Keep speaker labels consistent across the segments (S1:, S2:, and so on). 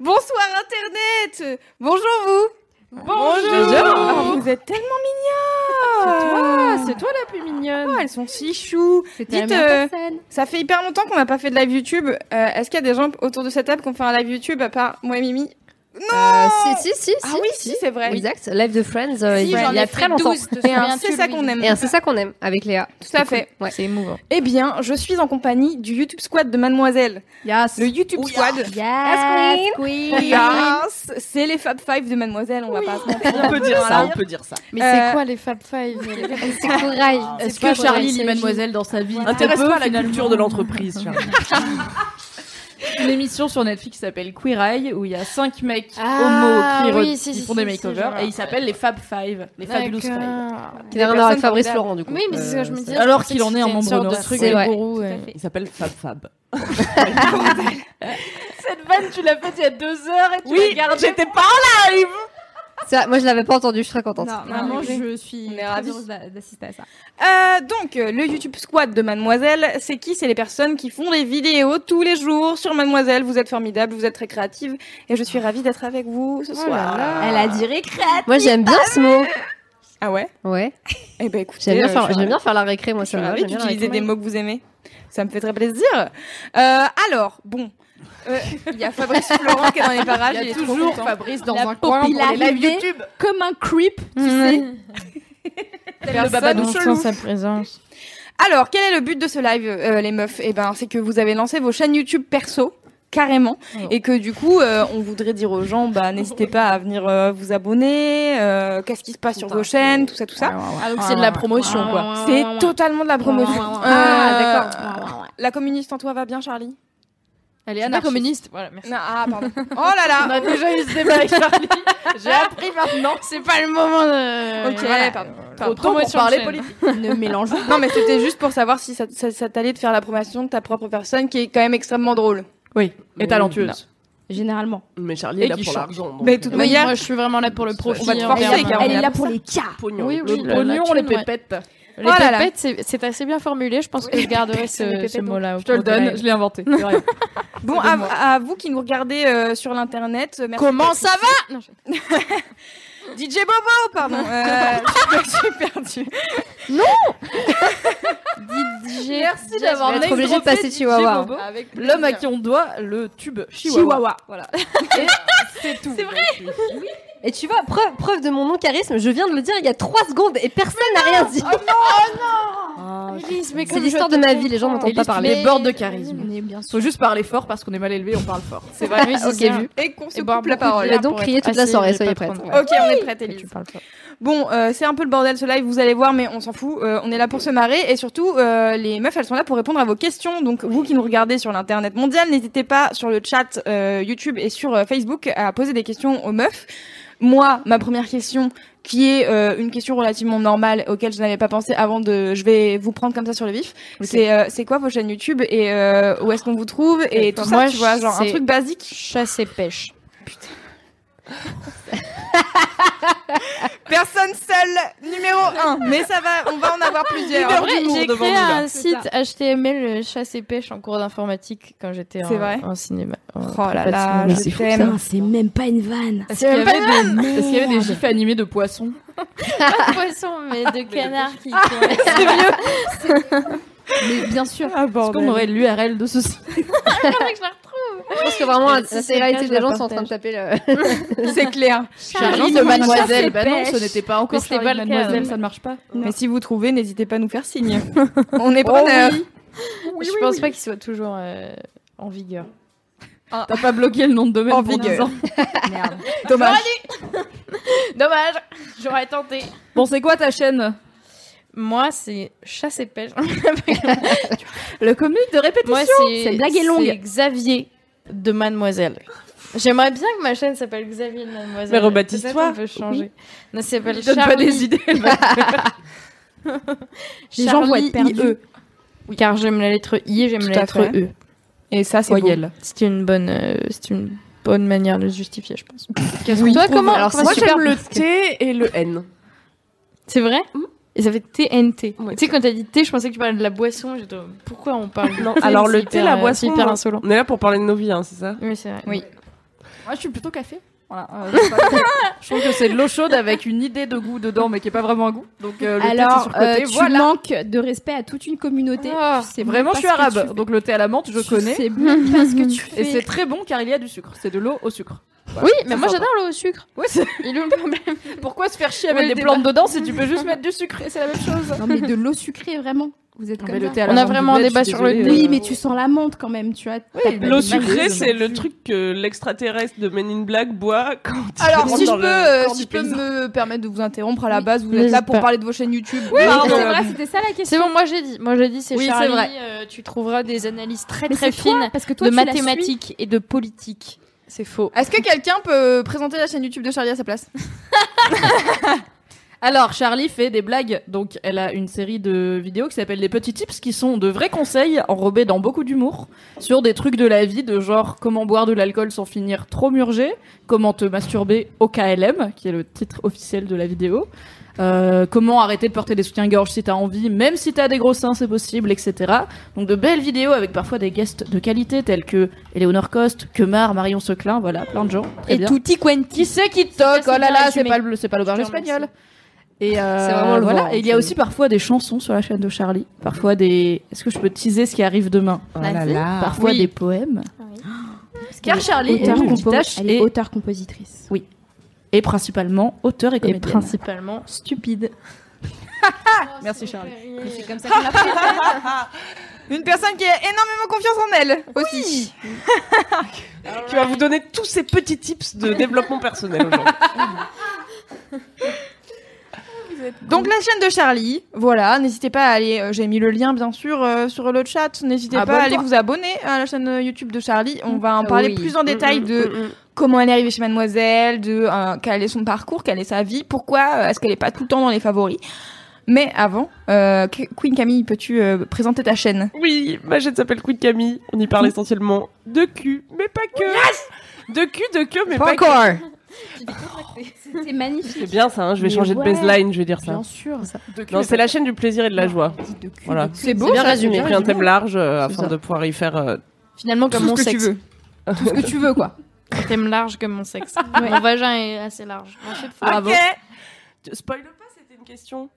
S1: Bonsoir Internet Bonjour vous Ah,
S2: Bonjour.
S1: Vous êtes tellement
S2: C'est
S1: mignons
S2: toi, c'est toi la plus mignonne.
S1: Ah, Elles sont si choues
S2: C'était la
S1: dites,
S2: meilleure
S1: euh,
S2: personne.
S1: Ça fait hyper longtemps qu'on n'a pas fait de live YouTube. Euh, Est-ce qu'il y a des gens autour de cette table qui ont fait un live YouTube à part moi et Mimi
S2: Euh, si, si, si.
S1: Ah
S2: si,
S1: oui,
S2: si.
S1: si, c'est vrai.
S2: Exact. Live de Friends, euh,
S3: Si,
S2: il y a-
S3: j'en
S2: il y
S3: ai
S2: a
S3: fait
S2: très longtemps.
S3: 12, te
S1: Et un
S3: souviens-tu,
S1: c'est ça
S3: Louise
S1: qu'on aime.
S2: Et un c'est ça qu'on aime avec Léa.
S1: Tout à fait.
S2: Ouais.
S3: C'est émouvant.
S1: Eh bien, je suis en compagnie du YouTube Squad de Mademoiselle.
S3: Yes.
S1: Le YouTube Squad.
S2: Yes, queen.
S1: Yes, c'est les Fab Five de Mademoiselle, on va pas se mentir.
S4: On peut dire ça, on peut dire ça.
S5: Mais
S1: Euh,
S5: c'est quoi les Fab Five
S2: C'est courage.
S3: Ah,
S2: C'est
S5: Est-ce que
S2: pas
S5: Charlie
S2: courage,
S5: lit
S2: c'est
S5: Mademoiselle dans sa vie
S4: Intéresse
S5: Très peu,
S4: pas à la
S5: finalement.
S4: culture de l'entreprise, Charlie.
S3: une émission sur Netflix qui s'appelle Queer Eye où il y a cinq mecs
S5: Ah,
S3: homo qui, re-
S5: oui, si,
S3: qui
S5: si,
S3: font
S5: si,
S3: des
S5: si,
S3: makeovers
S5: genre,
S3: et ils s'appellent les Fab Five, les Fabulous Five.
S5: D'accord.
S2: Qui n'a rien à voir
S1: Personne
S2: avec Fabrice
S1: formidable.
S2: Laurent, du coup.
S5: Oui, mais c'est ce que je me disais.
S3: alors
S5: je pensais
S3: qu'il
S5: que
S3: en est un
S5: c'était une
S3: membre
S5: sorte
S3: honoraire.
S5: de truc
S2: C'est
S5: de
S2: vrai.
S5: gourou. ouais.
S4: Il s'appelle Fab Fab.
S3: Cette vanne, tu l'as faite il y a deux heures et tu l'as gardée.
S4: j'étais pas là.
S2: Ça, moi, je l'avais pas entendu, je suis très contente.
S3: Non,
S1: vraiment,
S3: mais-
S1: je
S3: suis
S1: On est très ravis. heureuse
S3: d'assister à ça.
S1: Ah, Euh, donc, euh, le YouTube Squad de Mademoiselle, c'est qui C'est les personnes qui font des vidéos tous les jours sur Mademoiselle. Vous êtes formidables, vous êtes très créatives, et je suis ravie d'être avec vous ce
S5: Oh là
S1: soir.
S5: là.
S3: Elle a dit récré.
S2: Moi, j'aime bien ce mot.
S1: Ah ouais
S2: Ouais.
S1: Eh ben écoutez,
S2: J'aime bien,
S1: euh,
S2: faire-
S1: je suis
S2: j'aime bien faire la récré, moi,
S1: Je suis
S2: ça me va,
S1: ravie
S2: j'aime bien la
S1: d'utiliser
S2: récré.
S1: des mots que vous aimez. Ça me fait très plaisir. Euh, alors, bon. Euh, Il y a Fabrice Florent qui est dans les parages.
S5: Il y a
S1: est trop
S5: toujours
S1: content.
S5: Fabrice dans
S3: La
S5: un coin pour les lives
S3: popularité.
S5: YouTube.
S3: Comme un creep, tu sais.
S5: Mmh.
S3: le babadou
S1: Personne
S3: chelou.
S1: chelou.
S5: sa présence.
S1: Alors, quel est le but de ce live, euh, les meufs Eh ben, c'est que vous avez lancé vos chaînes YouTube perso carrément
S5: Oh.
S1: et que du coup euh, on voudrait dire aux gens bah n'hésitez pas à venir euh, vous abonner euh, qu'est-ce qui se passe sur vos chaînes tout ça tout ça
S5: Ah,
S3: Ah, donc c'est de la promotion, quoi.
S1: c'est totalement de la promotion
S5: Ah,
S1: Euh,
S5: d'accord.
S1: la communiste en toi va bien Charlie
S5: Elle est anarchiste. Voilà, merci.
S1: Non, ah pardon oh là là
S5: On a déjà eu ce débat avec Charlie. J'ai appris maintenant. C'est pas le moment de.
S1: Ok,
S5: Voilà. Euh,
S1: pardon.
S5: Trop
S1: Pardon.
S5: tôt pour
S3: Promotion de
S5: parler
S3: chaîne.
S5: politique. Ne mélange pas.
S1: Non, mais c'était juste pour savoir si ça, ça- ça t'allait de faire la promotion de ta propre personne, qui est quand même extrêmement drôle.
S4: Oui, et talentueuse.
S5: Généralement.
S4: Mais Charlie
S3: Et
S4: est là
S3: qui
S4: pour
S3: chante.
S4: l'argent. donc,
S1: Mais de toute
S4: euh,
S5: Oui,
S1: manière,
S5: moi je suis vraiment là pour le profit.
S4: On va te
S5: en
S1: forcer,
S5: termes-
S1: Caroline.
S3: Elle est là pour les
S4: pognon.
S5: Oui, oui.
S3: Le
S5: la-
S3: pognon,
S5: la
S3: les
S5: thune, ouais.
S3: pépettes.
S5: Les
S1: Oh là là.
S5: pépettes, c'est- c'est assez bien formulé. Je pense que je garderai ce, ce mot-là. au
S3: Je te le
S5: cours de la-
S3: donne, je l'ai inventé. c'est vrai.
S1: bon, à, à vous qui nous regardez euh, sur l'internet, euh, merci.
S5: Comment ça va Non, je-
S1: DJ Bobo, pardon. Euh, je suis perdue.
S5: DJ.
S3: Merci d'avoir
S2: Je vais être obligée de passer
S3: exporté
S2: Chihuahua.
S3: Bobo. L'homme à qui on doit le tube Chihuahua.
S1: Chihuahua.
S3: Voilà.
S4: C'est tout.
S3: C'est
S4: vrai.
S2: Et tu vois, preuve, preuve de mon non-charisme, je viens de le dire il y a 3 secondes et personne n'a rien
S5: oh
S2: dit.
S5: Élise, mais
S2: C'est
S5: comme
S2: l'histoire
S5: Ah, je
S2: de ma
S5: te
S2: vie, les gens
S5: comprends.
S2: m'entendent pas
S5: Élise,
S2: parler.
S5: mais-
S3: bords de charisme.
S5: Mais bien sûr.
S3: Faut juste parler fort parce qu'on est mal élevé, on parle fort.
S1: C'est vrai.
S5: Oui, c'est
S2: Ok,
S5: ça.
S2: vu.
S1: Et qu'on se
S5: Et boire
S1: coupe la
S5: beaucoup de
S1: parole.
S2: Il a
S5: bière
S2: donc
S5: pour
S2: criée
S5: être
S2: toute la
S5: assis,
S2: soyez
S5: j'ai pas
S2: prête.
S5: trop de-
S2: Ouais.
S1: Ok, on est prête,
S5: Tu
S1: Elise.
S5: parles pas.
S1: Bon, euh, c'est un peu le bordel ce live, vous allez voir, mais on s'en fout. Euh, on est là pour se marrer et surtout, euh, les meufs, elles sont là pour répondre à vos questions. Donc, vous qui nous regardez sur l'internet mondial, n'hésitez pas sur le chat euh, YouTube et sur euh, Facebook à poser des questions aux meufs. Moi, ma première question, qui est euh, une question relativement normale auquel je n'avais pas pensé avant de, je vais vous prendre comme ça sur le vif. C'est, euh, c'est quoi vos chaînes YouTube et euh, où est-ce qu'on vous trouve et tout
S5: Euh, Moi,
S1: ça, tu vois, genre un
S5: c'est-
S1: truc basique.
S5: Chasse et pêche.
S1: Personne seule, numéro un. Mais ça va, on va en avoir plusieurs.
S5: En vrai, j'ai
S4: devant nous,
S5: créé
S4: là.
S5: un site HTML euh, chasse et pêche en cours d'informatique quand j'étais
S1: C'est vrai
S5: en, en cinéma.
S1: Oh là là, je t'aime.
S6: Putain, c'est même pas une vanne.
S5: Est-ce qu'il y, avait des-
S6: Merde.
S3: Est-ce qu'il y avait des gifs animés de poissons
S5: pas de poisson, mais de Ah. canards qui. C'est mieux. Mais bien sûr.
S3: Est-ce qu'on aurait l'URL de ceci
S5: Faudrait que je la retrouve.
S2: Je pense que vraiment la
S5: Si c'est le cas,
S2: totalité
S5: je
S2: des
S5: la
S2: gens sont en train de taper le.
S1: C'est clair.
S5: Charlie de Mademoiselle.
S3: Bah non, ce
S5: Pêche.
S3: n'était pas encore
S5: Mais c'était
S3: Charlie
S5: pas
S3: de
S5: le cas,
S3: Mademoiselle,
S5: non.
S3: ça ne marche pas.
S1: Mais si vous trouvez, n'hésitez pas à nous faire signe. On
S5: Oh
S1: est preneurs.
S5: Je pense pas qu'il soit toujours euh, en vigueur.
S3: T'as pas bloqué le nom de domaine
S1: En
S3: pour
S1: vigueur.
S3: 10 ans.
S1: Dommage.
S5: Dommage. J'aurais tenté.
S3: Bon, c'est quoi ta chaîne
S5: Moi, c'est chasse et pêche.
S3: Le comique de répétition.
S5: Moi, c'est
S2: Cette blague est longue.
S5: c'est Xavier de Mademoiselle. J'aimerais bien que ma chaîne s'appelle Xavier de Mademoiselle.
S4: Mais rebaptise-toi.
S5: Peut-être On peut changer. Non,
S3: Je
S5: ça s'appelle
S3: donne
S5: Charlie.
S3: pas des idées. elle va-
S2: Les gens vont être
S5: Charlie
S2: perdus.
S5: IE. Car j'aime la lettre I et j'aime
S1: Tout
S5: la
S1: à
S5: lettre
S1: fait.
S5: E.
S1: Et ça, c'est beau.
S4: voyelle.
S5: C'est une bonne, euh, c'est une bonne manière de se justifier, je pense. Toi,
S4: Trouve-
S5: comment,
S4: Alors,
S5: comment
S4: moi,
S5: tu
S4: j'aime
S5: perds-
S4: le T et le N.
S5: C'est vrai
S4: Mhm.
S5: Et ça fait TNT.
S4: Ouais.
S5: Tu sais, quand t'as dit thé, je pensais que tu parlais de la boisson. J'étais, euh, pourquoi on parle de
S4: Non,
S5: thé
S4: alors
S5: C'est
S4: le thé,
S5: hyper,
S4: la
S5: euh,
S4: boisson. hein.
S5: C'est hyper
S4: non.
S5: insolent.
S4: On est là pour parler de nos vies, hein, c'est ça
S5: Oui, c'est vrai.
S1: Oui.
S3: Moi, je suis plutôt café. Voilà. euh, je, sais pas, je trouve que c'est de l'eau chaude avec une idée de goût dedans, mais qui est pas vraiment un goût. Donc euh, le
S1: Alors,
S3: thé c'est surcoté.
S1: euh,
S3: voilà.
S1: Voilà.
S6: manques de respect à toute une communauté.
S5: Ah,
S6: Tu sais
S3: Vraiment,
S6: même pas
S3: je suis
S6: ce que
S3: arabe,
S6: tu
S3: donc le thé à la menthe, je
S6: fais.
S3: connais.
S6: Tu sais même pas ce que tu
S3: Et c'est
S6: fais.
S3: très bon car il y a du sucre. C'est de l'eau au sucre.
S5: Oui, mais
S3: C'est
S5: moi
S3: sympa.
S5: j'adore l'eau au sucre.
S3: Ouais, c'est-
S5: Il est où le problème
S3: Pourquoi se faire chier
S5: Oui,
S3: avec
S5: le
S3: des plantes dedans si tu peux juste mettre du sucre et c'est la même chose
S6: Non, mais de l'eau sucrée, vraiment. Vous êtes comme ça.
S3: à
S5: On a
S3: menthe du
S5: vraiment un
S3: bled,
S5: débat
S3: je suis
S5: sur le
S3: désolée,
S6: Oui,
S3: euh,
S6: mais tu sens la menthe quand même, tu vois. T'as pas
S4: L'eau
S6: des
S4: sucrée,
S6: malaises.
S4: c'est le truc que l'extraterrestre de Men in Black boit quand il
S1: Alors,
S4: rentre
S1: si je
S4: dans
S1: peux,
S4: le
S1: euh,
S4: corps
S1: si
S4: du
S1: je peux
S4: paysan.
S1: me permettre de vous interrompre à la base, vous êtes
S5: N'hésite
S1: là pour
S5: pas.
S1: parler de vos chaînes YouTube.
S6: Oui,
S1: Donc,
S6: mais c'est
S1: euh,
S6: vrai, c'était ça la question.
S5: C'est Ah, bon, moi j'ai dit. Moi j'ai dit, c'est
S3: Oui, c'est
S5: Charlie.
S3: vrai.
S5: euh, tu trouveras des analyses très
S6: Mais
S5: très
S6: c'est toi,
S5: fines
S6: parce que toi,
S5: de
S6: tu la suis.
S5: mathématiques et de politique. C'est faux.
S1: Est-ce que quelqu'un peut présenter la chaîne YouTube de Charlie à sa place
S3: Alors, Charlie fait des blagues. Donc, elle a une série de vidéos qui s'appelle Les Petits Tips, qui sont de vrais conseils enrobés dans beaucoup d'humour sur des trucs de la vie, de genre comment boire de l'alcool sans finir trop murgé, comment te masturber au KLM, qui est le titre officiel de la vidéo, euh, comment arrêter de porter des soutiens-gorge si t'as envie, même si t'as des gros seins, c'est possible, etc. Donc, de belles vidéos avec parfois des guests de qualité tels que Eleonore Coste, Kemar, Marion Seclin, voilà, plein de gens. Très bien.
S5: tutti quanti.
S3: Qui c'est qui toque
S5: Ça,
S3: Oh là
S5: c'est bien
S3: là,
S5: résumé.
S3: c'est pas le, c'est pas l'auberge
S5: Je te remercie.
S3: espagnole. Et euh,
S4: C'est vraiment le
S3: voilà.
S4: vent,
S3: Et il y a
S4: c'est-
S5: euh,
S3: aussi parfois des chansons sur la chaîne de Charlie. Parfois des. Est-ce que je peux teaser ce qui arrive demain
S4: Oh là
S5: Vas-y.
S4: là.
S3: Parfois
S5: Oui.
S3: des poèmes.
S5: Oui.
S3: Car Charlie est
S6: Auteur,
S3: une
S6: compo-
S3: multitâche
S6: Elle est
S3: et,
S6: auteur-compositrice.
S3: et principalement auteur et
S5: Et
S3: comédienne.
S5: principalement stupide.
S3: Merci Charlie.
S6: C'est comme ça qu'on apprend.
S1: Une personne qui a énormément confiance en elle aussi.
S4: Qui va vous donner tous ces petits tips de développement personnel aujourd'hui.
S1: Donc la chaîne de Charlie, voilà, n'hésitez pas à aller, euh, j'ai mis le lien bien sûr euh, sur le chat, n'hésitez pas à aller vous abonner à la chaîne euh, YouTube de Charlie, on va en parler plus en détail de comment elle est arrivée chez Mademoiselle, de euh, quel est son parcours, quelle est sa vie, pourquoi euh, est-ce qu'elle est pas tout le temps dans les favoris. Mais avant, euh, Qu- Queen Camille, peux-tu euh, présenter ta chaîne
S4: Oui, ma chaîne s'appelle Queen Camille. On y parle essentiellement de cul, mais pas que. de cul, de queue, mais pas, que.
S6: Oh, C'était magnifique.
S4: C'est bien ça, hein, je vais
S6: Mais
S4: changer de
S6: ouais.
S4: baseline, je vais dire ça.
S6: Bien sûr.
S4: Non, c'est la chaîne du plaisir et de la joie.
S6: Dit de cul,
S4: Voilà.
S6: de cul.
S1: C'est beau,
S4: C'est bien
S1: ça,
S4: résumé.
S1: c'est
S4: Pris un thème large euh,
S5: C'est
S4: afin
S5: ça.
S4: de pouvoir y faire. euh,
S5: Finalement, comme
S1: Tout
S5: mon
S1: ce que tu
S5: sexe.
S1: veux. Tout ce que tu veux, quoi.
S5: Un thème large comme mon sexe. Mon vagin est assez large.
S3: Ah,
S5: Ensuite, faut
S4: Ok. Tu- Spoil pas, c'était une question.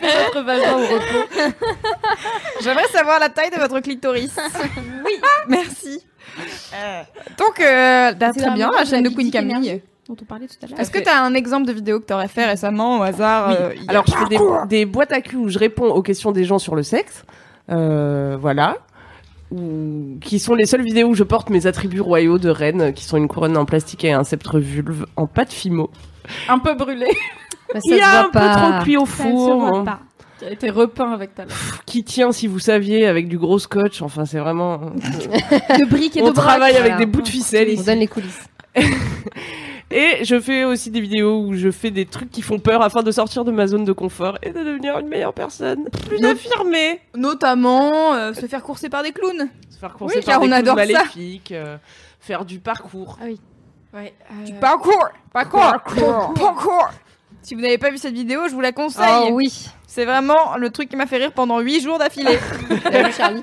S3: Votre vagin au repos.
S1: J'aimerais savoir la taille de votre clitoris. oui. Merci. Donc, euh, bah,
S6: C'est
S1: très bien,
S6: vraiment
S1: la chaîne de
S6: la
S1: Queen
S6: petite
S1: Camille.
S6: énergie dont on parlait tout à l'heure.
S1: Est-ce que t'as un exemple de vidéo que t'aurais fait récemment au hasard euh, hier
S4: Alors, je fais des, des boîtes à cul où je réponds aux questions des gens sur le sexe. Euh, voilà. Ou- qui sont les seules vidéos où je porte mes attributs royaux de reine, euh, qui sont une couronne en plastique et un sceptre vulve en pâte fimo.
S3: Un peu brûlé.
S5: Bah, ça
S4: Il y
S5: se
S4: a
S5: voit
S4: un
S5: pas.
S4: peu trop cuit au
S6: Ça se voit
S4: four, hein,
S6: pas.
S3: Qui a été repeint avec ta lèvre.
S4: pff, qui tient si vous saviez avec du gros scotch. Enfin, c'est vraiment.
S6: De briques et
S4: on
S6: de bras.
S4: travaille avec
S5: voilà.
S4: des bouts de ficelle
S2: On
S4: ici.
S2: donne les coulisses.
S4: Et je fais aussi des vidéos où je fais des trucs qui font peur afin de sortir de ma zone de confort et de devenir une meilleure personne, plus affirmée.
S1: Notamment euh, se faire courser par des clowns.
S4: Se faire courser
S1: Oui, car
S4: par des
S1: on
S4: clowns
S1: adore ça.
S4: maléfiques, euh, faire du parcours.
S1: Du parcours Parcours Parcours Si vous n'avez pas vu cette vidéo, je vous la conseille.
S2: Oh oui.
S1: C'est vraiment le truc qui m'a fait rire pendant 8 jours d'affilée.
S2: Charlie.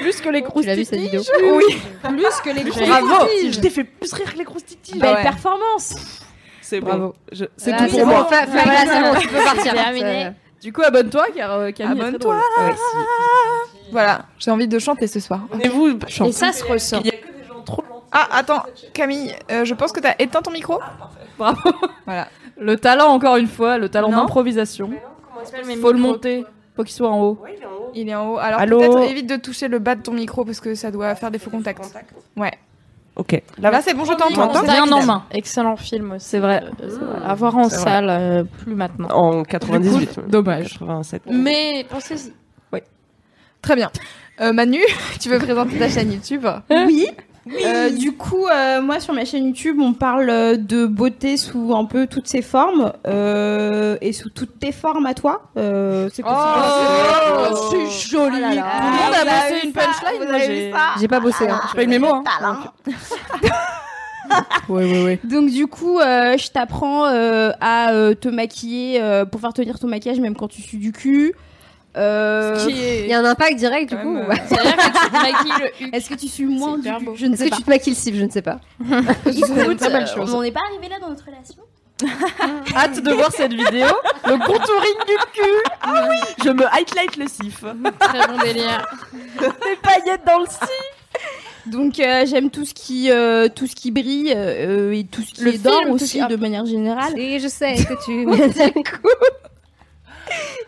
S4: Plus que les
S2: Tu l'as vu
S4: croustilles.
S2: cette vidéo
S1: oui.
S6: Plus que les
S4: Bravo Oh, Je t'ai fait plus rire que les croustilles.
S1: Bah,
S6: Belle
S1: ouais.
S5: Ah,
S6: performance.
S4: C'est bon.
S1: Bravo.
S4: Je- C'est
S5: Là,
S4: tout
S5: c'est
S4: pour
S5: bon.
S4: moi.
S2: Fa- fa- voilà, c'est bon, tu peux
S5: C'est
S2: partir.
S5: terminé.
S3: euh, Du coup, abonne-toi car euh, Camille. est très
S1: Abonne-toi.
S3: drôle.
S1: Voilà, j'ai envie de chanter ce soir.
S4: Abonnez-vous.
S5: Et ça se ressent.
S4: Il y a que des gens trop gentils.
S1: Ah, attends, Camille, euh, je pense que t'as éteint ton micro.
S3: Bravo.
S1: Voilà.
S3: Euh, Le talent encore une fois, le talent
S1: Non.
S3: d'improvisation. Faut le monter. Faut qu'il soit en haut.
S1: Il est en haut. Alors
S4: Allô
S1: peut-être évite de toucher le bas de ton micro parce que ça doit faire des faux contacts. Ouais.
S4: Ok.
S1: Là, c'est bon, je t'entends.
S3: T'entends
S5: Bien
S3: Évidemment.
S5: en main. Excellent film aussi.
S3: C'est vrai.
S5: Euh, c'est vrai. À voir en
S4: C'est vrai.
S5: salle, euh, plus maintenant.
S4: En 98.
S3: Dommage.
S4: 87.
S5: Mais pensez-y.
S4: Ouais.
S1: Très bien. Euh, Manu, tu veux présenter ta chaîne YouTube
S6: Oui. Euh, du coup, euh, moi sur ma chaîne YouTube, on parle euh, de beauté sous un peu toutes ses formes euh, et sous toutes tes formes à toi. Euh, c'est possible.
S1: Oh,
S6: c'est joli.
S1: Tout le monde a bossé une punchline,
S6: Vous
S1: moi,
S6: avez
S1: j'ai-
S6: vu ça
S2: J'ai pas bossé. hein.
S3: J'ai pas eu mes mots. Hein. Ouais, ouais, ouais.
S6: Donc du coup, euh, je t'apprends euh, à euh, te maquiller euh, pour faire tenir ton maquillage même quand tu sues du cul. Euh,
S1: Qui est-
S2: Il y a un impact direct du
S1: Quand
S2: coup.
S1: même,
S2: ouais.
S5: C'est-à-dire que tu te maquilles le huc.
S6: Est-ce que tu sues moins du
S5: hyper
S6: cul
S5: beau.
S6: Je ne
S2: Est-ce
S6: sais
S2: que
S6: pas.
S2: tu te maquilles le slip Je ne sais pas.
S5: Écoute,
S1: très belle
S5: euh,
S1: chose.
S5: on n'est pas arrivé là dans notre relation.
S3: Hâte de voir cette vidéo.
S4: Le contouring du cul. Ah oui. Je me highlight le sif.
S5: Très bon délire.
S4: Paillettes dans le sif.
S6: Donc euh, j'aime tout ce qui euh, tout ce qui brille euh, et tout ce qui
S1: Le
S6: est d'or
S1: film, tout ce
S6: aussi
S5: hein.
S1: qui-
S6: de manière générale.
S2: Et je sais que tu.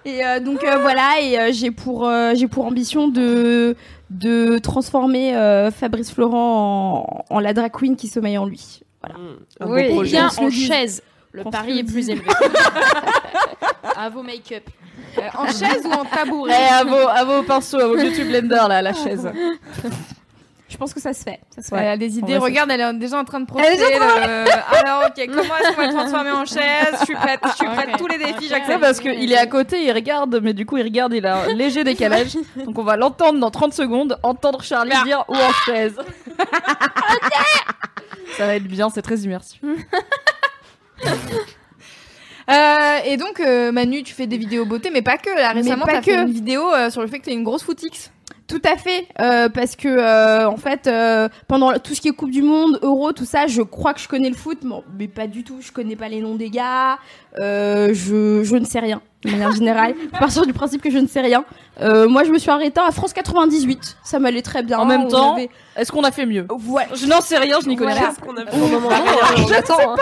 S6: Et euh, donc euh, voilà et euh, j'ai pour euh, j'ai pour ambition de de transformer euh, Fabrice Florent en, en la drag queen qui sommeille en lui. Voilà.
S4: Un
S2: Oui,
S4: beau
S5: Et
S4: projet.
S5: bien
S6: se le
S5: en
S6: dise.
S5: chaise. Le
S6: Qu'on se
S5: pari
S6: le
S5: est plus
S6: dise.
S5: élevé. à vos make-up.
S1: Euh, en chaise ou en
S3: Eh,
S1: tabouret
S3: à vos, à vos pinceaux, à vos YouTube Blender, là, la chaise.
S6: Ah. Je pense que ça se fait. Ça se fait.
S1: Elle a des idées,
S3: va se-
S1: regarde, elle est déjà en train de projeter. le- Alors, ok, comment est-ce qu'on va le transformer en chaise Je suis prête, je suis prête,
S5: Ok.
S1: tous les défis,
S3: C'est
S1: j'accepte.
S3: parce qu'il est à côté, il regarde, mais du coup, il regarde, il a un léger décalage. Donc, on va l'entendre dans 30 secondes, entendre Charlie dire ou en chaise. Ça va être bien, c'est très immersif.
S1: Mm. Euh, et donc, euh, Manu, tu fais des vidéos beauté, mais pas que. Là,
S6: Mais
S1: récemment,
S6: pas
S1: t'as fait
S6: que.
S1: une vidéo euh, sur le fait que t'es une grosse footix.
S6: Tout à fait, euh, parce que euh, en fait, euh, pendant tout ce qui est Coupe du Monde, Euro, tout ça, je crois que je connais le foot, mais- mais pas du tout. Je connais pas les noms des gars, euh, je, je ne sais rien de manière générale. Je pars sur du principe que je ne sais rien. Euh, moi, je me suis arrêtée à France 98, ça m'allait très bien.
S3: En même
S6: On
S3: temps,
S6: avait-
S3: Est-ce qu'on a fait mieux
S6: voilà.
S3: Je n'en sais rien, je n'y connais
S6: Voilà.
S3: rien.
S4: Qu'est-ce qu'on a
S2: Au moment où on attend. hein.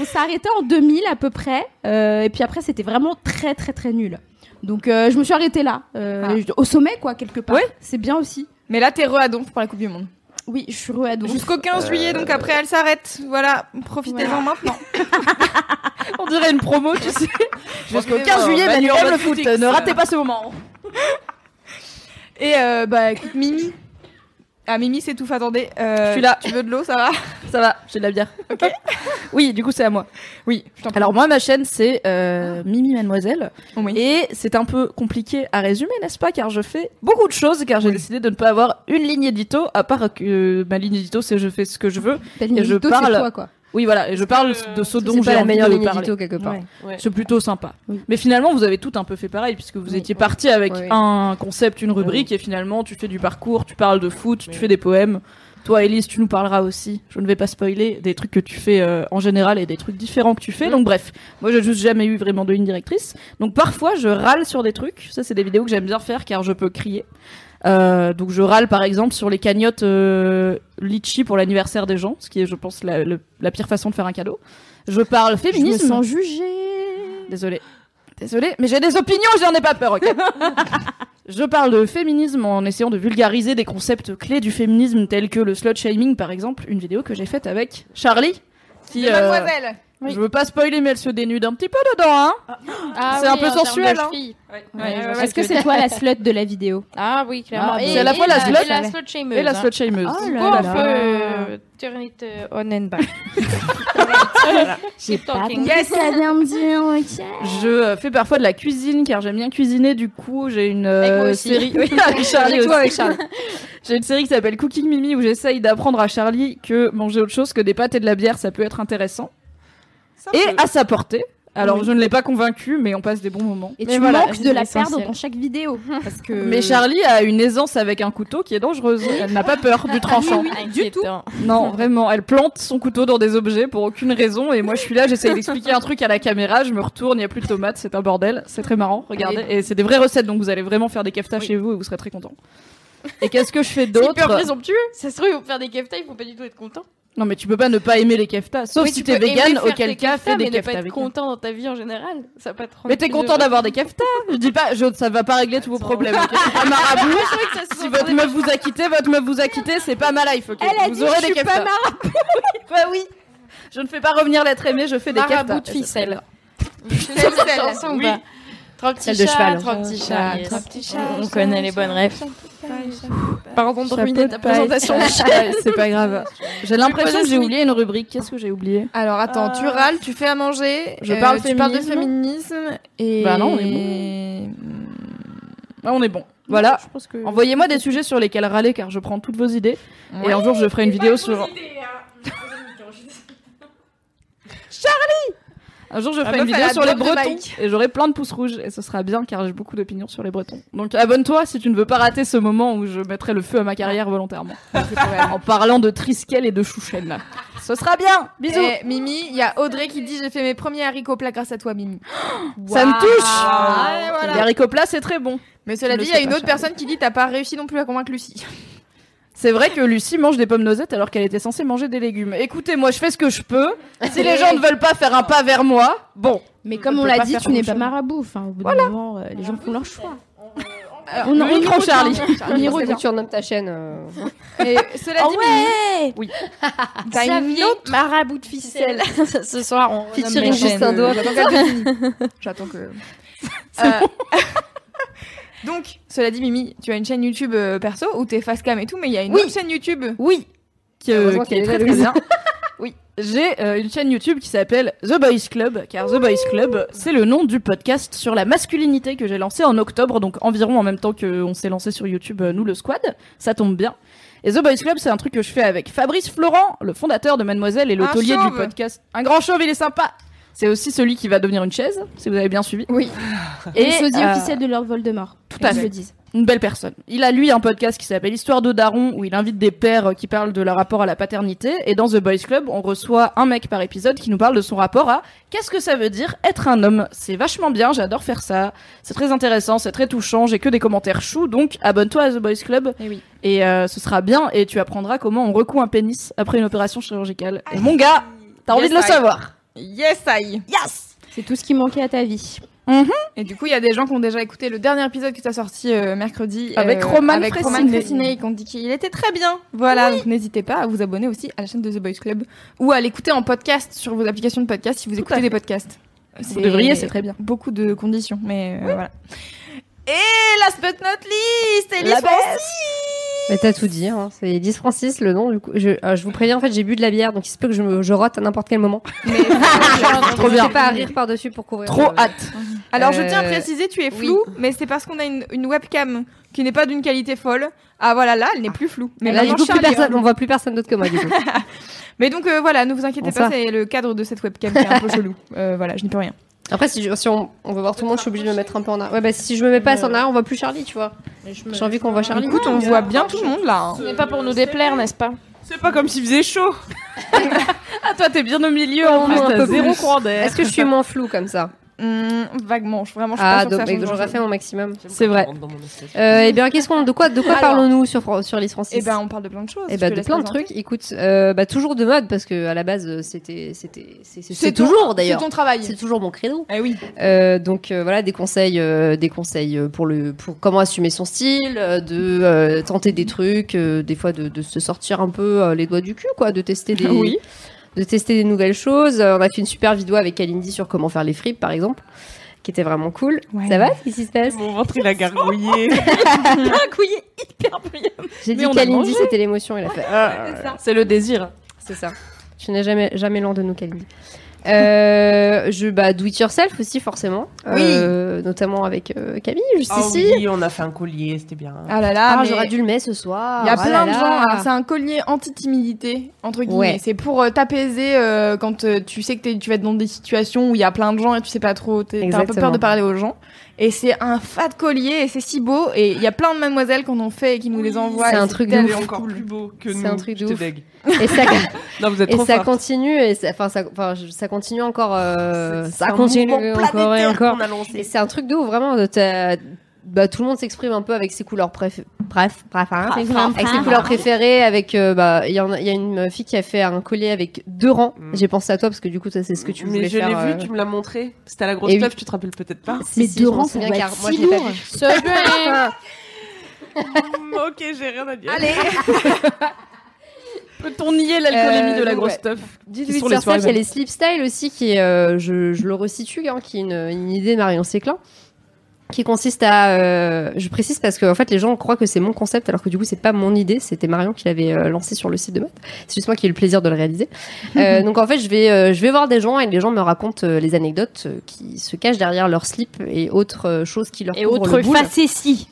S6: On s'est arrêté en 2000 à peu près, euh, et puis après, c'était vraiment très très très nul. Donc, euh, je me suis arrêtée là, euh,
S1: Ah.
S6: je- au sommet quoi, quelque part.
S1: Ouais.
S6: C'est bien aussi.
S1: Mais là, t'es re à Donf pour la Coupe du Monde.
S6: Oui, je suis re à Donf.
S1: Jusqu'au 15 juillet,
S6: Euh,
S1: donc
S3: Euh,
S1: après, elle s'arrête. Voilà, profitez-en maintenant.
S3: On dirait une promo, tu sais. Jusqu'au 15 juillet,
S4: Manu
S3: Manu
S4: en
S3: aime
S4: mode
S3: le foot.
S4: footix.
S3: Ne ratez pas ce moment.
S1: Et euh, bah, écoute, Mimi. Ah, Mimi s'étouffe, attendez. Euh,
S3: Je suis là.
S1: Tu veux de l'eau, ça va
S3: Ça va, j'ai de la bière. Ok. oui, du coup, c'est à moi.
S1: Oui, je t'en prie.
S3: Alors, moi, ma chaîne, c'est euh, Mimi Mademoiselle.
S1: Oui.
S3: Et c'est un peu compliqué à résumer, n'est-ce pas Car je fais beaucoup de choses, car j'ai décidé de ne pas avoir une ligne édito, à part que euh, ma ligne édito, c'est je fais ce que je veux.
S2: Ta ligne
S3: Et je
S2: édito,
S3: parle-
S2: c'est toi, quoi.
S3: Oui, voilà, et je parle de ce dont
S2: C'est
S3: j'ai
S2: pas la
S3: envie
S2: meilleure
S3: de
S2: ligne
S3: parler.
S2: édito, quelque part.
S3: C'est plutôt sympa.
S1: Mm.
S2: Oui.
S3: Mais finalement, vous avez tout un peu fait pareil, puisque vous
S2: Oui,
S3: étiez
S2: oui.
S3: parti avec
S2: Oui, oui.
S3: un concept, une rubrique, et finalement, tu fais du parcours, tu parles de foot, tu fais des poèmes. Toi, Elise, tu nous parleras aussi, je ne vais pas spoiler, des trucs que tu fais euh, en général et des trucs différents que tu fais. Donc bref, moi, j'ai juste jamais eu vraiment de ligne directrice. Donc parfois, je râle sur des trucs. Ça, c'est des vidéos que j'aime bien faire, car je peux crier. Euh, donc je râle par exemple sur les cagnottes euh, litchi pour l'anniversaire des gens, ce qui est je pense la, le- la pire façon de faire un cadeau. Je parle
S6: je me
S3: féminisme.
S6: sens jugée.
S3: Désolée. Désolée, mais j'ai des opinions, j'en ai pas peur, ok Je parle de féminisme en essayant de vulgariser des concepts clés du féminisme tels que le slut shaming, par exemple, une vidéo que j'ai faite avec Charlie, qui...
S1: De
S3: euh,
S1: Mademoiselle
S3: Je veux pas spoiler, mais elle se dénude un petit peu dedans, hein
S5: Ah
S3: C'est un
S5: oui,
S3: peu
S5: en termes
S3: sensuel,
S5: de
S3: hein.
S5: filles.
S1: Ouais, ouais, ouais,
S6: Est-ce que c'est toi la slut de la vidéo
S5: Ah oui, clairement.
S3: Ah,
S5: Et-
S3: c'est à la
S5: et
S3: fois la slut-
S5: et la slut shameuse.
S3: Et la
S5: hein.
S3: slut shameuse.
S6: Oh
S5: Go
S6: là là.
S5: for, euh, turn it euh, on and back. Keep
S6: Ah
S5: talking.
S1: Yes
S6: Ça vient de dire,
S3: Je euh, fais parfois de la cuisine, car j'aime bien cuisiner, du coup, j'ai une euh,
S5: Avec moi aussi.
S3: série... Oui, avec Charlie
S5: Avec toi,
S3: aussi.
S5: avec Charles.
S3: J'ai une série qui s'appelle Cooking Mimi, où j'essaye d'apprendre à Charlie que manger autre chose que des pâtes et de la bière, ça peut être intéressant. et à sa portée. Alors, je ne l'ai pas convaincu, mais on passe des bons moments.
S6: Et
S5: Mais
S6: tu
S5: voilà,
S6: manques de
S5: c'est
S6: la
S5: l'essentiel. Euh,
S6: perdre dans chaque vidéo. Parce que...
S3: Mais Charlie a une aisance avec un couteau qui est dangereuse. Elle n'a pas
S5: Ah,
S3: peur du tranchant.
S5: Du tout.
S3: Non, vraiment. Elle plante son couteau dans des objets pour aucune raison. Et moi, je suis là, j'essaye d'expliquer un truc à la caméra. Je me retourne, il n'y a plus de tomates. C'est un bordel. C'est très marrant. Regardez. Et c'est des vraies recettes, donc vous allez vraiment faire des keftas chez vous et vous serez très contents. Et qu'est-ce que je fais
S5: Hyper
S3: d'autre
S5: présomptueux. Ça se trouve, ils vont faire des keftas, ils vont pas du tout être contents.
S3: Non, mais tu peux pas ne pas aimer les keftas. Sauf
S5: Oui,
S3: si
S5: tu
S3: t'es
S5: peux aimer
S3: vegan,
S5: faire tes
S3: auquel cas, fais des
S5: mais ne pas
S3: keftas
S5: être
S3: avec nous.
S5: content dans ta vie en général. Ça va pas trop.
S3: Mais t'es content d'avoir des keftas Je dis pas, je, ça va pas régler tous vos
S5: Attends.
S3: problèmes. ok C'est pas marabout.
S5: ça se
S3: Si votre meuf vous a quitté, votre meuf vous a quitté, c'est pas ma life, ok
S6: Elle a
S3: Vous
S6: dit,
S3: aurez
S6: je
S3: des
S6: suis
S3: keftas.
S6: pas
S3: bah oui Je ne fais pas revenir l'être aimé, je fais des
S5: Marabout
S3: keftas.
S5: de ficelle.
S1: Ficelle.
S5: Cette chanson,
S1: Oui.
S5: bah, Trois petits
S2: Celle de
S5: chats,
S2: cheval.
S5: trois petits chats,
S1: yes.
S5: trois petits chats. On connaît les bonnes rêves. Pardon de
S3: Chapeau
S5: ruiner
S3: de
S5: ta
S3: paille.
S5: présentation.
S3: Ouais, C'est pas grave. J'ai l'impression que j'ai
S5: Smic.
S3: oublié une rubrique. Qu'est-ce que j'ai oublié
S1: Alors attends, tu
S5: Euh,
S1: râles, tu fais à manger, Euh,
S3: je parle
S1: tu parles de féminisme et
S3: Bah non, on Ah, on est bon. Voilà.
S5: Je pense que.
S3: Envoyez-moi des sujets sur lesquels râler car je prends toutes vos idées. Et un jour, je ferai une vidéo sur.
S5: hein.
S3: Un jour, je ferai
S1: meuf,
S3: une vidéo
S1: elle a
S3: sur les
S1: drop de
S3: Bretons
S1: mic.
S3: et j'aurai plein de pouces rouges et ce sera bien car j'ai beaucoup d'opinions sur les Bretons. Donc abonne-toi si tu ne veux pas rater ce moment où je mettrai le feu à ma carrière volontairement. en parlant de Triskel et de Chouchen là. Ce sera bien. Bisous.
S1: Eh, Mimi, il y a Audrey qui dit j'ai fait mes premiers haricots plats grâce à toi Mimi.
S3: Ça me touche.
S1: Ah, et
S3: Les
S1: voilà.
S3: haricots plats, c'est très bon.
S1: Mais cela
S3: Je
S1: dit, il y
S3: sais
S1: a une
S3: pas,
S1: autre personne qui dit t'as pas réussi non plus à convaincre Lucie.
S3: C'est vrai que Lucie mange des pommes noisettes alors qu'elle était censée manger des légumes. Écoutez, moi je fais ce que je peux. Si les gens ne veulent pas faire un pas vers moi, bon.
S6: Mais comme
S3: On
S6: on
S3: peut
S6: l'a
S3: pas
S6: dit,
S3: faire
S6: tu n'es
S3: grand-chose.
S6: pas marabout. Enfin, au bout d'un moment, euh, les gens font leur choix.
S1: Alors,
S6: Euh, On en-
S3: le
S6: on y
S3: micro,
S6: revient.
S3: Charlie.
S6: On y
S2: Parce
S6: revient.
S2: que tu renommes ta chaîne. euh,
S1: Et cela
S2: Ah
S1: dit, Mimi,
S5: ouais
S3: Oui.
S1: t'as une
S5: Xavier,
S1: autre
S5: marabout de ficelle. Ce soir, on renomme
S2: Featuring
S5: les chaînes.
S2: Justin Doré.
S1: J'attends qu'elle finisse. J'attends que. Euh, Donc, cela dit, Mimi, tu as une chaîne YouTube euh, perso où t'es face cam et tout, mais il y a une
S3: Oui.
S1: autre chaîne YouTube.
S3: Oui. Qui, euh,
S2: Heureusement
S3: qui
S2: qu'elle
S3: est
S2: est
S3: très
S2: là,
S3: très
S2: Louise.
S3: bien. Oui. J'ai euh, une chaîne YouTube qui s'appelle The Boys Club, car The Boys Club, c'est le nom du podcast sur la masculinité que j'ai lancé en octobre, donc environ en même temps qu'on s'est lancé sur YouTube, euh, nous le squad. Ça tombe bien. Et The Boys Club, c'est un truc que je fais avec Fabrice Florent, le fondateur de Mademoiselle et le
S1: Un
S3: taulier du
S1: chauve.
S3: podcast. Un grand chauve, il est sympa. C'est aussi celui qui va devenir une chaise, si vous avez bien suivi.
S6: Oui.
S3: Et,
S6: Et sosie
S3: euh,
S6: officiel de Lord Voldemort. Tout
S3: à fait.
S6: le disent.
S3: une belle personne. Il a lui un podcast qui s'appelle Histoire de Daron où il invite des pères euh, qui parlent de leur rapport à la paternité et dans The Boys Club on reçoit un mec par épisode qui nous parle de son rapport à qu'est-ce que ça veut dire être un homme. C'est vachement bien, j'adore faire ça. C'est très intéressant, c'est très touchant, j'ai que des commentaires choux donc abonne-toi à The Boys Club
S1: Eh oui.
S3: et euh, ce sera bien et tu apprendras comment on recoue un pénis après une opération chirurgicale. Et mon gars, t'as envie
S1: Yes,
S3: de le
S1: I.
S3: savoir.
S1: Yes, I.
S3: Yes. Mm-hmm.
S6: C'est tout ce qui manquait à ta vie.
S1: Et du coup, il y a des gens qui ont déjà écouté le dernier épisode qui t'a sorti euh, mercredi
S3: Avec
S1: euh,
S3: Roman
S1: avec
S3: Fressinet.
S1: Roman Fressinet et qui ont dit qu'il était très bien. Voilà, donc n'hésitez pas à vous abonner aussi à la chaîne de The Boys Club ou à l'écouter en podcast sur vos applications de podcast si vous écoutez des podcasts.
S3: Vous devriez, c'est très bien.
S1: Beaucoup de conditions, mais euh, voilà. Et last but not least, Elise
S3: La
S1: Francis.
S2: Mais t'as tout dit, hein. c'est Elise Francis le nom. Du coup, je, euh, je vous préviens, en fait, j'ai bu de la bière, donc il se peut que je, me- je rote à n'importe quel moment.
S3: Trop
S2: Je
S3: bien.
S2: sais pas à rire par-dessus pour Euh, couvrir.
S3: Trop
S2: le-
S3: hâte.
S1: Alors, je
S2: Euh,
S1: tiens à préciser, tu es flou, mais c'est parce qu'on a une, une webcam qui n'est pas d'une qualité folle. Ah voilà, là, elle n'est plus floue. Mais
S2: là, du
S1: maintenant,
S2: coup, plus
S1: Charlie, hein.
S2: personne, on voit plus personne d'autre que moi, du coup.
S1: Mais donc euh, voilà, ne vous inquiétez
S2: Enfin.
S1: pas, c'est le cadre de cette webcam qui est un peu chelou. Euh, voilà, je n'y peux rien.
S2: Après, si, je- si on, on veut voir tout le monde, je suis obligée de me mettre un peu en arrière. Ouais, bah si je me mets pas assez en arrière, on voit plus Charlie, tu vois. J'ai envie qu'on voit Charlie.
S1: Écoute, on voit bien tout le monde là. hein.
S5: Ce n'est pas pour nous déplaire, n'est-ce pas
S4: C'est pas comme s'il faisait chaud.
S3: Ah toi t'es bien au milieu en
S2: Ouais,
S3: plus,
S2: on
S3: t'as
S2: peut
S3: zéro
S2: plus.
S3: courant d'air.
S2: Est-ce que je suis moins floue comme ça
S1: Hum, vaguement, je, vraiment, je suis
S2: Ah,
S1: pas sûre
S2: donc
S1: que ça
S2: mec,
S1: change
S2: j'aurais
S1: grand-chose.
S2: fait mon maximum.
S3: C'est vrai.
S2: Euh, eh bien, qu'est-ce qu'on, de quoi, de quoi
S1: Alors.
S2: parlons-nous sur, Fran- sur Elise Francis
S1: Eh ben, on parle de plein de choses.
S2: Eh
S1: je
S2: ben,
S1: te
S2: de
S1: laisse
S2: plein de
S1: présenter.
S2: trucs. Écoute, euh, bah, toujours de mode parce que à la base euh, c'était c'était c'est- c'est c'est
S1: ton-
S2: toujours d'ailleurs.
S1: C'est ton travail.
S2: C'est toujours mon credo.
S1: Eh oui.
S2: Euh, donc euh, voilà des conseils, euh, des conseils euh, pour le pour comment assumer son style, euh, de euh, tenter des trucs, euh, des fois de, de se sortir un peu euh, les doigts du cul quoi, de tester des
S3: Oui.
S2: de tester des nouvelles choses. Euh, on a fait une super vidéo avec Kalindi sur comment faire les fripes par exemple, qui était vraiment cool.
S1: Ouais.
S2: Ça va Qu'est-ce qui se passe
S4: Mon ventre il a gargouillé.
S2: J'ai
S3: Mais
S2: dit
S3: on a
S2: Kalindi,
S3: mangé.
S2: c'était l'émotion. Il a fait. Ah.
S3: C'est le désir.
S2: C'est ça. Tu n'es jamais, jamais lent de nous, Kalindi. Euh, je, bah, do it yourself aussi, forcément. Euh, notamment avec euh, Camille, juste
S4: Ah
S2: ici.
S4: oui, on a fait un collier, c'était bien.
S1: Ah là là,
S2: Ah,
S1: mais
S2: j'aurais
S1: il
S2: dû le mettre ce soir.
S1: y a
S2: Ah là
S1: plein de
S2: là.
S1: gens. Alors, c'est un collier anti-timidité, entre guillemets.
S2: Ouais.
S1: C'est pour euh, t'apaiser euh, quand euh, tu sais que t'es- tu vas être dans des situations où il y a plein de gens et tu sais pas trop. t'es- T'as un peu
S2: Exactement.
S1: peur de parler aux gens. Et c'est un fat collier et c'est si beau. Et il y a plein de mademoiselles qu'on en fait et qui nous les envoient.
S2: c'est
S1: et
S2: un truc de
S1: tellement
S2: ouf.
S4: C'est
S1: cool.
S4: encore plus beau que nous.
S2: C'est un truc de
S4: Je te
S2: ouf.
S4: dégue.
S2: Et ça,
S4: Non, vous êtes
S2: et
S4: trop
S2: ça
S4: fortes.
S2: continue, et ça, enfin, ça, enfin, je- ça continue encore. euh,
S4: C'est- c'est
S2: ça
S4: un
S2: continue
S4: mouvement
S2: encore et
S4: planétaire
S2: encore.
S4: qu'on a lancé.
S2: Et c'est un truc de ouf, vraiment. de ta- bah, tout le monde s'exprime un peu avec ses couleurs préf... bref, bref, hein.
S5: C'est grand
S2: avec ses couleurs préférées, avec euh, bah il y, en a- il y a une fille qui a fait un collier avec deux rangs.
S4: Mm.
S2: J'ai pensé à toi parce que du coup toi c'est ce que tu voulais
S4: Mais je l'ai
S2: faire.
S4: vu,
S2: euh,
S4: tu me l'as montré. C'était à la grosse
S2: Et oui.
S4: teuf, tu te rappelles peut-être pas.
S2: si,
S6: Mais
S2: si,
S6: deux
S2: je m'en
S6: rangs, ça
S2: souviens,
S6: doit
S2: car
S6: être
S2: moi
S6: si
S2: je l'ai pas
S6: lourd.
S2: vu.
S4: ok, j'ai rien à dire.
S1: Allez,
S3: Peut-on nier l'alcoolémie
S2: Euh,
S3: de la
S2: donc,
S3: grosse
S2: ouais.
S3: teuf
S2: Dites
S3: Qui
S2: oui,
S3: sont les
S2: sur ça,
S3: soirées
S2: il y a les slip style aussi qui est, euh, je, je le resitue, hein, qui est une, une idée de Marion Séclin. qui consiste à, euh, je précise parce que en fait les gens croient que c'est mon concept alors que du coup c'est pas mon idée, c'était Marion qui l'avait euh, lancé sur le site de Math. C'est juste moi qui ai eu le plaisir de le réaliser. Euh, donc en fait je vais, euh, je vais voir des gens et les gens me racontent euh, les anecdotes euh, qui se cachent derrière leur slip et autres euh, choses qui leur
S5: Et
S2: couvrent
S5: autre
S2: le boule.
S5: facétie.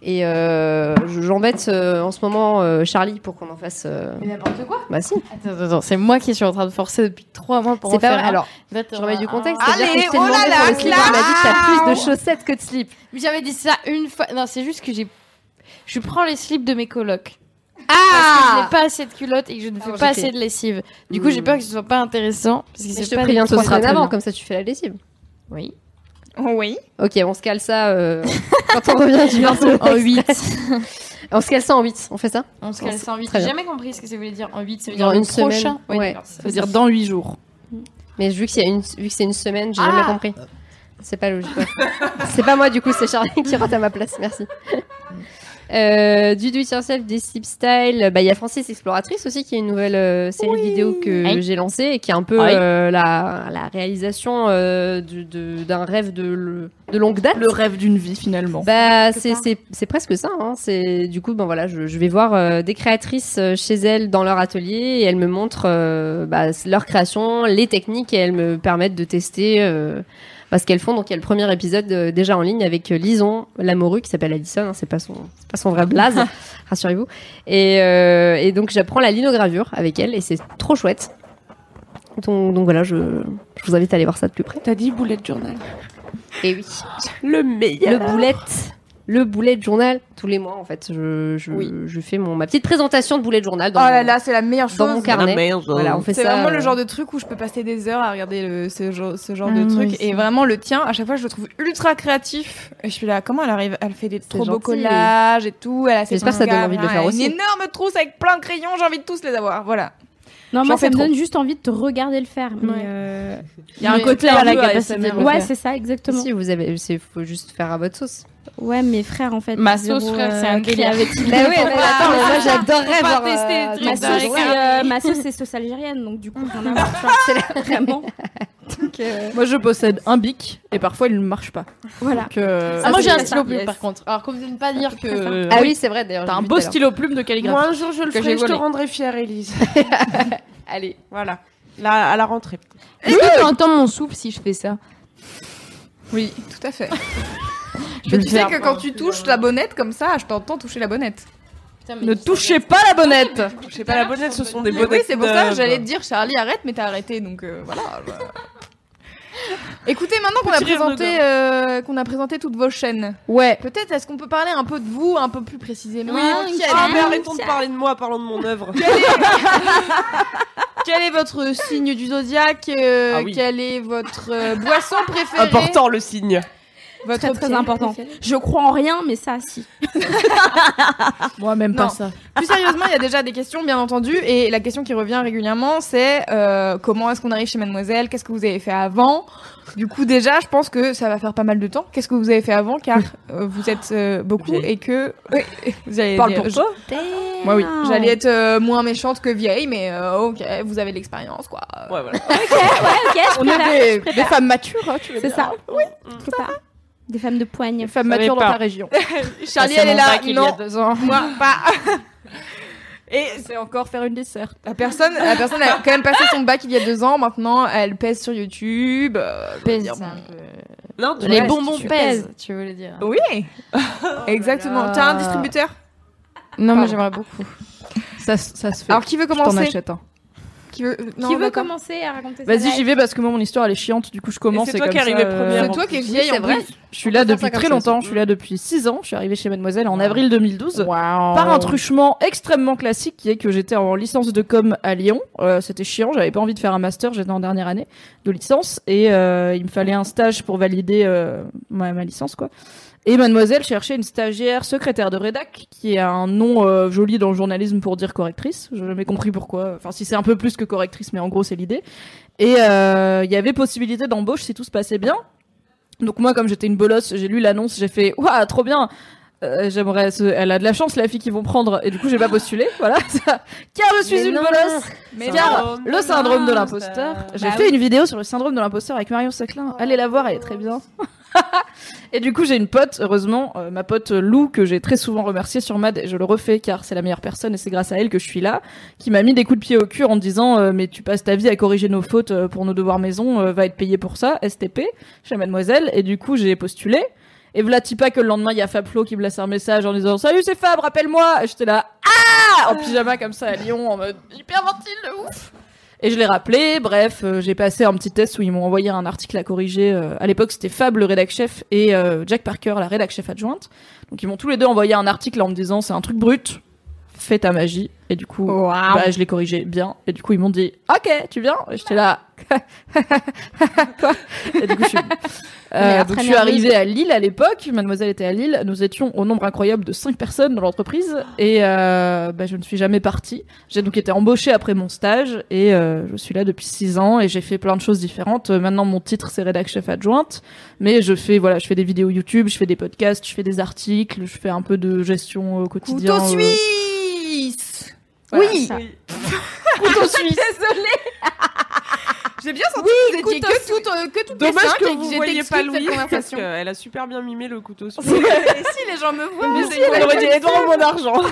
S2: Et euh, je- j'embête euh, en ce moment euh, Charlie pour qu'on en fasse. euh,
S5: n'importe quoi.
S2: Bah si,
S5: Attends, attends, attends, c'est moi qui suis en train de forcer depuis trois mois pour en
S2: c'est pas
S5: faire
S2: vrai.
S5: un.
S2: Alors
S5: Va te
S2: je remets du
S5: voir.
S2: contexte.
S5: Ah,
S2: c'est-à-dire que je t'ai
S1: oh là
S2: demandé
S1: là,
S2: pour le slip, on m'a dit que t'as plus de chaussettes que de slip.
S5: Mais J'avais dit ça une fois. Non, c'est juste que j'ai. Je prends les slips de mes colocs.
S2: Ah
S5: Parce que je n'ai pas assez de culottes et que je ne fais
S2: Alors,
S5: pas
S2: j'ai
S5: assez
S2: fait.
S5: de lessive. Du coup, j'ai peur que ce soit pas intéressant. Parce
S2: Hmm.
S5: que
S2: Mais
S5: c'est
S2: je te
S5: pas
S2: préviens
S5: les
S2: trois
S5: trois
S2: semaines
S5: très
S2: avant,
S5: bien.
S2: comme ça tu fais la lessive.
S5: Oui.
S1: Oui.
S2: Ok, on se cale ça euh, quand on revient du Barcelone.
S5: En 8.
S2: On se cale ça en 8, on fait ça
S5: On se cale ça en 8.
S2: Très
S5: J'ai
S2: bien.
S5: jamais compris ce que ça voulait dire en 8. Ça veut
S2: Genre
S5: dire
S2: une
S5: le prochain.
S2: semaine. Ouais.
S5: d'accord, ça
S3: Ça veut dire dans 8 jours.
S2: Mais vu que c'est une, vu que c'est une semaine, j'ai
S5: Ah
S2: jamais compris. C'est pas logique. ouais. c'est pas moi du coup, c'est Charlie qui rentre à ma place, merci. Euh, du do it yourself, des slip style. Bah, il y a Francis Exploratrice aussi qui est une nouvelle euh, série vidéo que
S5: Aïe.
S2: j'ai lancée et qui est un peu
S3: Aïe.
S2: euh, la, la réalisation euh, du- de- d'un rêve de, le- de longue date.
S3: Le rêve d'une vie finalement.
S2: Bah, c'est, c'est, c'est presque ça. Hein. C'est du coup, ben voilà, je, je vais voir euh, des créatrices euh, chez elles dans leur atelier et elles me montrent euh, bah, c- leur création, les techniques et elles me permettent de tester euh, bah, ce qu'elles font. Donc il y a le premier épisode euh, déjà en ligne avec euh, Lison, la morue qui s'appelle Alison. hein, c'est pas son, c'est pas son vrai blaze, rassurez-vous. Et, euh, et donc j'apprends la linogravure avec elle et c'est trop chouette. Donc, donc voilà, je, je vous invite à aller voir ça de plus près.
S4: T'as dit bullet journal.
S2: Et oui.
S4: Le meilleur.
S2: Le bullet, le bullet journal tous les mois en fait. Je, je, je fais mon ma petite présentation de bullet journal.
S1: Oh
S2: Dans
S1: là
S2: mon-
S1: là, c'est la meilleure
S2: dans
S1: chose.
S2: mon carnet. Voilà, on fait
S1: C'est
S2: ça.
S1: vraiment le
S2: euh,
S1: genre de truc où je peux passer des heures à regarder le- ce genre, ce genre
S5: Ah,
S1: de
S5: moi
S1: truc.
S5: aussi.
S1: Et vraiment, le tien, à chaque fois, je le trouve ultra créatif. Et je suis là, comment elle arrive Elle fait des trop beaux
S2: gentil.
S1: collages et tout. Elle a ses
S2: J'espère que ça donne
S1: mangas,
S2: envie de le
S1: voilà,
S2: faire
S1: elle a
S2: aussi.
S1: Une énorme trousse avec plein de crayons, j'ai envie de tous les avoir. Voilà.
S6: Non,
S1: J'en
S6: moi,
S1: fais
S6: ça me
S1: trop.
S6: donne juste envie de te regarder le faire. mais,
S1: Ouais.
S6: euh,
S3: Il y a un
S5: Mais-
S3: côté
S5: à
S3: un
S5: la
S3: peu
S5: capacité
S3: ASMR.
S5: de le
S6: Ouais,
S5: faire.
S6: c'est ça, exactement.
S2: Si vous avez, c'est faut juste faire à votre sauce.
S6: Ouais, mes frères, en fait.
S5: Ma
S6: zéro,
S5: sauce, frère,
S6: euh,
S5: c'est un délire.
S2: Bah oui,
S5: mais attends, mais moi,
S2: j'adorerais
S5: voir, euh,
S6: Ma
S5: Dans les
S6: sauce, c'est, euh, ma sauce, c'est sauce algérienne, donc du coup, j'en ai marre, tu vois. Vraiment. Donc, euh,
S3: Moi je possède un bic et parfois il ne marche pas.
S6: voilà.
S3: Donc, euh,
S5: Ah, moi j'ai un
S6: c'est
S5: stylo
S6: ça.
S5: plume
S6: Yes.
S5: par contre. Alors qu'on ne vienne pas dire que.
S2: Ah oui, c'est vrai d'ailleurs.
S3: T'as
S2: j'ai
S3: un
S2: vu
S3: beau
S2: tout à l'heure.
S3: stylo plume de calligraphie.
S4: Moi, un jour, je le
S3: Que
S4: ferai,
S3: j'ai
S4: je te
S3: volé.
S4: rendrai fière, Elise.
S5: Allez.
S4: voilà. Là, à la rentrée.
S5: Est-ce que tu entends mon souffle si je fais ça
S1: Oui, tout à fait.
S5: Je
S1: Mais tu sais que quand tu touches la bonnette comme ça, je t'entends toucher la bonnette.
S3: Ne touchez pas la bonnette
S4: Je sais pas, la bonnette, ce sont des
S1: Mais
S4: bonnettes.
S1: oui, c'est pour ça que
S4: neuves.
S1: j'allais te dire, Charlie, arrête, mais t'as arrêté, donc euh, voilà. je- Écoutez, maintenant qu'on a,
S3: Petit rire de
S1: présenté,
S3: gosse.
S1: euh, qu'on a présenté toutes vos chaînes,
S3: Ouais.
S1: peut-être est-ce qu'on peut parler un peu de vous, un peu plus précisément
S4: Oui, ok,
S1: Quel-
S4: ah, mais arrêtons de parler de moi, parlons de mon œuvre.
S1: Quel est votre signe du zodiaque euh,
S4: Ah oui.
S1: Quelle est votre euh, boisson préférée
S4: Important le signe.
S1: Votre
S6: Très, très
S1: thé
S6: important.
S1: préféré
S6: Je crois en rien, mais ça, si.
S3: Moi même
S1: Non.
S3: pas ça.
S1: Plus sérieusement, il y a déjà des questions, bien entendu, et la question qui revient régulièrement, c'est euh, comment est-ce qu'on arrive chez Mademoiselle Qu'est-ce que vous avez fait avant Du coup, déjà, je pense que ça va faire pas mal de temps. Qu'est-ce que vous avez fait avant Car euh, vous êtes euh, beaucoup
S4: Vieille.
S1: et que Oui, vous allez
S3: Parle
S1: dire-
S3: pour
S1: je-
S3: toi.
S1: Moi, oui. J'allais être euh, moins méchante que vieille, mais euh, ok, vous avez de l'expérience, quoi.
S4: Ouais, voilà.
S6: Ok, je
S3: On est des, des femmes matures, hein, tu veux
S6: C'est
S3: dire.
S6: ça. Mm. Oui, je pas. Des femmes de poigne.
S3: Des femmes
S5: savais
S3: matures dans
S5: pas.
S3: ta région.
S1: Charlie, elle
S5: Passé
S1: est
S5: mon
S1: là.
S5: bac il y a
S1: Non, moi pas. Et
S3: C'est encore faire une desserte.
S1: la personne, la personne a quand même passé son bac il y a deux ans. Maintenant, elle pèse sur YouTube. euh, je veux
S5: Pèse,
S1: dire,
S5: c'est
S1: bon.
S5: un peu-
S4: Non, tu
S5: Les
S4: vois,
S5: bonbons
S4: tu-
S5: pèsent, tu veux le dire.
S1: Oui,
S3: Oh
S1: exactement.
S5: là.
S1: T'as un distributeur
S5: Non,
S1: Pardon.
S5: mais j'aimerais beaucoup.
S3: Ça, s- ça se fait.
S1: Alors qui veut
S3: je t'en
S1: commencer
S3: achète hein. un.
S1: Qui veut, non,
S6: Qui veut
S1: d'accord.
S6: commencer à raconter ça
S3: Vas-y, j'y vais parce que moi mon histoire elle est chiante, du coup je commence.
S4: Et c'est toi
S3: comme
S4: qui es
S3: ça,
S4: arrivée
S3: euh,
S4: première.
S1: C'est toi qui es vieille,
S2: Oui, c'est
S1: en
S2: vrai.
S1: plus.
S3: Je suis là
S2: On peut faire
S3: depuis
S2: ça comme
S3: très
S2: ça
S3: longtemps,
S2: aussi.
S3: je suis là depuis 6 ans, je suis arrivée chez Mademoiselle en avril 2012. Par un truchement extrêmement classique qui est que j'étais en licence de com à Lyon. Euh, C'était chiant, j'avais pas envie de faire un master, j'étais en dernière année de licence et euh, il me fallait un stage pour valider euh, ma, ma licence quoi. Et mademoiselle cherchait une stagiaire secrétaire de rédac qui est un nom euh, joli dans le journalisme pour dire correctrice. J'ai jamais compris pourquoi. Enfin si c'est un peu plus que correctrice mais en gros c'est l'idée. Et euh, il y avait possibilité d'embauche si tout se passait bien. Donc moi, comme j'étais une bolosse, j'ai lu l'annonce, j'ai fait waouh, trop bien. Euh, J'aimerais, ce- elle a de la chance la fille qu'ils vont prendre. Et du coup, j'ai pas postulé, voilà. ça. Car je suis
S2: Mais
S3: une
S2: non.
S3: bolosse.
S1: Mais
S3: Car
S4: non.
S3: le syndrome de
S4: Non,
S3: l'imposteur.
S4: ça-
S3: J'ai fait une vidéo sur le syndrome de l'imposteur avec Marion Seclin. Allez la voir, elle est très bien. Et du coup, j'ai une pote, heureusement, euh, ma pote Lou, que j'ai très souvent remerciée sur MAD, et je le refais car c'est la meilleure personne et c'est grâce à elle que je suis là, qui m'a mis des coups de pied au cul en me disant euh, Mais tu passes ta vie à corriger nos fautes euh, pour nos devoirs maison, euh, va être payé pour ça, STP, chez Mademoiselle. Et du coup, j'ai postulé. Et voilà, pas que le lendemain, il y a Fablo qui me laisse un message en disant Salut, c'est Fab, rappelle-moi Et j'étais là Ah En pyjama comme ça à Lyon, en mode hyperventile de ouf et je l'ai rappelé, bref, euh, j'ai passé un petit test où ils m'ont envoyé un article à corriger. euh, à l'époque, c'était Fab, le rédac chef, et euh, Jack Parker, la rédac chef adjointe. Donc ils m'ont tous les deux envoyé un article en me disant c'est un truc brut, fais ta magie. Et du coup, bah, je l'ai corrigé bien. Et du coup, ils m'ont dit ok, tu viens Et j'étais là. Quoi Et du coup, je suis, euh, donc, je suis arrivée à Lille à l'époque. Mademoiselle était à Lille. Nous étions au nombre incroyable de cinq personnes dans l'entreprise. Et euh, bah, je ne suis jamais partie. J'ai donc été embauchée après mon stage et euh, je suis là depuis six ans et j'ai fait plein de choses différentes. Euh, Maintenant, mon titre c'est rédac chef adjointe, mais je fais voilà, je fais des vidéos YouTube, je fais des podcasts, je fais des articles, je fais un peu de gestion au quotidien.
S1: Couteau
S3: euh,
S1: suisse
S3: voilà.
S1: Oui
S3: couteau suisse.
S1: Désolée J'ai bien senti que vous étiez
S6: couteau
S1: que toutes euh, que toutes les
S4: Dommage
S1: cinq
S4: que
S1: et
S4: vous
S1: j'étais
S4: voyez
S1: exclue
S4: pas
S1: de cette
S4: Louis. Parce
S1: conversation.
S4: qu'elle a super bien mimé le couteau. suisse.
S1: Et si les gens me voient
S3: Mais
S1: c'est
S3: si, elle
S1: quoi
S3: aurait dit Et donc, mon argent.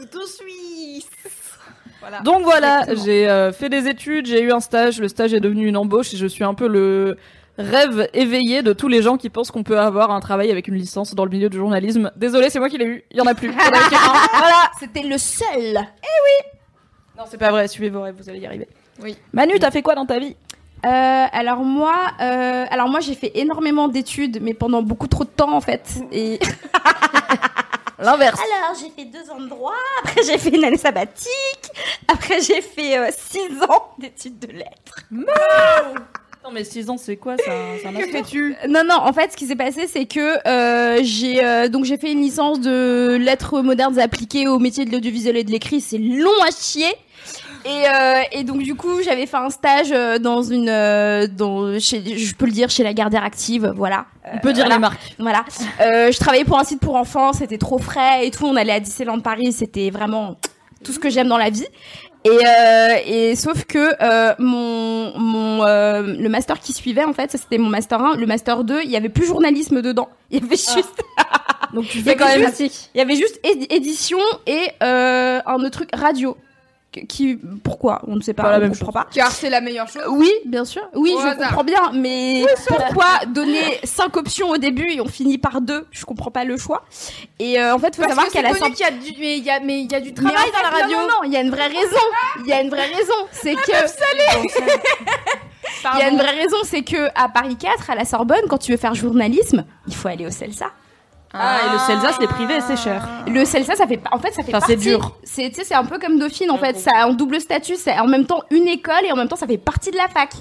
S1: couteau suisse
S4: Ah,
S1: Voilà.
S3: Donc voilà,
S1: Exactement.
S3: j'ai euh, fait des études, j'ai eu un stage, le stage est devenu une embauche et je suis un peu le rêve éveillé de tous les gens qui pensent qu'on peut avoir un travail avec une licence dans le milieu du journalisme. Désolé, c'est moi qui l'ai eu, il y en a plus. Il y en a qu'un. voilà.
S6: C'était le seul.
S3: Ah,
S6: Eh
S3: Non, c'est pas vrai, suivez vos rêves, vous allez y arriver.
S1: Oui.
S3: Manu, t'as fait quoi dans ta vie
S6: Euh, alors moi, euh, alors moi j'ai fait énormément d'études, mais pendant beaucoup trop de temps en fait. Et
S3: L'inverse.
S6: alors j'ai fait deux ans de droit, après j'ai fait une année sabbatique, après j'ai fait euh, six ans d'études de lettres.
S3: Non mais 6 ans, c'est quoi ça C'est un master
S1: fais-tu
S6: Euh, Non non, en fait ce qui s'est passé c'est que euh, j'ai euh, donc j'ai fait une licence de lettres modernes appliquées au métier de l'audiovisuel et de l'écrit, c'est long à chier. Et, euh, et donc du coup j'avais fait un stage euh, dans une euh, dans chez, je peux le dire chez la Gardière Active, voilà. Euh,
S3: On peut dire
S6: voilà.
S3: les marques.
S6: Voilà. Euh, je travaillais pour un site pour enfants, c'était trop frais et tout. On allait à Disneyland Paris, c'était vraiment tout ce que j'aime dans la vie. Et, euh, et sauf que euh, mon, mon euh, le master qui suivait en fait, ça, c'était mon master 1, le master 2, il y avait plus journalisme dedans. Il y avait juste
S3: Ah. Donc tu
S6: y a
S3: fais quand
S6: quelque
S3: même
S6: chose il y avait juste éd- édition et euh, un autre truc radio Qui- qui pourquoi on ne sait pas,
S3: Pas la
S6: on
S3: même
S6: comprend
S3: chose.
S6: pas.
S1: Car c'est la meilleure chose.
S6: Oui, bien sûr. Oui,
S1: Au
S6: je
S1: hasard.
S6: comprends bien, mais pourquoi donner cinq options au début et on finit par deux Je comprends pas le choix. Et euh, en fait, faut
S1: Parce
S6: savoir
S1: que c'est
S6: qu'elle a
S1: connu qu'il
S6: cinq.
S1: y a du mais il y a mais il y a du
S6: Mais en
S1: travail dans la
S6: fait,
S1: radio.
S6: Non, non, non, il y a une vraie raison. Il y a une vraie raison, c'est que il y a une vraie raison, c'est que à Paris 4, à la Sorbonne, quand tu veux faire journalisme, il faut aller au CELSA.
S3: Ah, et le Celsa, c'est privé et c'est cher.
S6: Le CELSA, ça fait en fait ça fait
S3: Enfin, c'est
S6: partie.
S3: dur.
S6: C'est tu sais, c'est un peu comme Dauphine
S1: Ah,
S6: en fait, ça a un double statut, c'est en même temps une école et en même temps ça fait partie de la fac.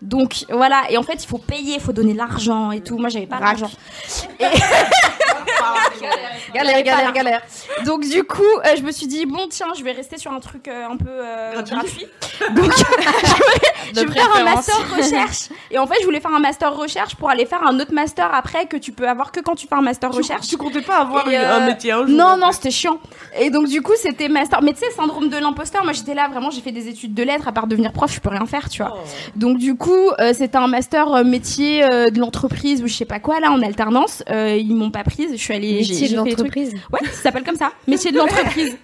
S6: Donc voilà, et en fait il faut payer, il faut donner de l'argent et tout. Moi j'avais pas d'argent.
S2: Galère, galère, galère.
S6: Donc du coup, euh, je me suis dit bon tiens, je vais rester sur un truc euh, un peu euh, gratuit. Donc je vais faire un master recherche. Et en fait, je voulais faire un master recherche pour aller faire un autre master après que tu peux avoir que quand tu fais un master recherche.
S4: Tu, tu comptais pas avoir
S6: Et,
S4: une-
S6: euh,
S4: un métier un jour
S6: Non, non, c'était chiant. Et donc, du coup, c'était master. Mais tu sais, syndrome de l'imposteur, moi j'étais là vraiment, j'ai fait des études de lettres, à part devenir prof, je peux rien faire, tu vois.
S2: Oh.
S6: Donc, du coup, euh, c'était un master euh, métier euh, de l'entreprise ou je sais pas quoi, là, en alternance. Euh, ils m'ont pas prise, je suis allée. j'ai-
S2: Métier
S6: j'ai
S2: de
S6: fait des trucs.
S2: l'entreprise.
S6: Ouais, ça s'appelle comme ça. Métier de l'entreprise.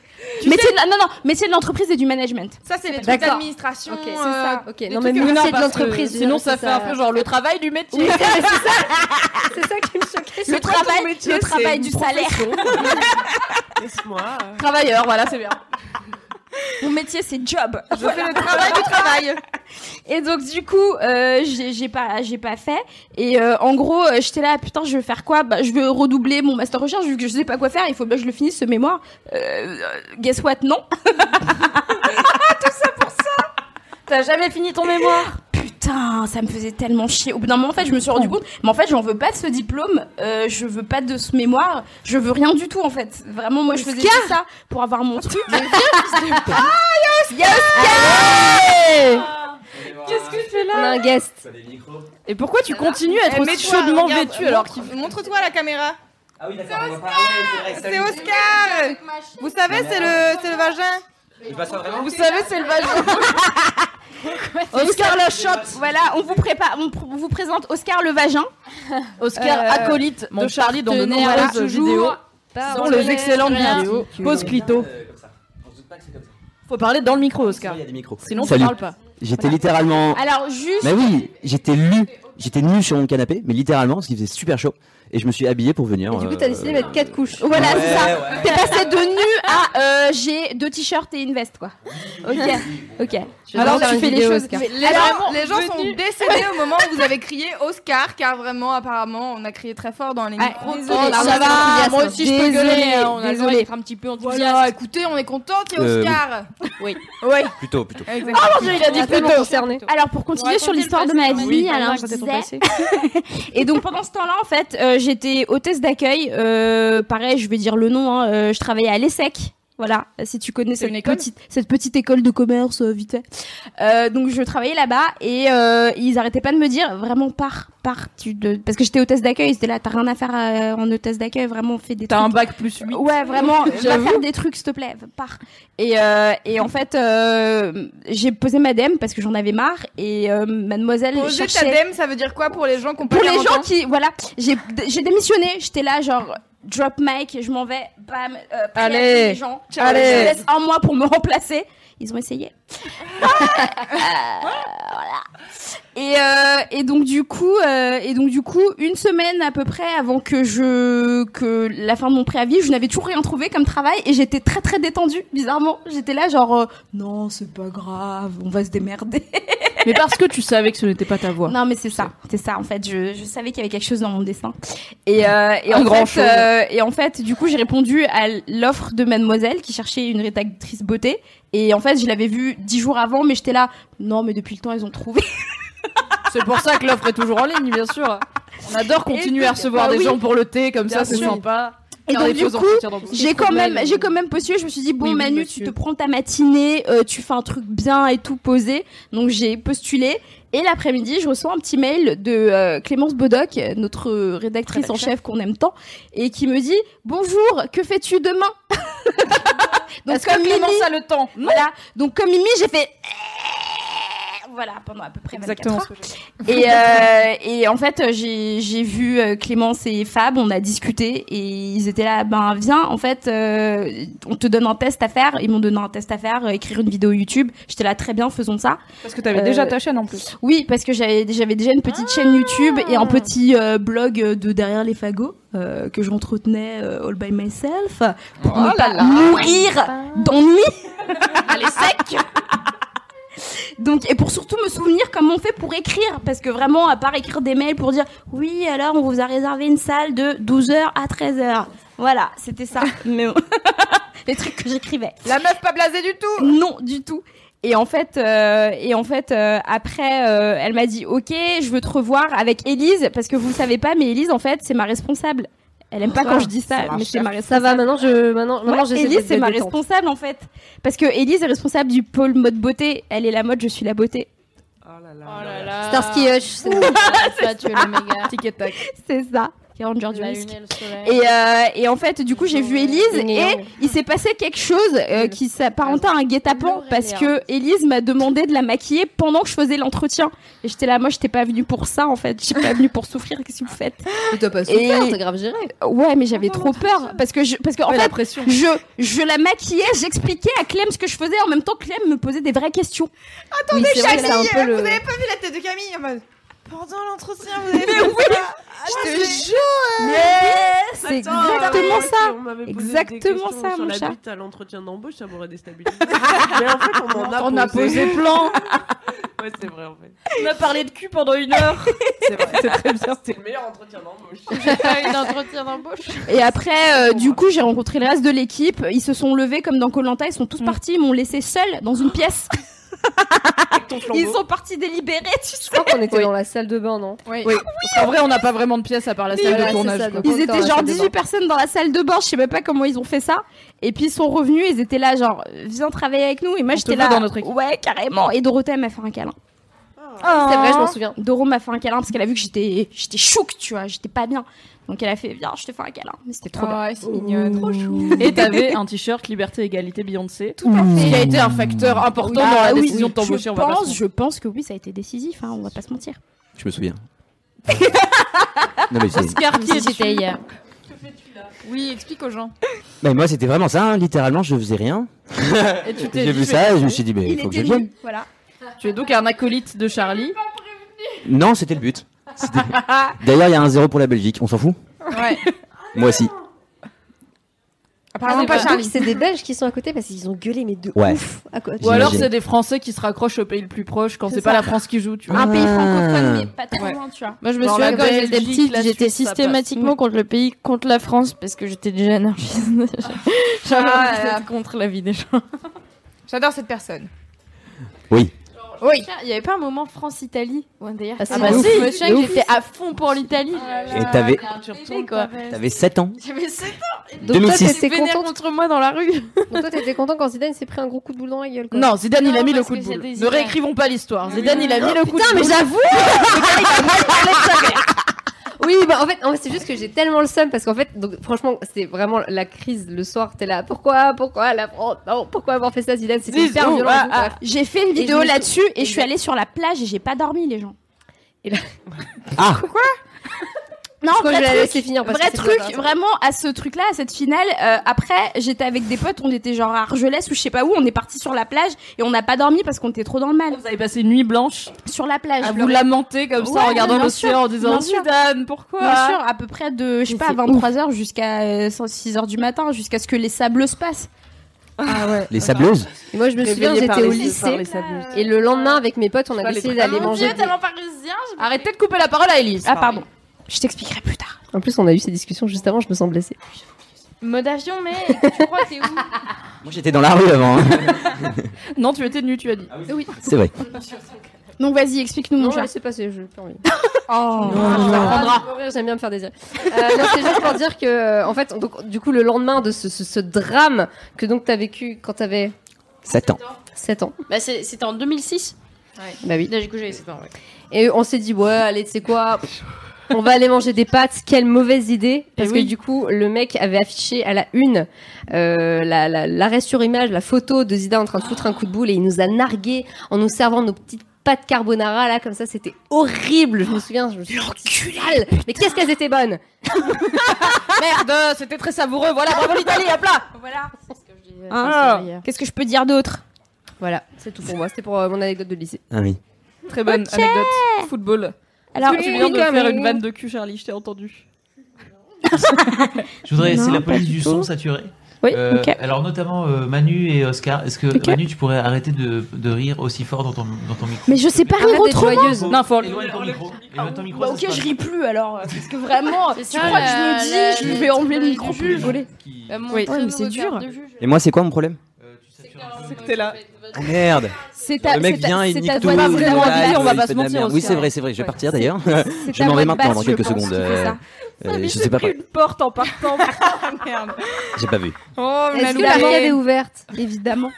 S6: métier de la- Non, non, métier de l'entreprise et du management.
S1: Ça c'est les trucs
S2: D'accord.
S1: d'administration.
S2: Ok, c'est
S1: euh,
S2: ça. Ok,
S1: des
S2: non, mais
S1: trucs-
S2: métier
S3: Non,
S2: de
S3: parce que
S2: l'entreprise.
S3: Sinon, ça fait un peu genre le travail du métier.
S2: C'est ça qui me choquait.
S6: Le travail, le travail du salaire.
S4: Laisse-moi. euh.
S3: Travailleur, voilà, c'est bien.
S6: Mon métier, c'est job.
S1: Je fais le travail du travail.
S6: Et donc du coup, euh, j'ai j'ai pas, j'ai pas fait. Et euh, en gros, euh, j'étais là, putain, je vais faire quoi Bah, je veux redoubler mon master recherche vu que je sais pas quoi faire. Il faut bien que je le finisse ce mémoire. Euh, euh, guess what Non.
S3: T'as jamais fini ton mémoire
S6: Putain, ça me faisait tellement chier. Au bout d'un moment, en fait, je me suis
S3: Oh.
S6: rendu compte. Mais en fait, j'en veux pas de ce diplôme. Euh, je veux pas de ce mémoire. Je veux rien du tout, en fait. Vraiment, moi, je faisais juste ça pour avoir mon truc.
S3: Ah,
S6: Eh
S3: Qu'est-ce que je fais
S2: On a un guest.
S7: T'as des micros
S3: Et pourquoi tu continues à être
S1: Eh,
S3: aussi
S1: mets-toi,
S3: chaudement
S1: regarde,
S3: vêtu alors
S1: montre-
S3: qu'il
S1: Montre-toi à la caméra.
S7: Ah oui, d'accord, on va parler, c'est vrai,
S1: C'est
S7: salut.
S1: Oscar. Vous savez, c'est le c'est le vagin.
S7: Il passe pas vraiment
S1: Vous savez, c'est le vagin.
S3: Oscar la shot
S6: Voilà, on vous prépare, on, pr- on vous présente Oscar le vagin.
S3: Oscar
S6: Euh,
S3: acolyte de Charlie dans de
S5: partenaire
S3: nombreuses
S5: toujours.
S3: vidéos.
S5: Pas
S3: Dans
S5: en
S3: les
S5: colère,
S3: excellentes
S5: rien.
S3: vidéos. Pause clito.
S7: Euh, comme ça. On se doute pas que c'est comme ça.
S3: Faut parler dans le micro,
S7: Sinon,
S3: Oscar.
S7: Ah, Il y a des micros.
S3: Sinon, tu
S7: Salut.
S3: parles pas.
S7: J'étais littéralement.
S6: Alors juste,
S7: Mais oui, j'étais lu. J'étais nu sur mon canapé, mais littéralement, parce qu'il faisait super chaud. Et je me suis habillé pour venir. euh,
S2: Et du coup, t'as décidé de mettre quatre couches.
S6: voilà, c'est ça.
S7: ouais.
S6: T'es passé de nu à euh, j'ai deux t-shirts et une veste quoi. Ok, ok.
S2: Je vais
S6: Alors
S2: faire
S6: tu
S2: une
S6: fais les
S2: vidéo,
S6: choses.
S2: Oscar.
S1: Les, gens, les gens sont décédés au moment où vous avez crié Oscar, car vraiment, apparemment, on a crié très fort dans les
S6: Ah,
S1: micros.
S6: désolé,
S1: Oh,
S6: ça
S1: là,
S6: va,
S1: c'est
S6: moi aussi, je peux gueuler, hein, on a le droit d'être
S5: un petit peu
S1: Voilà, écoutez, on est content qu'il y ait
S7: Euh,
S1: Oscar.
S5: oui.
S1: Oui.
S7: Plutôt, plutôt.
S6: Euh.
S1: Exactement.
S6: Ah,
S5: il a dit
S2: Tellement concerné.
S6: Alors pour continuer sur l'histoire de ma vie, alors je disais- Et donc pendant ce temps-là, en fait, euh, j'étais hôtesse d'accueil. euh, pareil, je vais dire le nom. hein, euh, je travaillais à l'ESSEC. Voilà, si tu connais cette
S3: une école
S6: petite, cette petite école de commerce, euh, vite fait. Euh, donc je travaillais là-bas et euh, ils arrêtaient pas de me dire vraiment pars, pars, tu de... parce que j'étais hôtesse d'accueil. C'était là, t'as rien à faire euh, en hôtesse d'accueil, vraiment fais des.
S3: T'as
S6: trucs.
S3: un bac plus 8.
S6: Ouais, vraiment, va faire des trucs, s'il te plaît, pars. Et, euh, et en fait, euh, j'ai posé madame parce que j'en avais marre et euh, mademoiselle
S1: Poser ta
S6: cherchait
S1: dème, ça veut dire quoi pour les gens qui ont pas
S6: pour les
S1: 40
S6: gens
S1: ans
S6: qui voilà j'ai j'ai démissionné j'étais là genre drop mic je m'en vais bam euh, prière
S3: Allez,
S6: pour les gens Ciao,
S3: allez.
S6: je laisse un mois pour me remplacer ils ont essayé Euh, voilà et, euh, et donc du coup euh, et donc du coup une semaine à peu près avant que je que la fin de mon préavis je n'avais toujours rien trouvé comme travail et j'étais très très détendue bizarrement j'étais là genre euh, non c'est pas grave on va se démerder
S3: Mais parce que tu savais que ce n'était pas ta voix.
S6: non, mais c'est ça, c'est ça. En fait, je, je savais qu'il y avait quelque chose dans mon dessin. Et, euh, et
S3: Un
S6: en
S3: grand
S6: fait,
S3: chose.
S6: euh, et en fait, du coup, j'ai répondu à l'offre de Mademoiselle qui cherchait une rédactrice beauté. Et en fait, je l'avais vue dix jours avant, mais j'étais là. Non, mais depuis le temps, ils ont trouvé.
S3: C'est pour ça que l'offre est toujours en ligne, bien sûr. On adore continuer à recevoir
S6: bah
S3: des
S6: oui.
S3: gens pour le thé, comme ça,
S6: Bien
S3: c'est
S6: sûr.
S3: sympa.
S6: Et
S3: Faire
S6: donc
S3: des
S6: du
S3: pauses en
S6: coup,
S3: soutien d'embauche.
S6: j'ai quand même, j'ai quand même postulé. Je me suis dit bon,
S3: Oui, oui,
S6: Manu, tu
S3: monsieur.
S6: te prends ta matinée, euh, tu fais un truc bien et tout posé. Donc j'ai postulé. Et l'après-midi, je reçois un petit mail de euh, Clémence Bodoc, notre euh, rédactrice en chef qu'on aime tant, et qui me dit bonjour, que fais-tu demain Donc
S3: Est-ce que
S6: comme Mimi,
S3: Clémence a le temps Non,
S6: voilà. Donc comme Mimi, j'ai fait Eh, voilà pendant à peu près 24 heures.
S3: exactement.
S6: Et, euh, et en fait, j'ai j'ai vu euh, Clémence et Fab, on a discuté et ils étaient là, ben viens, en fait, euh, on te donne un test à faire. Ils m'ont donné un test à faire, euh, écrire une vidéo YouTube. J'étais là, très bien, faisons ça.
S3: Parce que t'avais
S6: Euh,
S3: déjà ta chaîne en plus.
S6: Oui, parce que j'avais j'avais déjà une petite chaîne YouTube et un petit euh, blog de derrière les fagots euh, que j'entretenais euh, all by myself pour
S3: Oh
S6: ne pas mourir d'ennui. Allez sec. Donc et pour surtout me souvenir comment on fait pour écrire parce que vraiment à part écrire des mails pour dire oui alors on vous a réservé une salle de 12h à 13h. Voilà, c'était ça. Mais les trucs que j'écrivais.
S1: La meuf pas blasée du tout.
S6: Non, du tout. Et en fait, euh, et en fait, euh, après, euh, elle m'a dit, ok, je veux te revoir avec Élise, parce que vous le savez pas, mais Élise, en fait, c'est ma responsable. Elle aime pas
S1: Ah,
S6: quand je dis ça, mais c'est ma
S2: Ça
S6: responsable.
S2: va, maintenant, je, Euh, maintenant, maintenant,
S6: Ouais,
S2: j'essaie
S6: Élise,
S2: d'être
S6: c'est ma
S2: détente.
S6: responsable en fait, parce que Élise est responsable du pôle mode beauté. Elle est la mode, je suis la beauté.
S2: Starsky Hutch, c'est bon.
S6: Bah,
S5: Ça, tu es le méga.
S3: Tic et tac.
S6: C'est ça. Qui est Ranger du
S5: La
S6: Risque.
S5: lune et le soleil.
S6: Et, euh, et en fait, du coup, j'ai vu Élise
S2: Yin et
S6: et
S2: Yang.
S6: il s'est passé quelque chose euh, qui s'apparentait à un guet-apens
S5: L'or et
S6: parce
S5: l'herbe.
S6: que Élise m'a demandé de la maquiller pendant que je faisais l'entretien. Et j'étais là, moi, j'étais pas venue pour ça en fait. J'étais pas venue pour souffrir. Qu'est-ce que vous faites
S2: Mais T'as Bah, pas
S6: souffert,
S2: t'as grave géré.
S6: Ouais, mais j'avais trop peur parce que je, parce que en
S3: Ouais,
S6: fait,
S3: la pression.
S6: je, je la maquillais, j'expliquais à Clem ce que je faisais en même temps que Clem me posait des vraies questions.
S2: Attendez,
S1: Camille,
S2: c'est un peu
S1: euh,
S2: le...
S1: vous avez pas vu la tête de Camille en mode pendant l'entretien, vous avez Mais oui, je te jure.
S6: C'est exactement ça. Exactement ça, mon
S4: Sur
S6: chat.
S4: la bite à l'entretien d'embauche, ça m'aurait déstabilisé. Mais en fait, on en a
S3: Ah, On a posé plan.
S4: Ouais, c'est vrai, en fait.
S3: On a parlé de cul pendant une heure.
S4: C'est vrai, c'est très bien. C'était le meilleur entretien d'embauche.
S5: J'ai pas eu d'entretien d'embauche.
S6: Et après, euh, du coup, j'ai rencontré le reste de l'équipe. Ils se sont levés comme dans Colanta. Ils sont tous
S3: Mm.
S6: partis. Ils m'ont laissé seule dans une pièce.
S4: Avec ton flambeau.
S6: Ils sont partis délibérés. Tu Ah
S2: Je crois qu'on était dans la salle de bain, non
S3: Oui. En vrai, on n'a pas vraiment de pièce à part la salle
S2: voilà,
S3: de
S2: c'est
S3: tournage.
S2: ça,
S3: quoi.
S2: donc- Encore
S6: Ils étaient
S2: la
S6: genre
S2: salle de
S6: 18
S2: bain.
S6: personnes dans la salle de bain, je sais même pas comment ils ont fait ça. Et puis ils sont revenus, ils étaient là genre viens travailler avec nous et moi
S3: On te
S6: j'étais
S3: veut
S6: là
S3: dans notre équipe. Ah.
S6: ouais carrément et Dorothée elle m'a fait un câlin.
S2: C'est Ah. vrai, je m'en souviens.
S6: Doro m'a fait un câlin parce qu'elle a vu que j'étais j'étais chouque, tu vois, j'étais pas bien. Donc elle a fait viens, je te fais un câlin. Mais c'était trop
S3: Ah
S6: bien.
S1: ouais, c'est mignonne. Trop chou.
S3: Et t'avais un t-shirt Liberté, Égalité, Beyoncé.
S6: Tout à
S3: Ce qui a
S6: fait.
S3: été un facteur important
S6: Ah
S3: dans la
S6: oui,
S3: décision de
S6: je
S3: t'embaucher. on va pas se
S6: pense,
S3: mentir.
S6: je pense que oui, ça a été décisif, hein, on va pas se mentir.
S7: Je me souviens. non, mais c'est-
S3: Oscar
S5: Comme
S3: qui
S5: si
S3: est
S5: j'étais hier.
S1: Oui, explique aux gens.
S7: Mais moi, c'était vraiment ça, hein, littéralement, je faisais rien.
S3: Et tu t'es
S7: J'ai
S3: dit,
S7: vu
S3: je-
S7: ça et je me suis dit, mais
S6: Il
S7: il faut que je
S6: était
S7: vienne.
S6: nul, voilà.
S3: Tu es donc un acolyte de Charlie.
S7: Non, c'était le but. C'était- D'ailleurs, il y a un zéro pour la Belgique, on s'en fout
S1: Ouais.
S7: Moi aussi.
S1: Apparemment
S3: Ah,
S2: C'est
S1: pas
S2: pas
S1: Charlie.
S2: donc, C'est des Belges qui sont à côté parce qu'ils ont gueulé mais de
S7: Ouais.
S2: ouf à côté.
S3: Ou alors
S7: J'imagine.
S3: c'est des Français qui se raccrochent au pays le plus proche quand
S6: C'est
S3: c'est pas
S6: ça.
S3: la France qui joue, tu vois.
S6: Un pays
S7: Ah.
S6: francophone, mais pas trop loin, tu vois.
S5: Moi, je me
S3: Genre
S5: souviens
S3: la
S5: quand
S3: Belgique,
S5: j'étais petite,
S3: la
S5: j'étais
S3: Suisse, ça passe.
S5: systématiquement contre le pays, contre la France, parce que j'étais déjà anarchiste. J'avais
S1: Ah
S5: envie
S1: là là.
S5: d'être contre la vie des gens.
S1: J'adore cette personne.
S5: Tiens, Il y avait pas un moment France-Italie Ouais, D'ailleurs,
S2: Ah,
S5: ah,
S2: bah
S5: bah
S2: si,
S5: je me souviens
S2: de
S5: que
S2: ouf.
S5: j'étais à fond pour l'Italie.
S6: Ah
S7: Et t'avais,
S5: Tu retournes, quoi.
S7: t'avais 7 ans.
S5: J'avais 7 ans.
S2: Donc toi,
S7: 2006.
S2: t'étais
S5: vénère
S2: contente.
S5: contre moi dans la rue.
S2: Donc, toi, t'étais content quand Zidane s'est pris un gros coup de boule dans la gueule. Quoi.
S3: Non, Zidane il a
S5: Non,
S3: mis le
S5: parce
S3: coup de
S5: que
S3: boule.
S5: c'est des
S3: Ne
S5: Zidane.
S3: réécrivons pas l'histoire. Zidane il a mis le coup
S2: Putain,
S3: de
S2: mais
S3: boule.
S2: j'avoue Oui, bah en fait, en fait, c'est juste que j'ai tellement le seum parce qu'en fait, donc, franchement, c'est vraiment la crise le soir. T'es là, pourquoi, pourquoi la France, non, pourquoi avoir fait ça, Zidane C'était
S3: Dis-
S2: hyper
S3: oh,
S2: violent.
S3: ah,
S2: et tout,
S3: ah.
S2: bref.
S6: J'ai fait une
S2: je
S6: vidéo
S2: me sou-
S6: là-dessus et je suis allée sur la plage et j'ai pas dormi, les gens.
S7: Ah
S6: Non,
S2: Je crois que je vais la
S6: vrai
S2: laisser
S6: truc,
S2: finir parce
S6: vrai
S2: que c'est
S6: truc
S2: trop intéressant.
S6: vraiment à ce truc-là, à cette finale. euh, après, j'étais avec des potes, on était genre à Argelès ou je sais pas où, on est parti sur la plage et on n'a pas dormi parce qu'on était trop dans le mal.
S3: Vous avez passé une nuit blanche
S6: Sur la plage.
S3: à
S6: je
S3: vous
S6: pleurais.
S3: lamenter comme ça en
S6: Ouais,
S3: regardant
S6: bien
S3: l'océan en disant
S6: bien sûr.
S3: Zidane, pourquoi
S6: Bien sûr, à peu près de, je sais
S2: Mais
S6: pas,
S2: c'est
S6: 23h jusqu'à euh, 6h du matin, jusqu'à ce que les sableuses passent.
S2: Ah
S7: Les sableuses
S2: Et moi, je me souviens,
S4: Réveillé par
S2: j'étais au
S4: les- par les
S2: lycée.
S4: sableuses.
S2: Et le lendemain, avec mes potes, on a
S3: Soit les
S2: décidé
S3: trucs-
S2: d'aller manger. des-
S5: parisien.
S3: Arrêtez de couper la parole à Elise.
S6: Ah, pardon. Je t'expliquerai plus tard.
S2: En plus, on a eu ces discussions juste avant, je me sens blessée.
S5: Mode avion, mais tu crois t'es où
S7: Moi, j'étais dans la rue avant. hein.
S3: Non, tu étais nue, tu as dit.
S7: C'est vrai.
S6: Donc vas-y, explique-nous mon
S2: Non,
S6: chat.
S2: laissez passer, je n'ai pas envie.
S6: Oh.
S3: Prendra.
S2: Ah, J'aime bien me faire désirer. Euh, non, c'est juste pour dire que, euh, en fait, donc, du coup, le lendemain de ce, ce- ce drame que donc t'as vécu quand t'avais
S7: 7 ans.
S2: 7 ans.
S5: Bah, c'est- c'était en 2006.
S2: Bah oui.
S5: Là, du coup, j'avais 7 ans.
S2: Et on s'est dit, ouais, allez, tu sais quoi, pff, on va aller manger des pâtes, quelle mauvaise idée. Parce
S3: Eh oui.
S2: que du coup, le mec avait affiché à la une euh, la- la- l'arrêt sur image, la photo de Zidane en train de foutre un coup de boule et il nous a nargué en nous servant nos petites pâtes carbonara là comme ça c'était horrible je me souviens je me suis sentie mal. mais qu'est-ce qu'elles étaient bonnes
S3: Merde, c'était très savoureux. Voilà, bravo l'Italie, hop là.
S6: Voilà.
S3: Ah.
S6: Qu'est-ce que je peux dire d'autre
S2: voilà c'est tout pour moi c'était pour euh, mon anecdote de lycée
S7: Ah oui.
S3: Très bonne anecdote. Football.
S6: Alors,
S3: tu viens de faire une vanne de cul, Charlie, je t'ai entendu.
S8: Je voudrais, c'est
S6: Non,
S8: la
S6: pas
S8: police
S6: du
S8: du
S6: tout.
S8: son saturé.
S6: Oui,
S8: Euh,
S6: ok.
S8: Alors notamment euh, Manu et Oscar, est-ce que
S6: Ok.
S8: Manu tu pourrais arrêter de, de rire aussi fort dans ton, dans ton micro
S6: Mais je sais pas
S2: Arrête
S6: rire
S2: d'être
S6: autrement.
S2: joyeuse.
S3: Non, faut-
S8: Éloigne ton micro. Éloigne ton micro.
S6: Bah
S8: ça
S6: ok,
S8: se passe.
S6: je ris plus alors. euh, Parce que vraiment, tu
S5: C'est ça,
S6: crois que je
S5: la-
S6: me dis,
S5: la-
S6: je vais enlever le
S5: la-
S6: micro Euh,
S8: Prends pour
S6: plus
S8: les
S6: je
S8: gens
S6: voulais.
S8: qui-
S3: Euh,
S5: oui,
S6: Ouais, mais c'est dur.
S7: Et moi, c'est quoi mon problème
S8: euh, tu satures.
S3: t'es là.
S7: Oh merde
S6: C'est
S7: Le mec
S6: c'est ta-
S7: vient, il
S6: c'est
S7: nique
S6: ta
S7: tout.
S6: voix-
S7: il
S3: pas
S6: c'est ta
S7: fait
S3: vraiment
S6: voix
S7: la
S3: dire,
S7: blague,
S3: on va
S7: il
S3: pas
S7: fait
S3: se
S7: de la
S3: mentir
S7: merde. Oui,
S3: aussi,
S7: c'est
S3: hein.
S7: vrai, c'est vrai. Je vais
S3: Ouais.
S7: partir d'ailleurs. Je
S6: c'est ta
S7: m'en vais
S6: voix de
S7: maintenant, dans
S6: basse, je
S7: quelques
S6: pense qu'il
S7: secondes.
S6: fait
S7: euh,
S6: ça.
S7: euh, Je
S3: J'ai
S7: sais pas.
S3: pris une porte en partant. Merde.
S7: J'ai pas vu.
S1: Oh, on
S2: Est-ce que
S1: loupé.
S2: la barrière est ouverte Évidemment.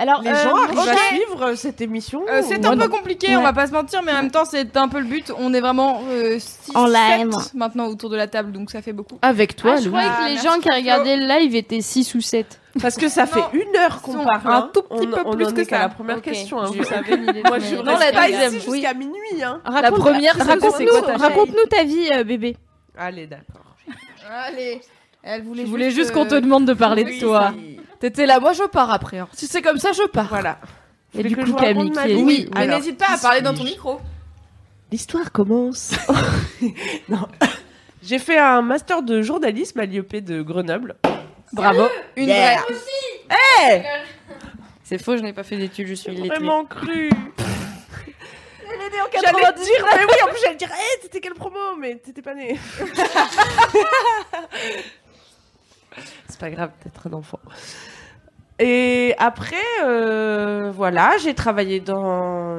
S6: Alors,
S4: Les
S6: euh,
S4: gens arrivent
S1: ok.
S4: à suivre euh, cette émission
S1: Euh, c'est
S4: Moi,
S1: un peu
S4: non.
S1: compliqué,
S6: Ouais.
S1: on va pas se mentir, mais en même temps, c'est un peu le but. On est vraiment euh, six,
S6: En
S1: sept
S6: live.
S1: maintenant autour de la table, donc ça fait beaucoup.
S3: Avec toi,
S5: je croyais
S1: Ah,
S5: que les
S1: merci,
S5: gens qui
S1: Flo.
S5: regardaient le live étaient 6 ou 7.
S4: Parce que ça fait une heure
S1: Ils sont
S4: qu'on parle.
S1: un
S4: hein.
S1: tout petit
S4: On-
S1: peu
S4: on
S1: plus
S4: en
S1: que
S4: est qu'à
S1: ça.
S4: la première
S5: Ok,
S4: question. hein,
S5: j'ai
S4: vous
S5: aucune
S4: savez.
S5: idée de
S4: Moi, je
S5: mes-
S3: Non,
S4: reste
S3: la
S4: pas
S3: deuxième,
S4: ici
S3: oui.
S4: jusqu'à minuit. Hein.
S3: La première, c'est que c'est quoi ta
S6: Raconte-nous raconte-nous ta vie, euh, bébé.
S4: Allez, d'accord.
S1: Ah, Allez, elle voulait euh,
S3: Je voulais juste qu'on te demande de parler de toi. T'étais là, moi je pars après. hein. Si c'est comme ça, je pars.
S4: Voilà.
S3: Et
S4: Voulez
S3: du
S4: que
S3: coup,
S4: je vous
S3: Camille
S4: raconte ma
S3: qui est-
S4: vie
S3: Oui,
S1: Mais
S4: Alors,
S1: n'hésite pas à parler dans ton micro.
S4: L'histoire commence. non. J'ai fait un master de journalisme à l'IEP de Grenoble.
S3: bravo.
S1: Une
S4: Yeah.
S1: vraie.
S4: Eh
S5: C'est faux, je n'ai pas fait d'études, je suis illettrée.
S4: Vraiment cru. J'allais te dire, mais oui, en plus j'allais te dire, hé, t'étais quelle promo Mais t'étais pas né. C'est pas grave d'être un enfant. Et après, euh, voilà, j'ai travaillé dans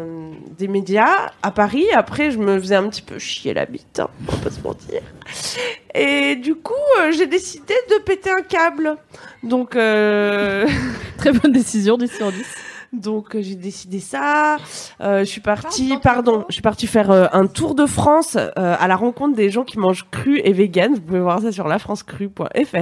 S4: des médias à Paris. Après, je me faisais un petit peu chier la bite, hein, on peut se mentir. Et du coup, euh, j'ai décidé de péter un câble. Donc, euh,
S3: Très bonne décision, 10 sur 10.
S4: Donc euh, j'ai décidé ça. Euh, je suis partie, pardon, je suis partie faire euh, un tour de France euh, à la rencontre des gens qui mangent cru et vegan. Vous pouvez voir ça sur lafrancecru.fr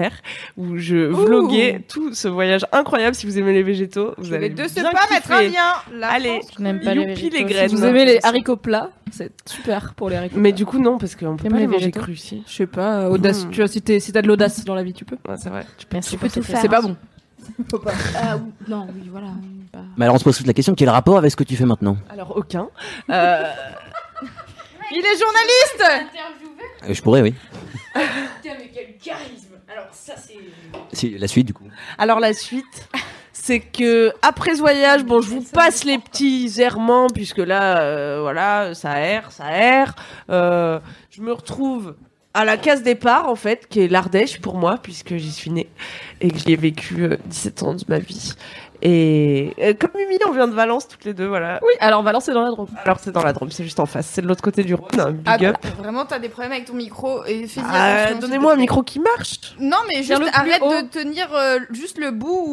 S4: où je vloguais tout ce voyage incroyable. Si vous aimez les végétaux, vous allez
S1: Mais de ce
S4: bien
S1: pas mettre un
S4: kiffer.
S1: lien. La
S4: Allez,
S1: France.
S3: Je n'aime pas les
S4: Youpi, les
S3: végétaux.
S4: graines.
S3: Si vous aimez les haricots plats, c'est super pour les haricots
S4: Mais
S3: plats.
S4: du coup non parce qu'on peut
S3: T'aimes
S4: pas
S3: les
S4: les manger
S3: végétaux
S4: crus si.
S3: Je sais pas, euh, audace.
S4: Hmm.
S3: Tu vois, si t'es- si t'as de l'audace dans la vie, tu peux.
S4: Ouais, c'est vrai.
S5: Merci
S6: peux tout faire.
S3: C'est pas Ah, bon.
S1: Ah,
S6: Euh, ou- non, oui, voilà. Bah,
S7: Mais alors on se pose toute la question, quel rapport avec ce que tu fais maintenant
S4: Alors aucun. Euh,
S1: Il est journaliste
S7: Euh, Je pourrais, oui.
S5: Putain, mais quel charisme Alors, ça, c'est.
S7: Si, la suite, du coup.
S4: Alors la suite, c'est que après ce voyage, bon, je vous passe les petits errements puisque là, euh, voilà, ça erre, ça erre. Euh, je me retrouve à la case départ en fait, qui est l'Ardèche pour moi puisque j'y suis née et que j'y ai vécu euh, 17 ans de ma vie. Et euh, comme Mimi, on vient de Valence toutes les deux, voilà.
S3: Oui, alors Valence c'est dans la Drôme. Ah,
S4: Alors c'est dans la Drôme, c'est juste en face, c'est de l'autre côté du Rhône. hein, Big up.
S1: Ah Vraiment, t'as des problèmes avec ton micro. et fais-y attention,
S4: Ah,
S1: s'il te
S4: Donnez-moi un
S1: plaît.
S4: micro qui marche.
S1: Non, mais juste
S3: Vers le plus
S1: arrête
S3: haut.
S1: de tenir euh, juste le bout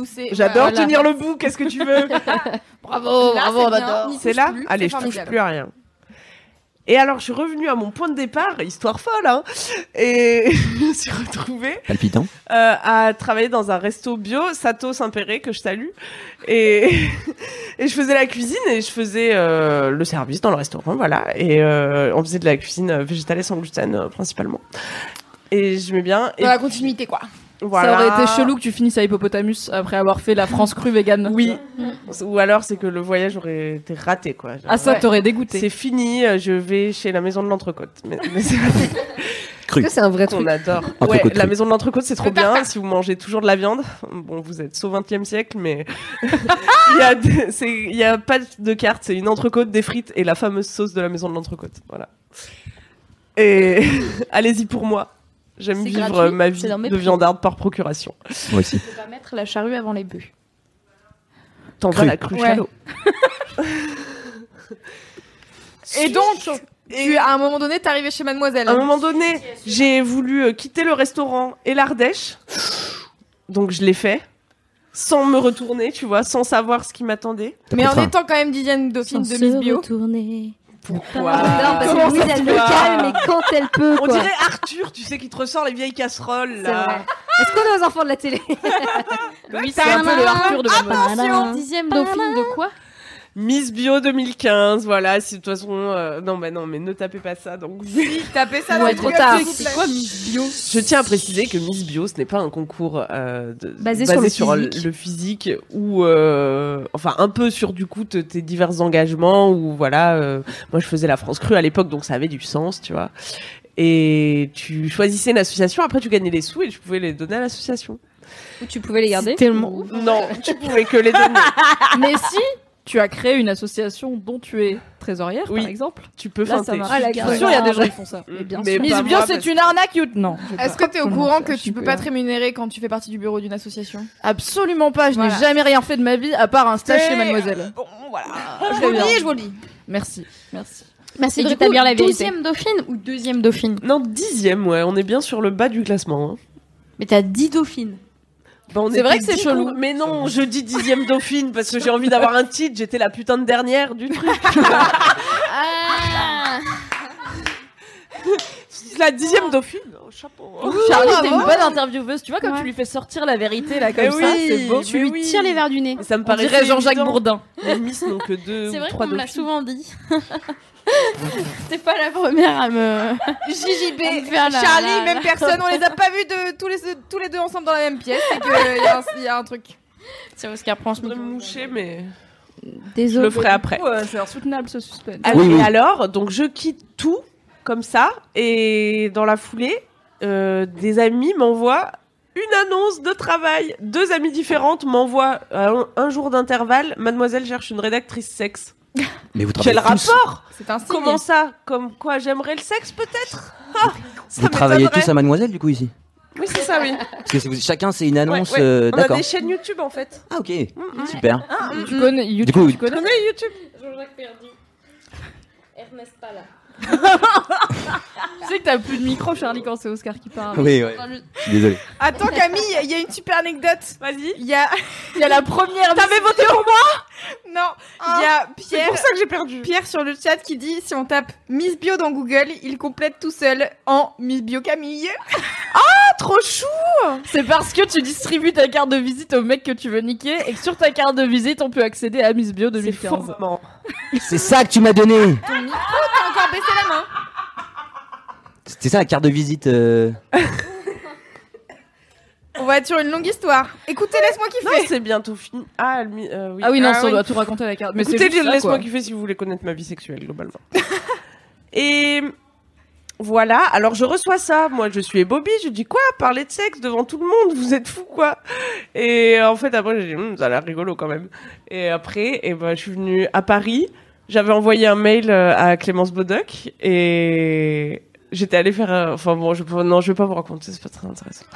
S1: où c'est.
S4: J'adore
S1: bah, Voilà.
S4: tenir le bout. Qu'est-ce que tu veux
S1: Bravo, bravo, on adore.
S4: C'est là Allez, je touche
S1: formidable.
S4: plus à rien. Et alors, je suis revenue à mon point de départ, histoire folle, hein, et je me suis retrouvée
S7: Palpitant.
S4: euh, à travailler dans un resto bio, Sato Saint-Péret, que je salue. Et, et je faisais la cuisine et je faisais euh, le service dans le restaurant, voilà. Et euh, on faisait de la cuisine euh, végétale et sans gluten, euh, principalement. Et je mets bien. Et
S1: Dans la continuité, quoi.
S4: voilà.
S3: Ça aurait été chelou que tu finisses à Hippopotamus après avoir fait la France crue vegan.
S4: Oui. Ou alors, c'est que le voyage aurait été raté, quoi. Genre,
S3: Ah ça, t'aurais dégoûté.
S4: C'est fini, euh, je vais chez la maison de l'entrecôte. Mais, mais c'est pas ça
S2: Est-ce que c'est un vrai
S4: qu'on
S2: truc
S4: adore. Ouais,
S7: Entrecôte
S4: la
S7: cru.
S4: maison de l'entrecôte, c'est trop bien. Si vous mangez toujours de la viande, bon, vous êtes au 20 e siècle, mais il y a des- c'est- il y a pas de carte. C'est une entrecôte, des frites et la fameuse sauce de la maison de l'entrecôte. Voilà. Et allez-y pour moi. J'aime
S5: C'est
S4: vivre
S5: gratuit,
S4: ma vie
S5: c'est dans mes
S4: de
S5: prix.
S4: viandarde par procuration.
S7: Moi aussi.
S5: On va mettre la charrue avant les bœufs.
S4: T'en vas
S7: Cru.
S4: la crue
S1: Ouais.
S4: chalot.
S1: Et donc, tu, à un moment donné, t'es arrivé chez Mademoiselle.
S4: À un moment donné, j'ai voulu euh, quitter le restaurant et l'Ardèche. Donc je l'ai fait. Sans me retourner, tu vois, sans savoir ce qui m'attendait.
S7: T'as
S1: mais
S7: pris
S1: en
S7: faim.
S1: étant quand même dixième dauphine de Miss Bio.
S4: Pourquoi
S6: Ah,
S2: Non, parce que
S4: Comment
S2: Louise,
S4: ça se
S2: elle le
S4: voit
S2: calme, mais quand elle peut,
S4: On
S2: quoi.
S4: dirait Arthur, tu sais, qui te ressort les vieilles casseroles,
S2: C'est
S4: là.
S2: vrai. Est-ce qu'on est aux enfants de la télé
S3: Oui, c'est un peu le Arthur de Mademoiselle.
S5: Dixième dauphine de quoi
S4: Miss Bio 2015, voilà, si de toute façon... euh, non, mais non, mais ne tapez pas ça, donc...
S1: Tapez ça dans
S3: Ouais,
S1: le
S3: trop
S1: Google,
S3: tard.
S1: s'il vous plaît.
S3: C'est quoi Miss Bio
S4: Je tiens à préciser que Miss Bio, ce n'est pas un concours euh, de-
S2: Basé sur le physique.
S4: le physique ou euh, enfin un peu sur du coup te- tes divers engagements ou voilà. euh, moi, je faisais la France crue à l'époque, donc ça avait du sens, tu vois. Et tu choisissais une association. Après, tu gagnais les sous et tu pouvais les donner à l'association.
S2: Ou tu pouvais les garder
S3: tellement ouf.
S4: Non, tu pouvais que les donner.
S3: Mais si tu as créé une association dont tu es trésorière,
S4: Oui.
S3: par exemple,
S4: Tu peux
S3: là ça
S4: feinter.
S3: marche.
S2: Ah, la
S3: bien sûr, il y a des gens qui font ça.
S4: Mais
S2: bien
S4: pas
S3: Miss
S4: moi,
S3: Bio,
S4: parce-
S3: c'est une arnaque, you- Non. je sais pas.
S1: Est-ce que t'es au
S3: Comment
S1: courant
S3: ça,
S1: que
S3: je
S1: tu
S3: sais
S1: peux pas te rémunérer quand tu fais partie du bureau d'une association
S3: Absolument pas, je
S1: Voilà.
S3: n'ai jamais rien fait de ma vie à part un stage
S1: C'est-
S3: chez Mademoiselle. Ah,
S1: Bon, voilà.
S3: Je
S1: Je vous le
S3: reviens.
S1: dis, je vous le dis.
S3: Merci, merci.
S5: Merci
S2: Et
S5: de
S2: du coup,
S5: rétablir la vérité.
S2: douzième
S5: dauphine ou deuxième dauphine
S4: Non, dixième, ouais. On est bien sur le bas du classement. hein.
S5: Mais t'as dix dauphines.
S4: Bah, on
S3: C'est vrai
S4: était
S3: que c'est
S4: dix
S3: chelou.
S4: cons- Mais non, je dis dixième dauphine parce que j'ai envie d'avoir un titre. J'étais la putain de dernière du truc.
S5: Ah
S4: La dixième dauphine au chapeau.
S3: Charlie, t'es
S1: bravo.
S3: une bonne intervieweuse, tu vois, comme
S5: Ouais.
S3: tu lui fais sortir la vérité là, comme
S4: Eh
S3: ça,
S4: oui,
S3: c'est beau.
S4: tu
S5: Tu lui
S4: oui.
S5: tires les verres du nez.
S4: Ça me
S3: On
S4: paraît
S3: dirait Jean-Jacques Bourdin.
S4: Les Miss n'ont que deux
S5: C'est
S4: ou
S5: vrai
S4: trois
S5: qu'on me l'a
S4: dauphines.
S5: souvent dit. T'es pas la première à me.
S1: JJB,
S5: On te fait un la-
S1: Charlie,
S5: la-
S1: même
S5: la-
S1: personne, on les a pas vus de, tous, les, tous les deux ensemble dans la même pièce, c'est qu'il y, a un truc.
S5: C'est Oscar, prends ce
S4: Je voudrais
S5: micro.
S4: me moucher, mais je
S5: Désolé.
S4: le ferai après.
S3: c'est insoutenable ce suspense.
S4: Allez,
S7: Oui, oui.
S4: Et Ah alors, donc je quitte tout comme ça et dans la foulée, euh, des amis m'envoient une annonce de travail. Deux amies différentes m'envoient à un, un jour d'intervalle. Mademoiselle cherche une rédactrice sexe.
S7: Mais vous travaillez
S4: Quel
S7: tous,
S4: rapport
S1: C'est un signe.
S4: Comment ça Comme quoi j'aimerais le sexe peut-être Ah, ça
S7: vous travaillez
S4: m'étonnerait.
S7: tous à Mademoiselle, du coup, ici
S4: Oui, c'est ça, oui.
S7: Parce que c'est vous- chacun, c'est une annonce,
S4: Ouais, ouais.
S7: euh,
S4: On a
S7: d'accord.
S4: des chaînes YouTube en fait. Mm, Ah,
S7: Ah, ok, super.
S3: Tu connais YouTube,
S7: coup,
S3: tu connais
S4: On a YouTube.
S5: Jean-Jacques Perdu. Ernest Pala.
S3: Tu sais que t'as plus de micro, Charlie, quand c'est Oscar qui parle.
S7: Oui, oui. Désolé.
S1: Attends Camille, il y a une super anecdote. Vas-y. Il y a
S3: Il y a la première.
S1: T'avais voté pour moi Non. Il y a Pierre. Ah. C'est pour ça que j'ai perdu. Pierre sur le chat qui dit si on tape Miss Bio dans Google, il complète tout seul en Miss Bio Camille. Ah, trop chou
S3: C'est parce que tu distribues ta carte de visite au mec que tu veux niquer et que sur ta carte de visite, on peut accéder à Miss Bio 2015.
S4: Formant.
S7: C'est ça que tu m'as donné
S1: T'as encore baissé la main.
S7: C'était ça la carte de visite. euh,
S1: On va être sur une longue histoire. Écoutez, laisse-moi
S4: Non,
S1: kiffer.
S4: c'est bientôt fini. Ah, le mi- euh, oui.
S3: Ah oui, non, ça, on doit tout raconter à la carte. Mais c'est
S4: Écoutez,
S3: juste ça,
S4: laisse-moi
S3: quoi.
S4: kiffer si vous voulez connaître ma vie sexuelle, globalement. Et voilà, alors je reçois ça. Moi, je suis Bobby, je dis quoi Parler de sexe devant tout le monde, vous êtes fous, quoi Et en fait, après, j'ai dit, Hum, ça a l'air rigolo quand même. Et après, et ben, je suis venue à Paris. J'avais envoyé un mail euh, à Clémence Bodoc et j'étais allée faire. un- Enfin bon, je... non, je vais pas vous raconter, c'est pas très intéressant.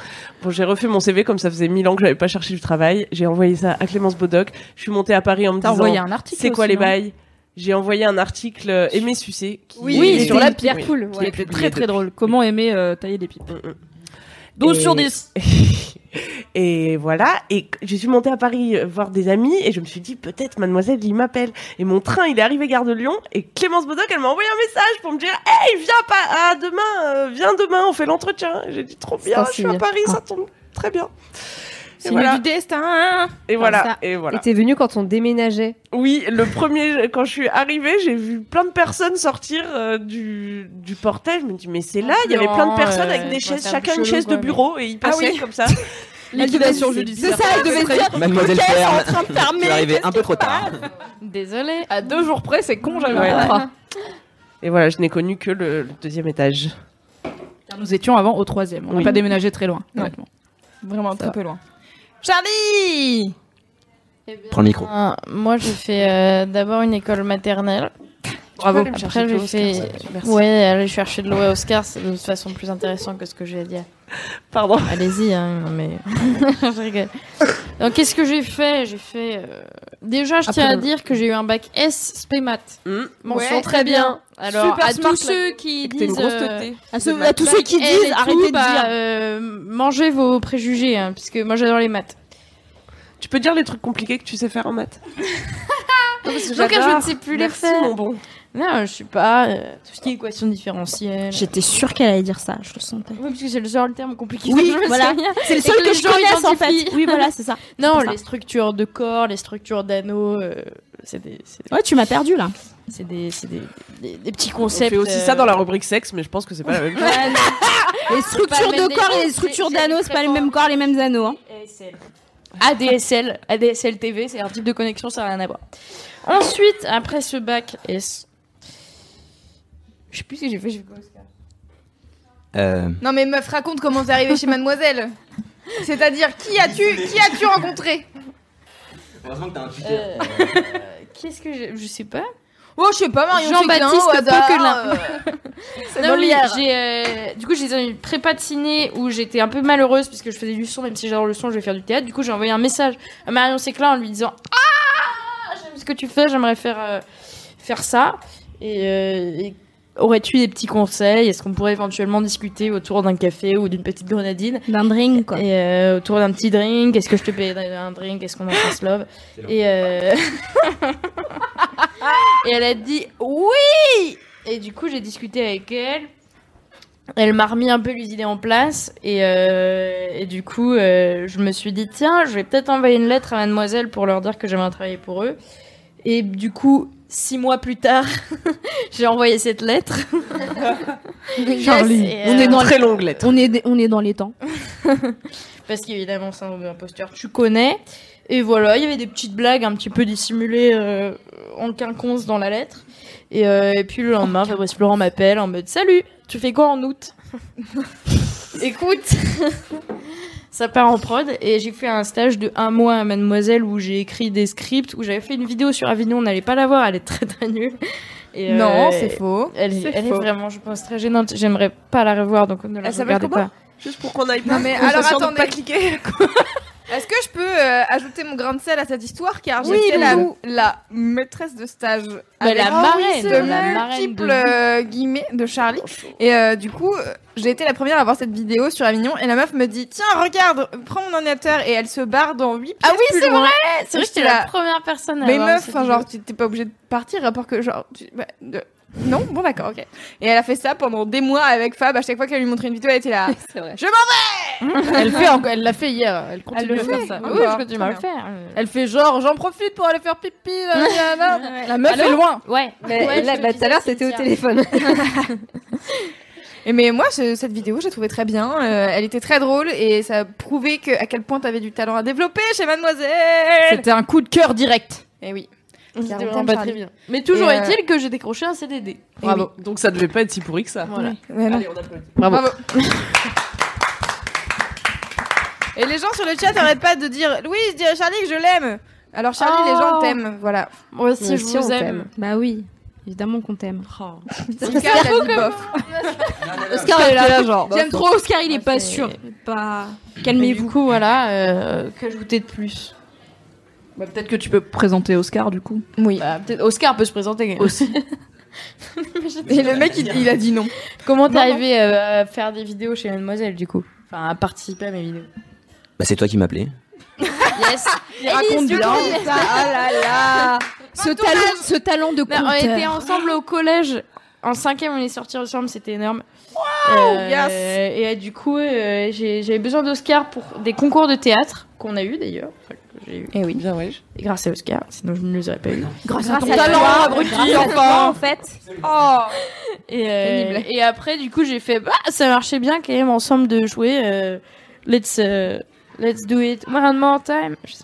S4: Bon, j'ai refait mon CV comme ça faisait mille ans que j'avais pas cherché du travail. J'ai envoyé ça à Clémence Bodoc. Je suis montée à Paris en me
S3: T'as
S4: disant.
S3: envoyé un article.
S4: C'est quoi
S3: aussi,
S4: les
S3: non
S4: bails J'ai envoyé un article euh, Aimer sucer. Qui
S2: Oui,
S4: est-
S3: sur la
S2: c'était hyper
S3: pierre.
S2: cool.
S3: Qui
S2: ouais.
S3: était très très drôle. Comment aimer euh, tailler des pipes
S4: Mm, mm.
S3: 12
S4: Et-
S3: sur 10.
S4: et voilà. Et que- je suis montée à Paris euh, voir des amis et je me suis dit peut-être mademoiselle il m'appelle. Et mon train il est arrivé gare de Lyon et Clémence Bodoc elle m'a envoyé un message pour me dire hey viens pas à demain euh, viens demain on fait l'entretien. J'ai dit trop bien
S2: un
S4: je suis à
S2: signe.
S4: Paris
S2: Ah.
S4: ça tombe très bien. Et
S1: C'est
S4: voilà.
S1: du destin. hein.
S4: Et
S2: ça.
S4: voilà. Et voilà.
S2: Et t'es venu quand on déménageait.
S4: Oui, le premier, quand je suis arrivée, j'ai vu plein de personnes sortir euh, du, du portail. Je me dis, mais c'est là, il y avait plein de personnes
S5: euh,
S4: avec des chaises, chacun une chaise de bureau, et ils
S3: Ah
S5: Ah
S4: passaient comme ça.
S3: Liquidation
S4: c'est-
S3: judiciaire.
S6: ça, elle devait dire.
S7: Mademoiselle
S6: Ok,
S7: Fern.
S6: c'est en train de
S7: Je
S6: fermer.
S7: suis arrivé un peu trop tard.
S5: Désolée.
S3: À deux jours près, c'est con, j'avais
S4: Ouais.
S3: un contrat.
S4: Et voilà, je n'ai connu que le, le deuxième étage.
S3: Car Nous étions avant au troisième. On n'a
S4: Oui.
S3: pas déménagé très loin,
S1: Non.
S3: honnêtement.
S1: Vraiment
S3: Ça
S1: très peu loin. Charlie
S7: Prends le micro.
S5: Ah, moi, j'ai fait euh, d'abord une école maternelle.
S3: Bravo.
S4: aller me chercher
S5: Après,
S4: de l'eau
S5: j'ai
S4: Oscar,
S5: fait.
S4: ça, merci.
S5: Ouais, aller chercher de l'eau à Oscar, c'est de toute façon plus intéressant que ce que j'ai à dire.
S4: Pardon.
S5: Allez-y, hein, non, mais. je rigole. Donc, qu'est-ce que j'ai fait J'ai fait. euh, Déjà, je tiens à
S4: Après, le-
S5: dire que j'ai eu un bac S spé maths.
S4: Hum.
S5: Mention très bien. Alors,
S6: Super
S5: à
S6: smart,
S5: tous ceux qui
S4: T'es une
S5: disent.
S4: grosse
S5: euh,
S4: teuté.
S6: À, ceux- à tous ceux qui
S5: Elle et
S6: disent,
S5: tout,
S6: arrêtez de
S5: bah,
S6: dire.
S5: euh, mangez vos préjugés, hein, parce que moi j'adore les maths.
S4: Tu peux dire les trucs compliqués que tu sais faire en maths
S5: Donc je ne sais plus les
S4: Merci,
S5: faire.
S4: mon
S6: Oh.
S4: bon.
S5: Non, je sais pas. euh, tout ce qui est équation différentielle.
S6: J'étais sûre qu'elle allait dire ça, je le sentais.
S5: Oui, parce que c'est le seul terme compliqué.
S6: Oui,
S5: je me
S6: voilà.
S5: souviens.
S6: C'est le
S5: Et
S6: seul
S5: que
S6: que,
S5: les
S6: je
S5: gens
S6: connaisse en fait.
S5: identifient.
S6: Oui, voilà, c'est ça.
S5: Non,
S6: ça.
S5: les structures de corps, les structures d'anneaux, euh, c'est des, c'est des,
S6: Ouais, tu m'as perdu là.
S5: c'est des, c'est des- des- des petits
S4: On
S5: concepts. euh,
S4: fait aussi ça dans la rubrique sexe, mais je pense que c'est pas la même chose.
S5: Ah,
S6: Les structures
S5: même
S6: de
S5: des
S6: corps et les
S5: choses,
S6: structures
S5: c'est- c'est
S6: d'anneaux, c'est pas les
S5: extrêmement-
S6: mêmes corps, les mêmes anneaux. hein.
S5: ADSL. ADSL, ADSL TV, c'est un type de connexion, ça n'a rien à voir. Ensuite, après ce bac S. Je sais plus ce que j'ai fait, j'ai fait quoi
S7: Euh,
S1: Non mais meuf, raconte comment t'es arrivée chez Mademoiselle. C'est-à-dire, qui as-tu qui as-tu rencontré
S7: Heureusement que t'as un Twitter.
S5: Euh, Qu'est-ce que j'ai Je sais pas.
S1: Oh, je sais pas, Marion
S5: Jean-Baptiste
S1: Séguin, au hasard,
S5: Poquelin.
S1: euh,
S5: Non, mais j'ai, euh, du coup, j'étais dans une prépa de ciné où j'étais un peu malheureuse parce que je faisais du son, même si j'adore le son, je vais faire du théâtre. Du coup, j'ai envoyé un message à Marion Séclin en lui disant Ah J'aime ce que tu fais, j'aimerais faire, euh, faire ça. Et, euh, et aurais-tu des petits conseils Est-ce qu'on pourrait éventuellement discuter autour d'un café ou d'une petite grenadine
S6: D'un drink quoi.
S5: et euh, autour d'un petit drink, est-ce que je te paye un drink, est-ce qu'on en fasse love
S7: C'est long.
S5: Et, euh, et elle a dit oui Et du coup, j'ai discuté avec elle. Elle m'a remis un peu les idées en place. Et, euh, et du coup, euh, je me suis dit, tiens, je vais peut-être envoyer une lettre à mademoiselle pour leur dire que j'aimerais travailler pour eux. Et du coup, six mois plus tard, j'ai envoyé cette lettre.
S6: Charlie,
S5: Et,
S6: on est
S5: euh,
S6: dans
S4: Très longue lettre.
S6: On est, on est dans les temps.
S5: parce qu'évidemment, syndrome de l'imposteur, tu connais. Et voilà, il y avait des petites blagues un petit peu dissimulées euh, en quinconce dans la lettre. Et, euh, et puis le
S1: Oh,
S5: lendemain, Fabrice Florent m'appelle en mode Salut, tu fais quoi en août Écoute, ça part en prod. Et j'ai fait un stage de un mois à Mademoiselle où j'ai écrit des scripts, où j'avais fait une vidéo sur Avignon, on n'allait pas la voir, elle est très très nulle. Et, euh,
S1: Non, c'est faux.
S5: Elle, est,
S1: C'est
S5: elle est
S1: faux.
S5: vraiment, je pense, très gênante. J'aimerais pas la revoir, donc ne la
S4: Elle s'appelle
S5: regardez
S4: comment
S5: pas.
S4: Juste pour qu'on aille
S1: Non
S4: pas.
S1: mais
S4: qu'on soit
S1: alors
S4: sûr de
S1: attendez.
S4: pas cliquer.
S1: Est-ce que je peux euh, ajouter mon grain de sel à cette histoire car
S6: Oui,
S1: j'étais la,
S6: Loulou.
S1: la maîtresse de stage
S3: Bah, la
S1: avec
S3: marraine,
S1: de
S3: la marraine de
S1: multiples euh, guillemets de Charlie et euh, du coup euh, j'ai été la première à voir cette vidéo sur Avignon et la meuf me dit tiens regarde prends mon ordinateur et elle se barre dans 8
S5: Ah oui, c'est vrai
S1: c'est
S5: C'est
S1: vrai
S5: vrai
S1: que
S5: que
S1: j'étais
S5: j'étais
S1: la
S5: la première personne à
S1: mais
S5: avoir
S1: meuf,
S5: cette
S1: enfin,
S5: vidéo.
S1: genre, tu t'es pas obligée de partir, rapport que genre. tu- bah, de- Non, bon, d'accord, ok. Et elle a fait ça pendant des mois avec Fab. À chaque fois qu'elle lui montrait une vidéo, elle était là.
S2: C'est vrai.
S3: Elle fait encore- elle l'a fait hier. Elle continue
S1: le
S3: à faire
S1: fait.
S3: ça.
S1: Ah
S3: oui,
S1: bah,
S3: je continue
S1: très
S3: à le
S1: bien.
S3: faire. Euh, Elle fait genre, j'en profite pour aller faire pipi. là, là, là, là. La meuf
S5: Allô
S3: est loin.
S5: Ouais.
S2: Mais
S5: Ouais,
S2: là,
S5: je
S2: bah,
S5: le
S2: tout à l'heure,
S5: disais,
S2: c'était au
S5: Cynthia.
S2: téléphone.
S1: Et mais moi, ce- cette vidéo, je la trouvais très bien. Euh, elle était très drôle et ça prouvait que, à quel point t'avais du talent à développer chez Mademoiselle.
S3: C'était un coup de cœur direct.
S1: Et oui.
S5: C'était
S1: Car on
S5: vraiment
S1: t'aime,
S5: pas
S1: Charlie.
S5: très bien. Mais toujours
S1: Et, euh,
S5: est-il que j'ai décroché un CDD.
S4: Bravo. Donc ça devait pas être si pourri que ça.
S5: Voilà.
S1: Ouais, non.
S4: Allez, on applaudit.
S2: Bravo.
S1: Bravo. Et les gens sur le chat arrêtent pas de dire Louise, dis à Charlie que je l'aime. Alors Charlie, les gens
S5: Oh.
S1: t'aiment, voilà.
S5: Moi aussi,
S2: Mais
S5: je
S2: si, on
S5: vous aime.
S2: t'aime.
S6: Bah oui, évidemment qu'on t'aime.
S2: Oh.
S1: Oscar, il a dit bof.
S5: Oscar est là, genre.
S6: J'aime trop Oscar, il est pas sûr. Pas. Calmez-vous.
S5: Du coup, voilà, euh, que ajouter de plus
S3: Bah, peut-être que tu peux présenter Oscar du coup.
S1: Oui.
S5: Bah, peut-être Oscar peut se présenter aussi.
S1: Et le mec, il, il a dit non.
S5: Comment t'es arrivé euh, à faire des vidéos chez Mademoiselle du coup Enfin, à participer à mes vidéos.
S7: Bah, c'est toi qui m'appelais.
S5: Yes.
S3: raconte bien.
S2: Ah,
S5: Ah
S2: oh
S6: Ce talent, ce talent de
S5: Non, on était
S6: conteur.
S5: ensemble au collège. En cinquième, on est sortis ensemble, c'était énorme. Euh,
S1: yes.
S5: Et euh, du coup, euh, j'ai- j'avais besoin d'Oscar pour des concours de théâtre qu'on a eu d'ailleurs. Enfin, que j'ai eu.
S1: Et Eh oui.
S4: Bien, oui.
S5: Et grâce à Oscar, sinon je ne les aurais pas eu.
S6: Grâce
S3: ton talent,
S6: toi,
S3: abruti,
S6: grâce à
S3: enfin.
S6: toi, en fait.
S1: Oh
S5: Et, euh,
S1: Pénible.
S5: et après, du coup, j'ai fait, bah, ça marchait bien quand même ensemble de jouer. euh, let's, euh, let's do it one more time. Je sais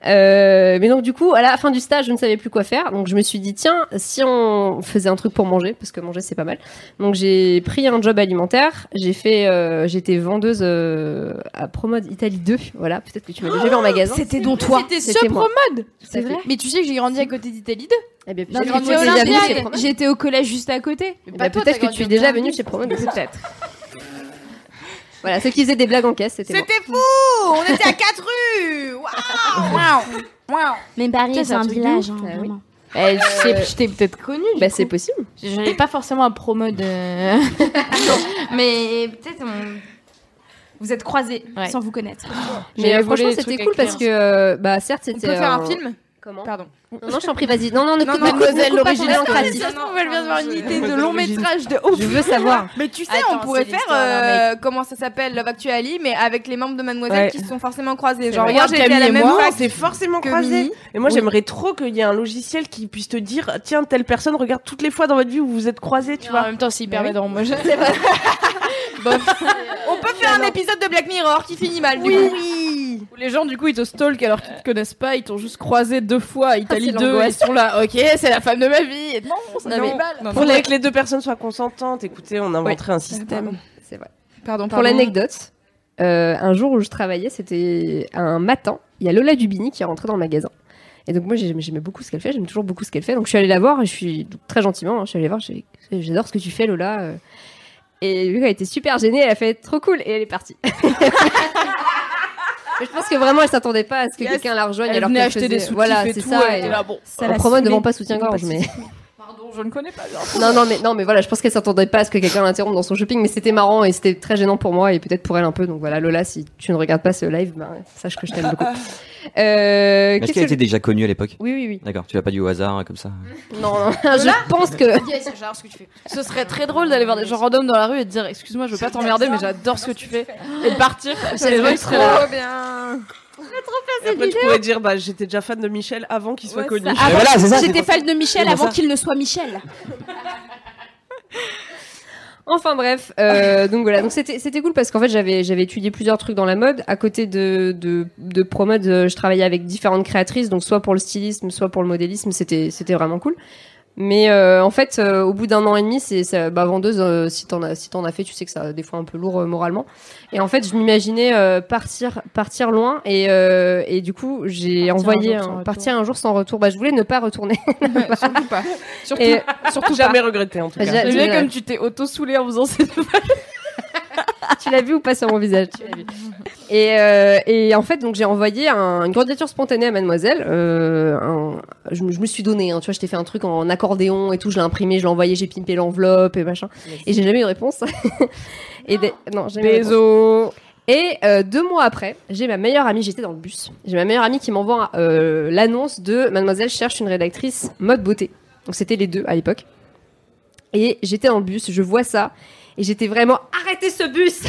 S2: Euh, mais donc du coup, à la fin du stage, je ne savais plus quoi faire, donc je me suis dit tiens, si on faisait un truc pour manger parce que manger c'est pas mal. Donc j'ai pris un job alimentaire, j'ai fait, euh, j'étais vendeuse euh, à Promode Italie 2, voilà, peut-être que tu m'as déjà vu en magasin.
S6: C'était donc toi.
S5: C'était ce
S2: C'était moi.
S5: promode.
S2: C'est vrai.
S5: Mais tu sais que j'ai grandi à côté d'Italie 2.
S2: Eh bien,
S6: Non,
S2: peut-être
S6: mais
S2: que
S6: j'étais
S2: tu es déjà
S6: au lycée,
S2: venue chez Promode.
S6: J'étais au collège juste à côté.
S2: Eh bien,
S5: pas toi,
S2: peut-être
S5: t'as
S2: que tu es
S5: grandi
S2: déjà
S5: en
S2: venue
S5: Italie.
S2: chez Promode. Peut-être. voilà, ceux qui faisaient des blagues en caisse, c'était moi.
S1: fou On était à 4 rues Waouh Waouh
S9: Mais Paris,
S5: Putain,
S9: c'est
S5: c'est un
S9: un
S5: truc de
S9: village. hein,
S2: Ah
S6: euh,
S2: oui.
S9: vraiment.
S5: Eh, je sais- je t'ai peut-être connu.
S2: Bah c'est possible.
S5: Je n'ai pas forcément un promode. euh, Mais peut-être on.
S6: Vous êtes croisés
S5: Ouais.
S6: sans vous connaître.
S2: Mais
S5: J'ai
S2: euh,
S5: volé
S2: franchement,
S5: des
S2: c'était
S5: trucs à
S2: cool parce que
S5: quelqu'un.
S2: euh, bah certes,
S1: On
S2: c'était.
S1: peut faire un film
S2: Comment
S1: Pardon.
S2: Non, non, je t'en prie, vas-y. Non, non, ne
S1: Non,
S2: coupe
S1: non,
S2: ne coupe- ne
S1: Mademoiselle
S2: coupe pas
S1: l'origine
S2: complètement,
S1: en
S2: Cathy.
S1: Cathy.
S5: Ça se trouve, elle vient de voir une idée
S1: de
S4: Mademoiselle
S1: long
S4: Origine.
S1: métrage de ouf
S2: Je veux savoir.
S1: Mais tu sais,
S5: Attends,
S1: on pourrait
S5: c'est
S1: faire
S5: l'histoire d'un
S1: euh, comment ça s'appelle Love Actually, mais avec les membres de Mademoiselle
S4: Ouais.
S1: qui se sont forcément croisés. Genre,
S4: vrai.
S1: regarde,
S4: Moi,
S1: j'étais à la
S4: Camille et
S1: même
S4: moi, on
S1: fac
S4: s'est forcément
S1: que
S4: croisés.
S1: Mimi.
S4: Et moi,
S2: Oui.
S4: j'aimerais trop qu'il y ait un logiciel qui puisse te dire tiens, telle personne, regarde toutes les fois dans votre vie où vous vous êtes croisés, tu
S5: Tu vois, en
S4: vois.
S5: même temps, c'est hyper
S4: Bah oui.
S5: badant. Moi, je-
S1: On peut faire un épisode de Black Mirror qui finit mal, du coup.
S4: Oui.
S3: Où les gens, du coup, ils te stalkent alors qu'ils te connaissent pas, ils t'ont juste croisé deux fois à Italie
S2: c'est
S3: 2, ils
S2: l'angoisse.
S3: sont là, ok, c'est la femme de ma vie. Et Non, ça
S1: Non,
S3: fait
S1: mais-
S3: mal.
S4: Pour que les deux personnes soient consentantes, écoutez, on inventerait un système.
S2: C'est vrai.
S1: Pardon,
S2: Pour l'anecdote, euh, un jour où je travaillais, c'était un matin, il y a Lola Dubini qui est rentrée dans le magasin. Et donc moi j'aimais j'aimais beaucoup ce qu'elle fait, j'aime toujours beaucoup ce qu'elle fait. Donc je suis allée la voir et je suis donc, très gentiment, hein, je suis allée voir, j'ai- j'adore ce que tu fais Lola. euh. Et vu qu'elle était super gênée, elle a fait trop cool et elle est partie. Mais je pense que vraiment elle s'attendait pas à ce que
S3: Yes.
S2: quelqu'un la rejoigne.
S3: Elle
S2: alors
S3: venait
S2: qu'elle
S3: acheter
S2: faisait-
S3: des sous
S2: Voilà,
S3: et
S2: c'est
S3: tout.
S2: ça.
S3: elle
S2: et-
S3: était là, bon,
S6: Ça
S2: en
S6: l'a
S2: promo
S6: ciblé.
S2: devant pas soutien-gorge, mais.
S3: pardon, je ne connais pas bien.
S2: Non, non, mais, non, mais voilà, je pense qu'elle s'attendait pas à ce que quelqu'un l'interrompe dans son shopping, mais c'était marrant et c'était très gênant pour moi et peut-être pour elle un peu. Donc voilà, Lola, si tu ne regardes pas ce live, ben, sache que je t'aime beaucoup. Euh,
S7: Est-ce
S2: qu'est-ce
S7: qu'elle
S2: que-
S7: était déjà connue à l'époque
S2: Oui, oui, oui.
S7: D'accord, tu l'as pas du au hasard hein, comme ça.
S2: Non, non, je pense que.
S5: Yes, j'adore ce que tu fais.
S3: Ce serait très drôle d'aller voir des gens random dans la rue et de dire excuse-moi, je veux pas t'emmerder, mais j'adore ce que tu fais. Et de partir. Les gens, ils seraient là.
S1: Trop bien
S4: Et après, tu pourrais dire bah, j'étais déjà fan de Michel avant qu'il soit
S6: Ouais,
S4: connu.
S6: ça-
S2: Ah,
S7: Mais voilà, c'est ça, c'est
S6: J'étais
S7: pour ça.
S6: fan de Michel
S7: C'est pour
S6: avant
S7: ça.
S6: qu'il ne soit Michel.
S2: Enfin bref, euh, donc voilà, donc c'était c'était cool parce qu'en fait j'avais j'avais étudié plusieurs trucs dans la mode. À côté de de de promode, euh, je travaillais avec différentes créatrices, donc soit pour le stylisme, soit pour le modélisme. C'était c'était vraiment cool. Mais euh, en fait, euh, au bout d'un an et demi, c'est ça, bah, vendeuse. euh, si t'en as si t'en as fait, tu sais que ça des fois un peu lourd euh, moralement. Et en fait, je m'imaginais euh, partir partir loin et euh, et du coup j'ai
S5: Partir un
S2: envoyé
S5: jour sans
S2: un-
S5: retour.
S2: partir un jour sans retour. Bah je voulais ne pas retourner.
S1: Surtout pas.
S3: Surtout,
S2: Et-
S3: surtout
S4: Jamais regretté en tout
S2: Bah,
S4: cas.
S2: j'ai-
S3: C'est
S2: j'ai-
S3: bien comme tu t'es auto-soulé en faisant cette
S2: tu l'as vu ou pas sur mon visage Tu l'as vu. Et, euh, et en fait, donc j'ai envoyé un- une candidature spontanée à Mademoiselle. euh, un- je, me- je me suis donné, tu vois, je t'ai fait un truc en accordéon et tout, je l'ai imprimé, je l'ai envoyé, j'ai pimpé l'enveloppe et machin. Et j'ai jamais eu de réponse. et des- non, j'ai jamais eu de réponse. Et euh, deux mois après, j'ai ma meilleure amie, j'étais dans le bus, j'ai ma meilleure amie qui m'envoie euh, l'annonce de Mademoiselle cherche une rédactrice mode beauté. Donc c'était les deux à l'époque. Et j'étais dans le bus, je vois ça, Et j'étais vraiment arrêtez ce bus,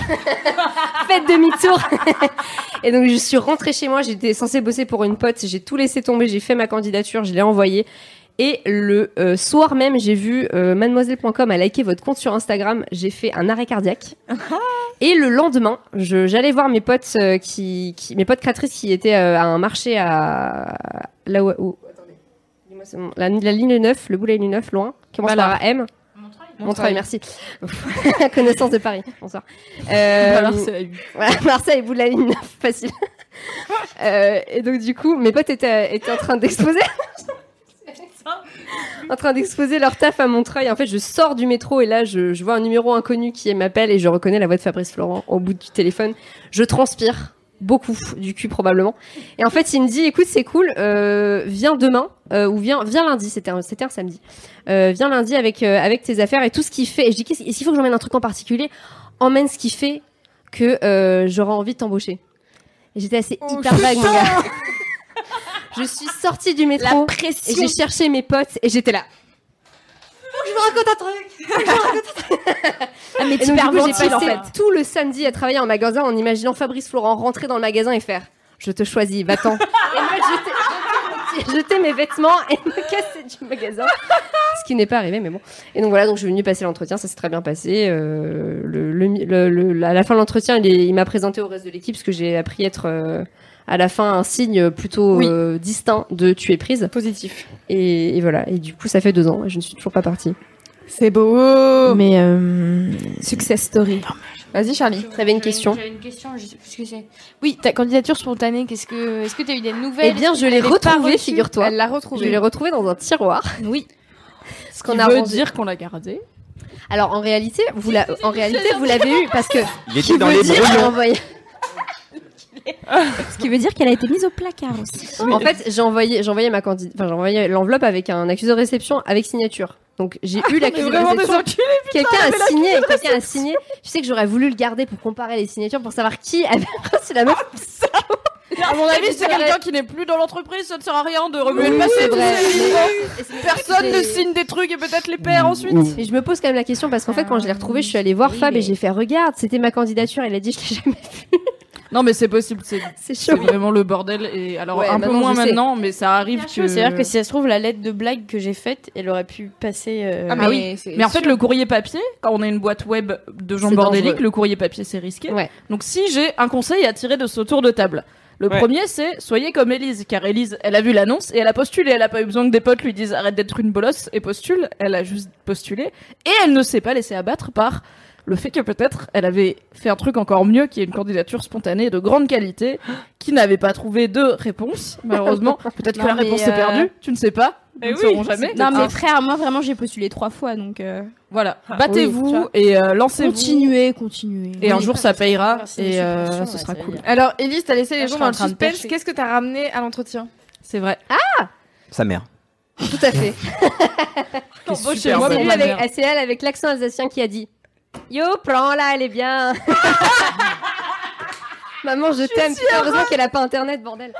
S2: faites demi-tour. et donc je suis rentrée chez moi. J'étais censée bosser pour une pote. J'ai tout laissé tomber. J'ai fait ma candidature. Je l'ai envoyée. Et le euh, soir même, j'ai vu euh, mademoiselle.com a liké votre compte sur Instagram. J'ai fait un arrêt cardiaque. Et le lendemain, je- j'allais voir mes potes euh, qui, qui- mes potes créatrices qui étaient euh, à un marché à là où, où- attendez. Dis-moi, c'est bon. la, la ligne 9, le bout de la ligne 9 loin, qui commence
S3: Voilà.
S2: par M. Montreuil,
S3: Montreuil.
S2: merci. Connaissance de Paris. Bonsoir.
S3: Bah, Marseille.
S2: voilà, Marseille, bout de la ligne 9, facile. Euh, et donc du coup, mes potes étaient, étaient en train d'exposer en train d'exposer leur taf à Montreuil. En fait, je sors du métro et là, je, je vois un numéro inconnu qui m'appelle et je reconnais la voix de Fabrice Florent au bout du téléphone. Je transpire beaucoup du cul probablement. Et en fait, il me dit, écoute, c'est cool, euh, viens demain euh, ou viens, viens lundi. C'était un, c'était un samedi. Euh, viens lundi avec euh, avec tes affaires et tout ce qu'il fait. Et je dis, qu'est-ce qu'il faut que j'emmène un truc en particulier Emmène ce qu'il fait que euh, j'aurai envie de t'embaucher. Et J'étais assez hyper vague, mon gars. Je suis sortie du métro et j'ai cherché mes potes et j'étais là. Je vous raconte un truc.
S6: Ah, mais
S2: Et donc, du coup, j'ai
S6: t'hyperventiles,
S2: passé
S6: en fait.
S2: tout le samedi à travailler en magasin en imaginant Fabrice Florent rentrer dans le magasin et faire Je te choisis, va-t'en. Et moi, j'étais- j'étais- jeter mes vêtements et me casser du magasin. Ce qui n'est pas arrivé, mais bon. Et donc voilà, donc je suis venue passer l'entretien, ça s'est très bien passé. Euh, le, le mi- le- le- à la fin de l'entretien, il, est- il m'a présenté au reste de l'équipe, parce que j'ai appris être euh, à la fin un signe plutôt
S1: Oui.
S2: euh, distinct de tu es prise.
S1: Positif.
S2: Et, et voilà, et du coup, ça fait deux ans, et je ne suis toujours pas partie. euh,
S1: C'est beau.
S5: Mais
S6: Success story.
S1: Vas-y, Charlie.
S2: T'avais une question
S9: J'avais une question, je sais plus ce que c'est. Oui, ta candidature spontanée, qu'est-ce que est-ce que tu as eu des nouvelles
S2: Eh bien, je l'ai retrouvée, figure-toi. Elle l'a retrouvée. Je l'ai retrouvée dans un tiroir.
S1: Oui.
S2: Ce
S3: Qui
S2: qu'on a
S3: veut
S2: rangé.
S3: dire qu'on l'a gardé.
S2: Alors en réalité, vous la- en réalité, vous l'avez eu parce que
S7: Il était
S2: qui
S7: dans
S2: veut
S7: les
S2: dire
S7: brouillons.
S2: qu'elle a envoyé-
S6: Ce qui veut dire qu'elle a été mise au placard aussi.
S2: En fait, j'ai envoyé, j'ai envoyé ma candid- enfin, j'ai envoyé l'enveloppe avec un accusé de réception avec signature. Donc j'ai
S3: Ah,
S2: eu l'accusé de réception. Quelqu'un a signé, quelqu'un a signé. Tu sais que j'aurais voulu le garder pour comparer les signatures pour savoir qui avait reçu la meuf.
S3: À mon avis, c'est
S2: j'aurais-
S3: quelqu'un qui n'est plus dans l'entreprise, ça ne sert à rien de remuer le
S2: Oui,
S3: passé.
S2: c'est vrai.
S3: tout
S2: Mais-
S3: simplement.
S2: Et c'est-
S3: Personne ne
S2: j'ai-
S3: signe des trucs et peut-être les perd Ah, ensuite. Ah,
S2: Mais je me pose quand même la question parce qu'en fait, quand je l'ai retrouvé, je suis allée voir Fab et j'ai fait regarde, c'était ma candidature. Elle a dit je l'ai jamais.
S3: Non, mais c'est possible, c'est
S2: C'est
S3: c'est
S2: chaud.
S3: vraiment le bordel. Et alors,
S2: Ouais,
S3: un peu
S2: maintenant,
S3: moins
S2: je sais.
S3: maintenant, mais ça arrive que.
S5: C'est-à-dire que si ça se trouve, la lettre de blague que j'ai faite, elle aurait pu passer. euh,
S3: Ah, mais oui.
S1: c'est
S3: Mais en fait,
S1: sûr.
S3: le courrier papier, quand on a une boîte web de gens
S2: C'est
S3: bordéliques,
S2: dangereux.
S3: le courrier papier, c'est risqué.
S2: Ouais.
S3: Donc, si j'ai un conseil à tirer de ce tour de table, le
S4: Ouais.
S3: premier, c'est soyez comme Élise, car Élise, elle a vu l'annonce et elle a postulé. Elle a pas eu besoin que des potes lui disent arrête d'être une bolosse et postule. Elle a juste postulé et elle ne s'est pas laissée abattre par le fait que peut-être elle avait fait un truc encore mieux, qui est une candidature spontanée de grande qualité, qui n'avait pas trouvé de réponse, malheureusement. Peut-être que
S6: Non,
S3: la
S6: mais,
S3: réponse
S6: euh,
S3: est perdue, tu ne sais pas. Nous
S6: Ils
S3: ne saurons jamais.
S6: Non, mais frère, moi vraiment, j'ai postulé trois fois donc. euh,
S3: Voilà,
S6: oui,
S3: battez-vous
S6: tu vois.
S3: et euh, lancez-vous.
S6: Continuez, continuez.
S3: Et un jour, ça payera
S5: Merci,
S3: et
S5: super
S3: euh,
S5: question,
S3: ce
S5: ouais,
S3: sera
S5: ça
S3: cool.
S5: y est.
S1: Alors, Elise, t'as laissé
S5: Là,
S1: les
S5: je
S1: gens
S5: suis
S1: dans
S5: en
S1: le
S5: train de
S1: suspense.
S5: percher.
S1: Qu'est-ce que t'as ramené à l'entretien
S3: C'est vrai.
S1: Ah
S7: Sa mère.
S2: Tout à fait.
S3: T'embauches
S2: C'est
S3: chez moi,
S2: elle
S3: ma
S2: avec-
S3: mère.
S2: ah, c'est elle avec l'accent alsacien qui a dit Yo, prends-la, elle est bien. Maman, je t'aime. Putain, Heureusement qu'elle a pas internet, bordel.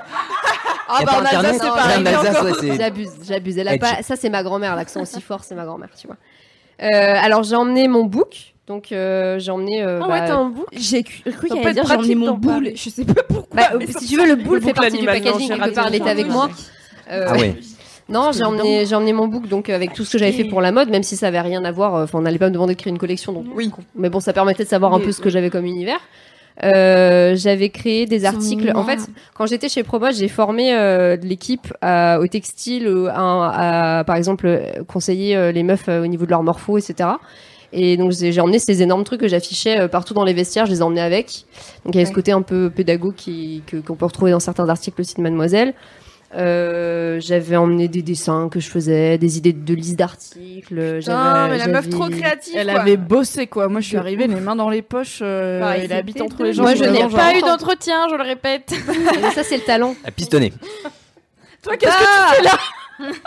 S3: Ah
S7: Y a
S3: bah
S7: pas
S3: en Alsace,
S7: Internet
S3: c'est
S2: Non,
S3: pareil.
S7: en Alsace,
S3: encore.
S7: ouais, c'est-
S2: hein. J'abuse, j'abuse. Elle a
S7: Elle
S2: pas. Ça, c'est ma grand-mère. L'accent aussi fort, c'est ma grand-mère, tu vois. Euh, alors, j'ai emmené mon book. Donc, euh, j'ai emmené. euh,
S6: Ah
S2: bah,
S6: ouais, t'as un boule. J'ai cru cru
S3: Ça
S6: qu'elle
S3: peut
S6: allait dire
S3: être
S6: j'ai emmené
S3: pratique
S6: mon
S3: dans Paris.
S6: boule. Je sais pas pourquoi.
S2: bah, euh, si tu veux, le boule fait
S4: boucle
S2: partie du
S4: animal
S2: packaging
S4: blanc,
S2: quelque part. Elle était avec moi. Euh,
S7: Ah ouais.
S2: Non, j'ai emmené, j'ai emmené mon book donc euh, avec tout ce que j'avais fait pour la mode, même si ça avait rien à voir. euh, Enfin, on n'allait pas me demander de créer une collection, donc.
S4: Oui.
S2: Mais bon, ça permettait de savoir un
S4: Oui,
S2: peu ce que j'avais comme univers. Euh, j'avais créé des articles. En
S6: mignons.
S2: fait, quand j'étais chez Promote, j'ai formé euh, de l'équipe à- au textile, euh, à, à, par exemple, euh, conseiller euh, les meufs euh, au niveau de leur morpho, etc. Et donc j'ai j'ai emmené ces énormes trucs que j'affichais euh, partout dans les vestiaires, je les ai emmenés avec. Donc il y avait ce côté un peu pédago qui que- qu'on peut retrouver dans certains articles aussi de Mademoiselle. Euh, j'avais emmené des dessins que je faisais, des idées de listes d'articles.
S1: Putain,
S2: j'avais-
S1: mais la meuf
S2: j'avais-
S1: trop créative.
S3: Elle
S1: quoi.
S3: avait bossé quoi. Moi, je suis
S2: De
S3: arrivée les mains dans les poches. euh,
S2: Pareil,
S3: elle habite
S2: c'était
S3: entre les gens.
S2: Moi,
S5: Moi,
S2: je
S5: je
S2: n'ai
S5: n'ai
S3: vraiment,
S5: pas
S3: genre,
S5: eu d'entretien, je le répète.
S2: Mais ça c'est le talent.
S7: À pistonner.
S3: Toi, qu'est-ce que tu fais là
S2: Ah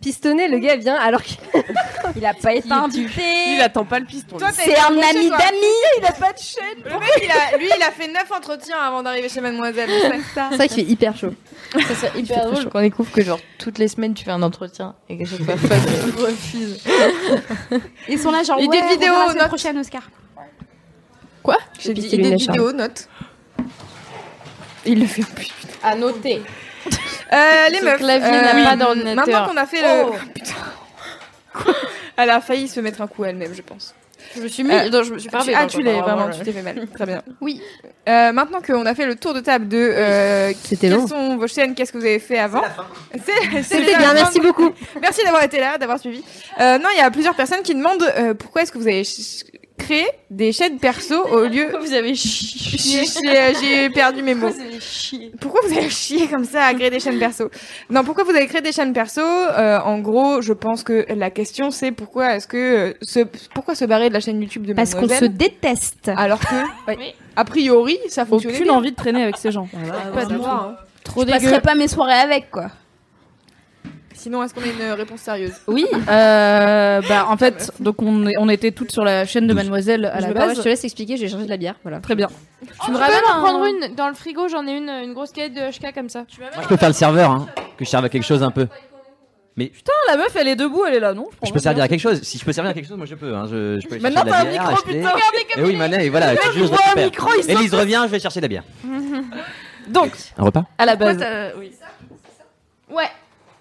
S2: pistonner, le gars vient alors qu'il il a pas été invité.
S4: Il attend pas le piston.
S1: Toi, t'as
S2: C'est
S1: été
S2: un
S1: embauché,
S2: ami
S1: toi.
S2: d'amis.
S1: il a pas de chaîne. Le mec, il a, lui, il a fait 9 entretiens avant d'arriver chez Mademoiselle.
S2: C'est vrai qu'il Ah, fait hyper chaud.
S5: Ça serait hyper Ah, drôle qu'on découvre que genre toutes les semaines tu fais un entretien et que chaque fois Fab refuse.
S6: Ils sont là genre
S1: Idée
S6: ouais,
S1: de
S6: on
S1: vidéo,
S6: verra la semaine
S1: note.
S6: prochaine Oscar.
S1: Quoi J'ai
S2: puis
S1: dit
S2: c'est lui,
S1: idée de
S2: la charme.
S1: vidéo, note. Il le fait en plus.
S9: À noter.
S1: Euh, les
S9: Son
S1: meufs.
S9: clavier
S1: euh,
S9: n'a pas d'ordinateur.
S1: Maintenant qu'on a fait le.
S9: Oh.
S1: Putain. Quoi Elle a failli se mettre un coup elle-même, je pense.
S9: Je me suis mis.
S1: Euh,
S9: non, je me suis pas
S1: tu-
S9: réveillée,
S1: ah,
S9: donc,
S1: tu l'es,
S9: apparemment,
S1: vraiment,
S9: je-
S1: tu t'es fait mal. Très bien.
S6: Oui.
S1: Euh, maintenant qu'on a fait le tour de table de euh,
S2: C'était
S1: quelles
S2: long.
S1: sont vos chaînes, qu'est-ce que vous avez fait avant C'est- c'est
S2: C'était
S1: la
S2: bien,
S1: fin.
S2: merci beaucoup.
S1: Merci d'avoir été là, d'avoir suivi. Euh, non, il y a plusieurs personnes qui demandent euh, pourquoi est-ce que vous avez ch- créé des chaînes perso au lieu.
S5: Vous avez chié.
S1: J'ai- J'ai j'ai perdu mes mots.
S5: Vous avez chié.
S1: Pourquoi vous avez chié comme ça à créer des chaînes perso Non, pourquoi vous avez créé des chaînes perso Euh, En gros, je pense que la question c'est pourquoi est-ce que euh, se, pourquoi se barrer de la chaîne YouTube de
S6: Parce qu'on se
S1: Mademoiselle
S6: déteste.
S1: alors que a priori ça fonctionnait.
S3: Aucune
S1: bien.
S3: envie de traîner avec ces gens.
S6: Pas de moi. hein.
S5: Trop
S6: Je passerai pas mes soirées avec quoi.
S1: Sinon, est-ce qu'on a une réponse sérieuse
S3: Oui, euh, bah en fait, donc on, est- on était toutes sur la chaîne de Mademoiselle à
S2: Je
S3: la
S2: me permets,
S3: base.
S2: je te laisse expliquer, j'ai changé de la bière. Voilà.
S3: Très bien.
S9: Oh, Tu me ramènes en prendre une dans le frigo, j'en ai une, euh, une grosse canette de HK comme ça.
S7: Moi, je peux faire le serveur, hein, que je serve à quelque chose un peu.
S3: Ah, la meuf, elle est debout, elle est là, non prends
S7: Je
S3: ma
S7: peux servir
S3: bière.
S7: à quelque chose. Si je peux servir à quelque chose, moi je peux. Hein. Je, je peux aller
S1: Maintenant,
S7: chercher de la
S1: t'as un
S7: bière,
S1: micro,
S7: acheter.
S1: putain.
S7: Et oui, maintenant, et voilà. je
S3: voit un
S7: récupère.
S3: micro, il
S7: Élise revient, je vais chercher de la bière.
S3: Donc,
S7: Un repas
S3: à la base,
S6: Ouais.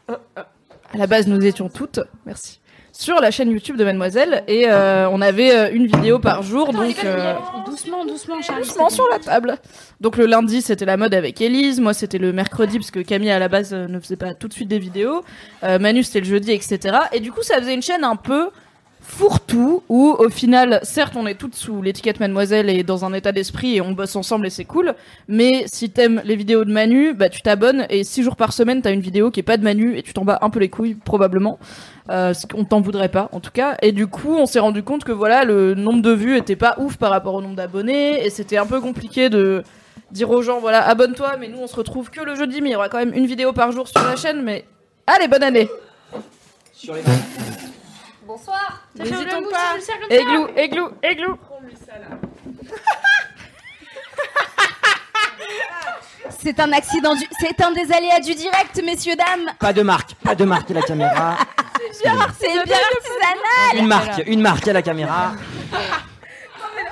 S9: Oh,
S3: à la base, nous étions toutes, merci, sur la chaîne YouTube de Mademoiselle et euh, on avait euh, une vidéo par jour, donc euh,
S9: Doucement, doucement, Charlie.
S3: doucement sur la table. Donc le lundi, c'était la mode avec Élise, moi c'était le mercredi parce que Camille à la base euh, ne faisait pas tout de suite des vidéos, Euh, Manu c'était le jeudi, etc. Et du coup, ça faisait une chaîne un peu fourre-tout où au final, certes, on est toutes sous l'étiquette Mademoiselle et dans un état d'esprit et on bosse ensemble et c'est cool. Mais si t'aimes les vidéos de Manu, bah tu t'abonnes et six jours par semaine t'as une vidéo qui est pas de Manu et tu t'en bats un peu les couilles probablement. Euh, ce qu'on t'en voudrait pas en tout cas. Et du coup, on s'est rendu compte que voilà le nombre de vues était pas ouf par rapport au nombre d'abonnés et c'était un peu compliqué de dire aux gens voilà abonne-toi mais nous on se retrouve que le jeudi mais il y aura quand même une vidéo par jour sur la chaîne mais allez bonne année
S9: Bonsoir.
S1: N'hésitons
S9: N'hésitons
S1: pas.
S9: pas.
S3: Aiglou, aiglou, aiglou.
S6: C'est un accident du. C'est un des aléas du direct, messieurs dames.
S7: Pas de marque, pas de marque à la caméra.
S6: Ah C'est bien artisanal.
S7: Une marque, une marque à la caméra.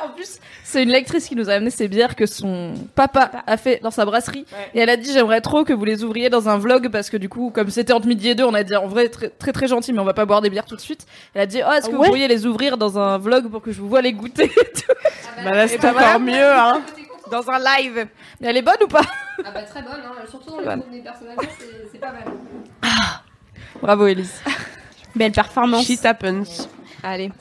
S3: En plus, c'est une lectrice qui nous a amené ces bières que son papa a fait dans sa brasserie. Et elle a dit J'aimerais trop que vous les ouvriez dans un vlog parce que, du coup, comme c'était entre midi et deux, on a dit En vrai, très très, très gentil, mais on va pas boire des bières tout de suite. Elle a dit Oh, est-ce
S4: Ah
S3: que vous pourriez les ouvrir dans un vlog pour que je vous vois les goûter et tout
S4: Bah là, c'est
S1: bah
S4: encore
S1: voilà.
S4: mieux, hein.
S1: Dans un live.
S3: Mais elle est bonne ou pas
S2: Ah bah très bonne, surtout dans
S3: Bonne.
S2: groupe des personnages, c'est pas mal.
S3: Bravo, Elise.
S6: Belle performance.
S4: Shit happens.
S1: Allez.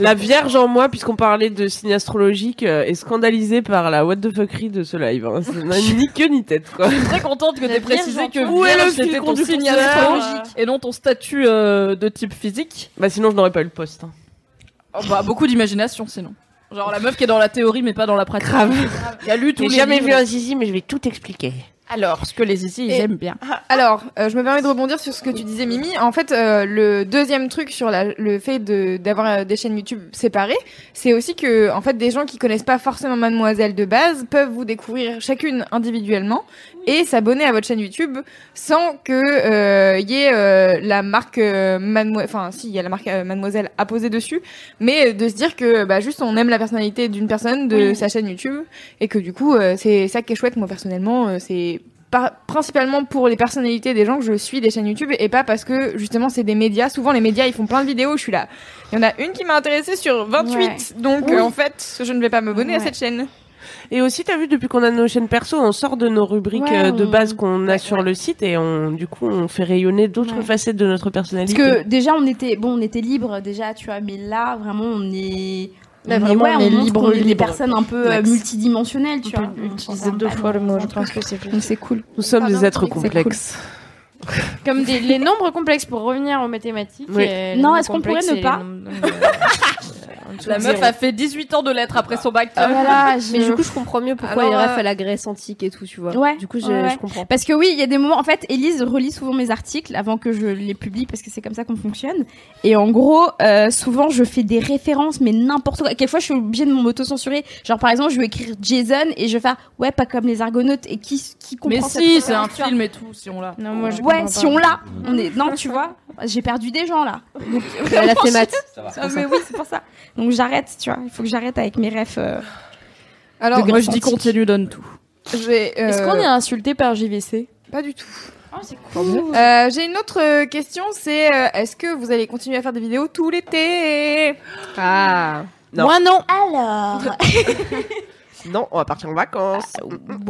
S4: La Vierge en moi, puisqu'on parlait de signe astrologique, euh, est scandalisée par la what the fuckerie de ce live. hein. C'est n'a ni queue ni tête, quoi.
S3: Je suis très contente que
S9: La
S3: t'aies
S9: Vierge,
S3: précisé que
S9: enfin.
S4: Où est
S3: Vierge,
S4: le
S3: c'était
S4: fil
S3: ton signe
S4: conducteur
S3: astrologique et non ton statut euh, de type physique.
S4: Bah sinon, je n'aurais pas eu le poste. hein.
S3: Oh, bah, beaucoup d'imagination sinon. Genre la meuf qui est dans la théorie mais pas dans la pratique. Grave. Elle a lu tous les livres.
S4: zizi, mais je vais tout expliquer.
S3: Alors, ce que les ici, ils
S1: Et-
S3: aiment bien.
S1: Alors, euh, je me permets de rebondir sur ce que tu disais, Mimi. En fait, euh, le deuxième truc sur la- le fait de- d'avoir euh, des chaînes YouTube séparées, c'est aussi que, en fait, des gens qui connaissent pas forcément Mademoiselle de base peuvent vous découvrir chacune individuellement et s'abonner à votre chaîne YouTube sans que euh, y ait euh, la marque euh, Mademoi- enfin, si, il y a la marque euh, Mademoiselle apposée dessus, mais euh, de se dire que, bah, juste, on aime la personnalité d'une personne de sa chaîne YouTube et que du coup, euh, c'est ça qui est chouette. Moi, personnellement, euh, c'est par- principalement pour les personnalités des gens que je suis des chaînes YouTube et pas parce que justement c'est des médias. Souvent les médias ils font plein de vidéos, je suis là. Il y en a une qui m'a intéressée sur 28, donc euh, en fait je ne vais pas m'abonner à
S6: Ouais.
S1: cette chaîne.
S4: Et aussi, t'as vu, depuis qu'on a nos chaînes perso, on sort de nos rubriques
S6: Ouais,
S4: euh, de
S6: on-
S4: base qu'on a sur le site et on, du coup, on fait rayonner d'autres
S6: Ouais.
S4: facettes de notre
S6: Parce
S4: personnalité.
S6: que déjà on était bon, on était libre déjà, tu vois, mais là vraiment on est.
S5: Là, Bah, vraiment, on est
S6: montre
S5: libre,
S6: qu'on est des
S5: libre.
S6: personnes un peu euh,
S5: Max.
S6: multidimensionnelles, tu
S5: On
S6: vois.
S5: peut utiliser deux fois le mot, je pense que c'est plus.
S6: Donc c'est cool.
S4: Nous sommes
S9: Pardon,
S4: des êtres
S9: c'est
S4: complexes.
S9: Comme des, les nombres complexes pour revenir aux mathématiques.
S4: Oui.
S9: euh, les
S6: Non,
S9: nombres
S6: est-ce qu'on pourrait
S9: complexes,
S6: ne
S9: c'est
S6: pas
S9: les nombres- euh,
S3: La meuf a fait 18 ans de lettres après son bac.
S6: Ah, voilà,
S2: mais du coup, je comprends mieux pourquoi
S6: Alors,
S2: IRF
S6: euh,
S2: elle a Grèce antique et tout, tu vois.
S6: Ouais.
S2: Du coup, je,
S6: ouais, ouais.
S2: je comprends.
S6: Parce que oui, il y a des moments. En fait, Elise relit souvent mes articles avant que je les publie parce que c'est comme ça qu'on fonctionne. Et en gros, euh, souvent, je fais des références, mais n'importe quoi. Quelquefois, je suis obligée de m'auto-censurer. Genre, par exemple, je vais écrire Jason et je vais faire ouais, pas comme les Argonautes. Et qui, qui comprend
S3: Mais
S6: cette
S3: si, c'est un
S6: référence, tu vois
S3: film et tout, si on l'a. Non,
S6: Ouais, si on l'a, on est. Non, tu vois, j'ai perdu des gens là. Donc,
S2: Elle a
S6: vraiment,
S2: fait maths.
S6: je-
S2: Ça va.
S6: Ah, mais oui, c'est pour ça. Donc j'arrête, tu vois. Il faut que j'arrête avec mes euh, rêves.
S3: Alors, moi je dis continue, donne tout.
S9: Est-ce qu'on est
S1: insulté par JVC euh, Pas du tout. Euh, J'ai une autre euh, question, c'est euh, est-ce que vous allez continuer à faire des vidéos tout l'été
S2: Ah.
S4: Non.
S1: Moi non.
S6: Alors.
S4: Non, on va partir en vacances.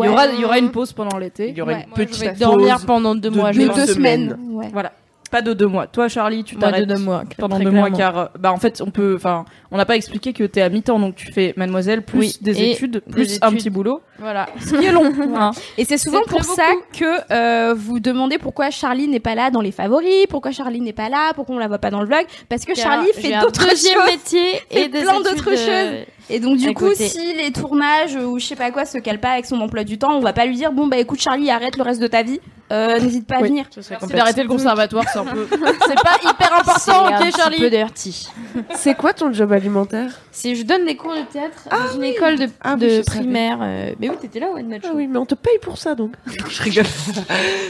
S3: Il, y aura, il y aura une pause pendant l'été.
S4: Il y aura une
S3: Moi, je
S4: petite
S3: vais dormir
S4: pause
S3: pendant deux
S4: de
S3: mois.
S4: deux
S3: je pense.
S4: semaines.
S6: Ouais.
S3: Voilà. Pas de deux mois. Toi, Charlie, tu
S5: Moi, de
S3: t'arrêtes
S5: deux mois,
S3: pendant
S5: très
S3: deux mois
S5: clairement.
S3: car euh, bah en fait on peut enfin on n'a pas expliqué que t'es à mi-temps donc tu fais mademoiselle plus
S5: Oui,
S3: des
S5: et
S3: études
S5: des
S3: plus un
S5: études.
S3: petit boulot.
S5: Voilà.
S3: Ce qui est long. hein.
S6: Et c'est souvent
S5: C'est très
S6: pour ça que euh, vous demandez pourquoi Charlie n'est pas là dans les favoris, pourquoi Charlie n'est pas là, pourquoi on la voit pas dans le vlog, parce que
S5: Car
S6: Charlie
S5: j'ai
S6: fait
S5: un
S6: d'autres
S5: deuxième
S6: choses,
S5: métier
S6: fait
S5: et des
S6: plein d'autres
S5: études, euh,
S6: choses. Et donc
S5: à
S6: du coup,
S5: côté.
S6: si les tournages ou je sais pas quoi se calent pas avec son emploi du temps, on va pas lui dire bon bah écoute Charlie arrête le reste de ta vie, euh, n'hésite pas à
S3: Oui,
S6: venir.
S3: C'est d'arrêter le conservatoire, c'est un peu.
S6: C'est pas hyper
S9: important, ok, Charlie
S5: peu dirty.
S4: C'est quoi ton job alimentaire
S9: Si je donne des cours de théâtre dans une école de,
S4: Ah oui,
S9: de
S4: je savais.
S9: primaire. euh, mais oui, t'étais là au One Match.
S4: Ah oui, mais on te paye pour ça donc. je rigole.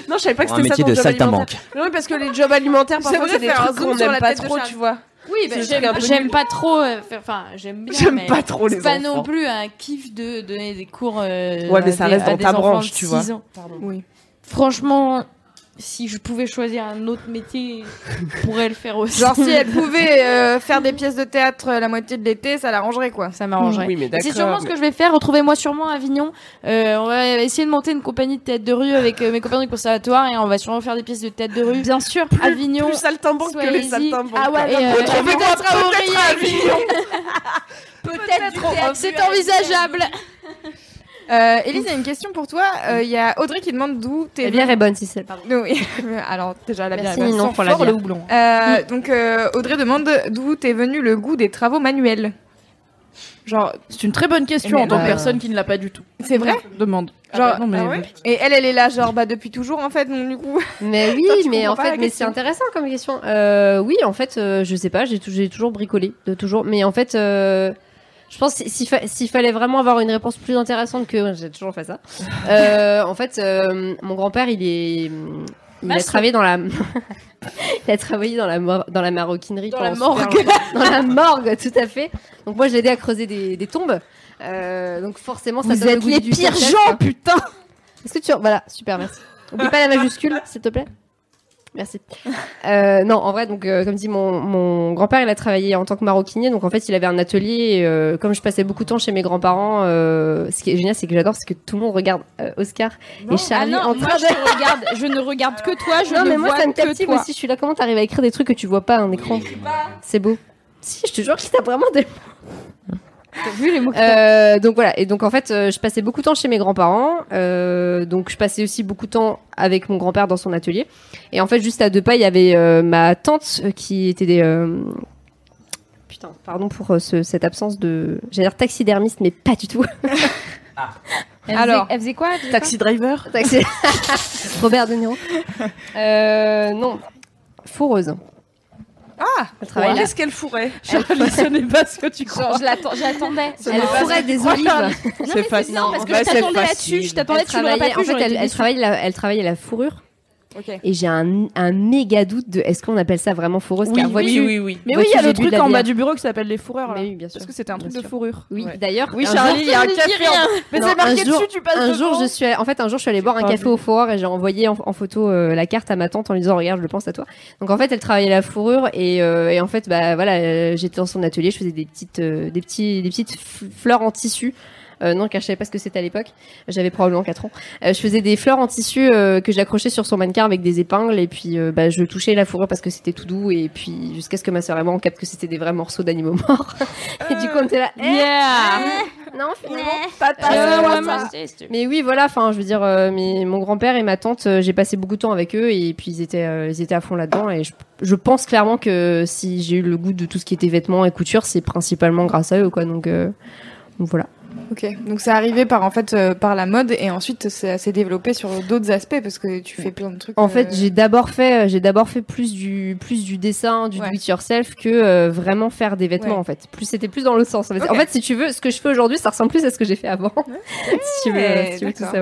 S4: non, je savais pas que
S7: Pour un
S4: c'était ça
S7: métier
S4: ton
S7: de
S4: job
S7: saltimbanque.
S4: alimentaire. Non, mais parce que les jobs alimentaires,
S1: C'est
S4: parfois,
S1: vrai,
S4: c'est des
S1: faire un
S4: trucs
S1: zoom
S4: qu'on
S1: sur
S4: n'aime
S1: la
S4: pas
S1: tête de
S4: trop,
S1: Charles.
S4: tu vois.
S9: Oui, bah,
S4: C'est un
S9: j'aime
S4: peu
S9: j'aime
S4: nul.
S9: pas trop. euh, faire- Enfin, j'aime bien.
S4: J'aime
S9: mais
S4: pas trop les
S9: C'est pas
S4: enfants.
S9: non plus un kiff de donner des cours. euh,
S4: Ouais,
S9: à
S4: mais ça
S9: des-
S4: reste
S9: à
S4: dans
S9: des
S4: ta
S9: enfants
S4: branche,
S9: de
S4: tu
S9: 6
S4: vois.
S9: ans. Oui. Franchement, si je pouvais choisir un autre métier, je pourrais le faire aussi.
S1: Genre si elle pouvait euh, faire des pièces de théâtre euh, la moitié de l'été, ça l'arrangerait quoi.
S9: Ça m'arrangerait.
S4: Oui, mais
S9: Et C'est
S4: d'accord.
S9: sûrement ce
S4: mais-
S9: que je vais faire. Retrouvez-moi sûrement à Avignon. Euh, on va essayer de monter une compagnie de tête de rue avec euh, mes copains du conservatoire et on va sûrement faire des pièces de tête de rue.
S6: Bien sûr.
S9: Avignon.
S4: Plus saltimbanque que les
S9: Soyez-y.
S4: saltimbanques.
S9: Ah ouais, et, euh,
S4: Retrouvez-moi
S9: peut-être à
S4: peut-être
S9: Aurillac.
S4: à Avignon.
S6: Peut-être du théâtre.
S9: C'est envisageable.
S1: Euh, Élise, il y a une question pour toi. Euh, Il y a Audrey qui demande d'où t'es.
S2: La bière est bonne si c'est pas.
S1: Non, oui. Alors déjà la bière.
S2: Merci
S1: est bonne.
S2: Ninon
S1: Sans
S2: pour la
S1: fort,
S2: bière. Mm.
S1: le houblon. Euh, Donc euh, Audrey demande d'où t'es venu le goût des travaux manuels. Genre
S3: C'est une très bonne question
S1: Mais
S3: en tant que
S1: bah-
S3: personne qui ne l'a pas du tout.
S1: c'est vrai.
S3: Demande.
S1: Genre
S3: Ah bah non, mais-
S1: ah ouais et elle elle est là genre bah depuis toujours en fait donc du coup.
S2: Mais oui,
S1: Toi, tu
S2: mais
S1: comprends
S2: en
S1: pas la
S2: fait, mais c'est
S1: question.
S2: intéressant comme question. Euh, oui, en fait, euh, je sais pas, j'ai tou- j'ai toujours bricolé, de toujours. Mais en fait, euh, je pense si- s'il fa- s'il fallait vraiment avoir une réponse plus intéressante que j'ai toujours fait ça. Euh, en fait, euh, mon grand-père, il est, il a
S9: Maçon.
S2: travaillé dans la, il a travaillé dans la mor- dans la maroquinerie,
S9: Dans la
S2: pendant super
S9: morgue.
S2: longtemps. dans la morgue, tout à fait. Donc moi, je l'ai aidé à creuser des, des tombes. Euh, donc forcément, ça
S6: Vous
S2: donne le
S6: êtes
S2: goût
S6: les
S2: du
S6: pires
S2: success,
S6: gens,
S2: quoi.
S6: putain.
S2: Est-ce que tu voilà super merci. Oublie pas la majuscule s'il te plaît. Merci. Euh, non, en vrai, donc euh, comme dit mon, mon grand-père, il a travaillé en tant que maroquinier, donc en fait, il avait un atelier. et, euh, comme je passais beaucoup de temps chez mes grands-parents, euh, ce qui est génial, c'est que j'adore, c'est que tout le monde regarde euh, Oscar et Charlie
S6: ah non,
S2: en
S6: moi
S2: train
S6: je te regarde, je ne regarde que toi,
S2: de.
S6: je
S2: Non,
S6: ne
S2: mais moi,
S6: vois
S2: ça me
S6: que
S2: captive
S6: toi.
S2: aussi. Je suis là, comment t'arrives à écrire des trucs que tu vois pas à un écran C'est beau. Si, je te jure qu'il t'a vraiment des
S9: T'as vu les mots que
S2: Euh, donc voilà, et donc en fait, euh, je passais beaucoup de temps chez mes grands-parents, euh, donc je passais aussi beaucoup de temps avec mon grand-père dans son atelier. Et en fait, juste à deux pas, il y avait euh, ma tante euh, qui était des... euh, Putain, pardon pour euh, ce- cette absence de... J'allais dire taxidermiste, mais pas du tout.
S4: Ah.
S6: Elle
S1: Alors.
S6: faisait, elle faisait quoi Euh, elle faisait
S4: Taxi driver
S2: Taxi- Robert De Niro. Euh, non, fourreuse.
S4: Ah
S2: Elle travaille là.
S4: Qu'est-ce qu'elle fourrait
S3: Charlie, ce n'est pas ce que tu
S6: quoi Genre,
S3: crois.
S6: je l'attends- j'attendais.
S2: Elle fourrait des olives.
S6: Oh, Non, mais
S4: C'est
S6: c'est
S4: facile.
S6: non, parce que
S4: Bah,
S6: je
S4: c'est
S6: t'attendais
S4: facile.
S6: là-dessus, je t'attendais, tu l'aurais pas
S2: travaillait-
S6: cru,
S2: en fait,
S6: j'aurais
S2: elle,
S6: été
S2: elle
S6: déçue.
S2: travaillait la, elle travaillait la fourrure.
S1: Ok.
S2: Et j'ai un, un méga doute de est-ce qu'on appelle ça vraiment fourreuse
S3: Oui,
S2: car
S3: oui,
S2: vois-tu-
S3: oui, oui. Mais
S2: vois-tu,
S3: oui, il y a
S2: j'ai
S3: le
S2: bu de
S3: truc
S2: la
S3: en bas
S2: bière.
S3: du bureau qui s'appelle les fourrures.
S2: Mais
S3: là.
S2: oui, bien sûr.
S3: Parce que c'était un truc
S2: Bien
S3: de
S2: sûr.
S3: fourrure.
S2: Oui,
S3: Ouais.
S2: d'ailleurs.
S3: Oui,
S2: un jour-
S3: Charlie, il y a un
S9: Personne ne dit
S3: café.
S9: rien.
S3: en- Mais
S2: Non,
S3: c'est
S2: un
S3: marqué
S2: jour-
S3: dessus, tu passes
S2: un jour,
S3: devant.
S2: je suis allée- en fait, un jour, je suis allée boire un
S3: Pas
S2: café
S3: vu.
S2: au four et j'ai envoyé en, en photo euh, la carte à ma tante en lui disant regarde, je le pense à toi. Donc en fait, elle travaillait la fourrure et, euh, et en fait, bah voilà, euh, j'étais dans son atelier, je faisais des petites, euh, des petits, des petites f- fleurs en tissu. Euh, non, car je savais pas ce que c'était à l'époque. J'avais probablement 4 ans. Euh, je faisais des fleurs en tissu euh, que j'accrochais sur son mannequin avec des épingles et puis euh, bah, je touchais la fourrure parce que c'était tout doux et puis jusqu'à ce que ma sœur et moi on capte que c'était des vrais morceaux d'animaux morts. et du coup on était là. eh,
S3: Yeah.
S2: non, finalement,
S6: Ouais.
S2: pas pas
S6: Euh,
S2: ça.
S6: ouais, mais-
S2: Mais oui, voilà, enfin, je veux dire, euh, mes- mon grand-père et ma tante, euh, j'ai passé beaucoup de temps avec eux et puis ils étaient, euh, ils étaient à fond là-dedans. Et je, je pense clairement que si j'ai eu le goût de tout ce qui était vêtements et couture, c'est principalement grâce à eux, quoi. Donc, euh, donc voilà.
S1: Ok, donc c'est arrivé par en fait euh, par la mode et ensuite ça s'est développé sur d'autres aspects parce que tu fais plein de trucs. euh,
S2: En fait, j'ai d'abord fait, euh, j'ai d'abord fait plus du plus du dessin, du do it yourself que euh, vraiment faire des vêtements
S1: Ouais.
S2: en fait. Plus c'était plus dans le sens. En fait. En
S1: Ok.
S2: fait, si tu veux, ce que je fais aujourd'hui, ça ressemble plus à ce que j'ai fait avant. si tu veux,
S1: Ouais,
S2: si tu veux tout
S1: d'accord.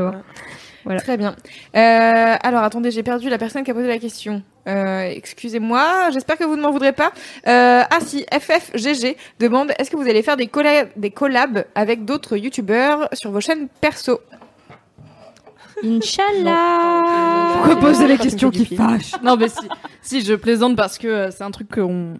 S2: savoir.
S1: Très bien. Euh, alors attendez, j'ai perdu la personne qui a posé la question. Euh, Excusez-moi, j'espère que vous ne m'en voudrez pas. Euh, ah si, FFGG demande est-ce que vous allez faire des, colla- des collabs avec d'autres youtubeurs sur vos chaînes perso
S5: Inch'Allah
S3: Pourquoi
S5: poser
S3: les
S5: questions
S3: qui fâchent Ah. Non, mais si, si, je plaisante parce que euh, c'est un truc que on-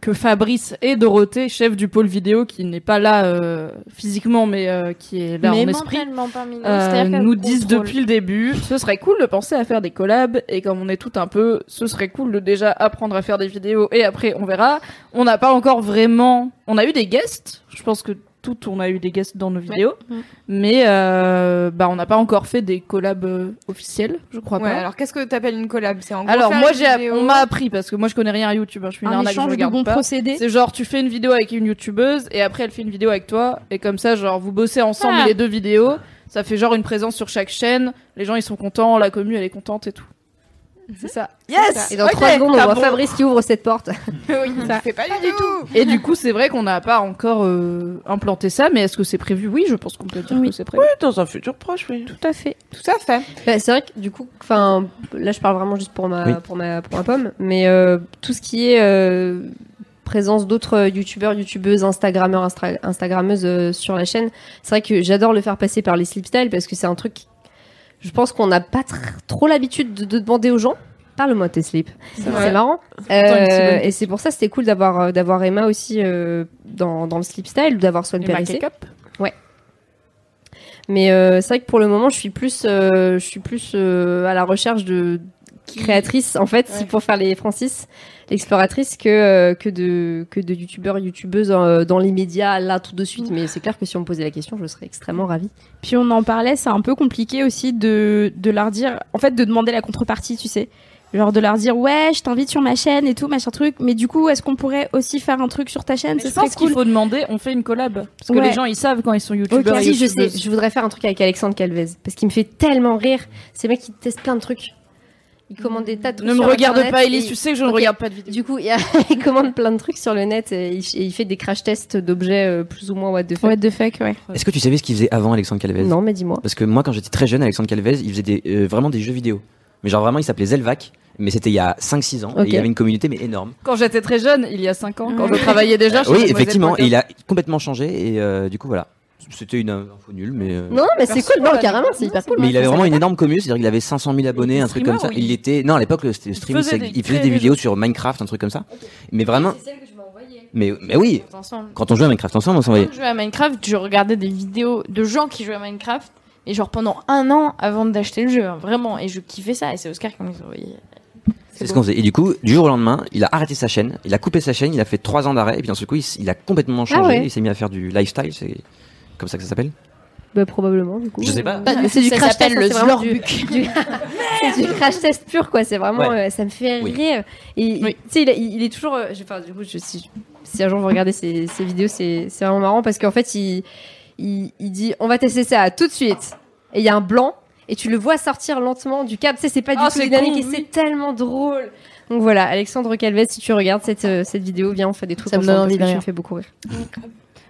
S3: que Fabrice et Dorothée, chef du pôle vidéo, qui n'est pas là euh, physiquement, mais euh, qui est là
S9: Mais
S3: en esprit,
S9: mentalement parmi nous,
S3: euh,
S9: c'est-à-dire qu'elle
S3: nous disent
S9: contrôle.
S3: depuis le début, ce serait cool de penser à faire des collabs, et comme on est tout un peu, ce serait cool de déjà apprendre à faire des vidéos, et après on verra. On n'a pas encore vraiment... On a eu des guests, je pense que toutes on a eu des guests dans nos vidéos,
S1: Mm.
S3: mais euh, bah, on n'a pas encore fait des collabs euh, officiels, je crois
S1: Ouais,
S3: pas.
S1: alors qu'est-ce que t'appelles une collab C'est en gros
S3: Alors
S1: faire
S3: moi
S1: une
S3: j'ai
S1: vidéo-
S3: on m'a appris parce que moi je connais rien à YouTube, hein, je suis une
S1: Un
S3: arnaque, je
S1: échange de
S3: regarde
S1: bons
S3: pas.
S1: procédés.
S3: C'est genre tu fais une vidéo avec une youtubeuse et après elle fait une vidéo avec toi et comme ça genre vous bossez ensemble
S1: Ah.
S3: les deux vidéos, ça fait genre une présence sur chaque chaîne, les gens ils sont contents, la commu elle est contente et tout.
S1: Mhm.
S3: C'est ça.
S2: Et dans trois secondes, on voit Fabrice qui ouvre cette porte.
S1: oui, ça fait pas du tout.
S3: Et du coup, c'est vrai qu'on n'a pas encore euh, implanté ça, mais est-ce que c'est prévu Oui, je pense qu'on peut dire que c'est prévu.
S4: Oui, dans un futur proche, oui.
S3: Tout à fait.
S1: Tout à fait.
S2: Bah, c'est vrai que du coup, enfin, là je parle vraiment juste pour ma,
S3: Oui.
S2: pour ma, pour ma pomme, mais euh, tout ce qui est euh, présence d'autres euh, youtubeurs, youtubeuses, instagrammeurs, instra- instagrammeuses euh, sur la chaîne, c'est vrai que j'adore le faire passer par les slipstyles parce que c'est un truc, je pense qu'on n'a pas tr- trop l'habitude de, de demander aux gens. Parle-moi de tes slips.
S6: C'est
S2: C'est
S6: vrai.
S2: marrant.
S6: C'est pourtant une si bonne
S2: Euh, et c'est pour ça c'était cool d'avoir euh, d'avoir Emma aussi euh, dans, dans le slipstyle, d'avoir Swan
S3: Emma
S2: Périssé.
S3: Cakep.
S2: Ouais. Mais euh, c'est vrai que pour le moment, je suis plus, euh, je suis plus euh, à la recherche de créatrices, en fait, si pour faire les Francis, l'exploratrice, que, euh, que de, que de youtubeurs, youtubeuses euh, dans les médias, là, tout de suite. Mais c'est clair que si on me posait la question, je serais extrêmement ravie.
S6: Puis on en parlait, c'est un peu compliqué aussi de, de leur dire, en fait, de demander la contrepartie, tu sais. Genre de leur dire, ouais, je t'invite sur ma chaîne et tout, machin truc, mais du coup, est-ce qu'on pourrait aussi faire un truc sur ta chaîne
S3: Je pense qu'il faut demander, on fait une collab parce que
S2: Ouais.
S3: les gens ils savent quand ils sont youtubeurs. et
S2: si, je sais,
S3: youtubeuses.
S2: je voudrais faire un truc avec Alexandre Calvez, parce qu'il me fait tellement rire. C'est le mec qui teste plein de trucs. Il commande des tas de trucs.
S3: Ne me
S2: sur
S3: regarde
S2: Internet
S3: pas,
S2: et
S3: Elise,
S2: il-
S3: tu sais que je ne
S2: Ok.
S3: regarde pas de vidéos.
S2: Du coup, il, y a- il commande plein de trucs sur le net et il, et il fait des crash tests d'objets euh, plus ou moins what the fuck.
S6: What the fuck, ouais.
S7: Est-ce que tu savais ce qu'il faisait avant Alexandre Calvez
S2: Non, mais dis-moi.
S7: Parce que moi, quand j'étais très jeune, Alexandre Calvez, il faisait des, euh, vraiment des jeux vidéo. Mais genre vraiment, il s'appelait Zelvac. Mais c'était il y a 5-6 ans.
S3: Ok.
S7: Et il y avait une communauté, mais énorme.
S3: Quand j'étais très jeune, il y a 5 ans, quand je
S7: Mm.
S3: travaillais déjà. chez
S7: oui,
S3: Mademoiselle
S7: effectivement. Et
S3: Pointer.
S7: il a complètement changé. Et euh, du coup, voilà. C'était une euh, info nulle, mais. euh,
S2: Non, mais c'est cool, non, carrément, c'est hyper cool. bah,
S7: Mais il avait vraiment une énorme commu, c'est-à-dire qu'il avait 500 000 abonnés, un truc comme ça. Il était, non, à l'époque, le st- stream,
S2: faisait
S7: c'est-
S2: des-
S7: il faisait
S2: créer
S7: des
S2: des
S7: vidéos sur Minecraft, un truc comme ça. Mais vraiment. Mais, mais oui.
S9: Ensemble.
S7: Quand on jouait à Minecraft ensemble, on s'envoyait.
S9: Quand je jouais à Minecraft, je regardais des vidéos de gens qui jouaient à Minecraft, et genre pendant un an avant d'acheter le jeu, hein, vraiment, et je kiffais ça, et c'est Oscar qui me envoyé.
S7: C'est ce qu'on faisait. Et du coup, du jour au lendemain, il a arrêté sa chaîne, il a coupé sa chaîne, il a fait trois ans d'arrêt, et puis d'un seul coup, il, s- il a complètement changé,
S2: ouais.
S7: il s'est mis à faire du lifestyle, c'est comme ça que ça s'appelle
S2: Bah, probablement, du coup.
S7: Je sais pas.
S2: Bah, mais c'est du
S9: Ça
S2: crash
S9: s'appelle
S2: test,
S9: le
S2: c'est vraiment du-
S9: Zlorbuck.
S2: du- C'est du crash test pur, quoi. C'est vraiment,
S9: Ouais.
S2: euh, ça me fait
S9: Oui.
S2: rire. Et il- tu sais, il, a- il- il est toujours. euh, je- enfin, du coup, je- si, si un jour vous regardez ses, ses vidéos, c'est c'est vraiment marrant parce qu'en fait, il, il, il dit on va tester ça tout de suite. Et il y a un blanc et tu le vois sortir lentement du câble. Tu sais, c'est pas du
S9: Ah,
S2: tout
S9: c'est
S2: dynamique
S9: con,
S2: et c'est tellement drôle. Donc voilà, Alexandre Calvet, si tu regardes cette, euh, cette vidéo, viens, on fait des trucs
S9: Ça me
S2: ensemble
S9: donne
S2: parce
S9: envie
S2: que
S9: de
S2: tu me
S9: rire.
S2: fais beaucoup rire.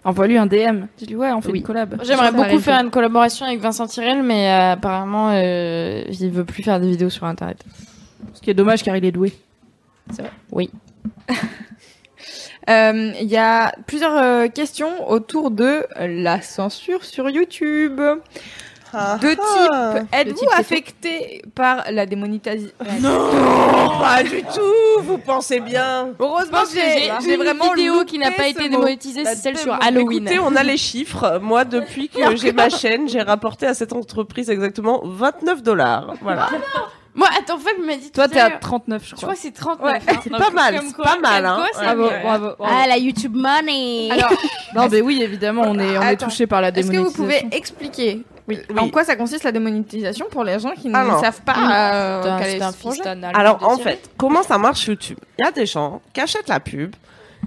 S3: Envoie-lui un DM. Dis-lui, ouais, on fait
S2: Oui.
S3: une collab.
S9: J'aimerais
S3: Ça paraît
S9: beaucoup faire
S3: cool.
S9: une collaboration avec Vincent Tirel, mais euh, apparemment, euh, il veut plus faire des vidéos sur Internet.
S3: Ce qui est dommage car il est doué.
S9: C'est vrai. Oui.
S1: Euh, Il y a plusieurs euh, questions autour de euh, la censure sur YouTube. De
S4: ah.
S1: type,
S4: Le type,
S1: êtes-vous
S4: c'est
S1: affecté par la démonétisation
S4: Non, pas du tout. Vous pensez bien.
S1: Heureusement que j'ai- j'ai vraiment
S9: vidéo
S1: loupé
S9: qui n'a pas été
S1: ce
S9: démonétisée,
S1: mot.
S9: c'est celle sur
S1: Tellement.
S9: Halloween.
S4: Écoutez, on a les chiffres. Moi,
S3: Ah
S4: depuis que j'ai ma chaîne, j'ai rapporté à cette entreprise exactement 29 dollars. Voilà.
S5: Moi, attends, Fab il m'a dit.
S3: Toi,
S5: tout
S3: t'es à
S5: l'heure.
S3: 39, je
S5: Je
S3: crois.
S5: crois que c'est 39.
S3: Ouais.
S5: hein.
S3: C'est
S5: Donc,
S3: pas mal,
S5: comme
S3: c'est
S5: quoi,
S3: pas mal,
S5: comme
S3: hein.
S5: quoi, ça
S3: Bravo,
S5: me-
S3: bravo, bravo.
S6: Ah, la YouTube money
S5: Alors,
S3: Non, mais oui, évidemment, on est, on est
S1: Attends.
S3: touché par la
S1: Est-ce que
S3: démonétisation.
S1: vous pouvez expliquer euh, en quoi ça consiste la démonétisation pour les gens qui ne
S4: Alors.
S1: savent pas euh,
S4: Ah, Putain,
S1: quel
S4: c'est
S1: est
S4: un
S1: ce projet
S4: Alors en fait, comment ça marche YouTube Il y a des gens qui achètent la pub,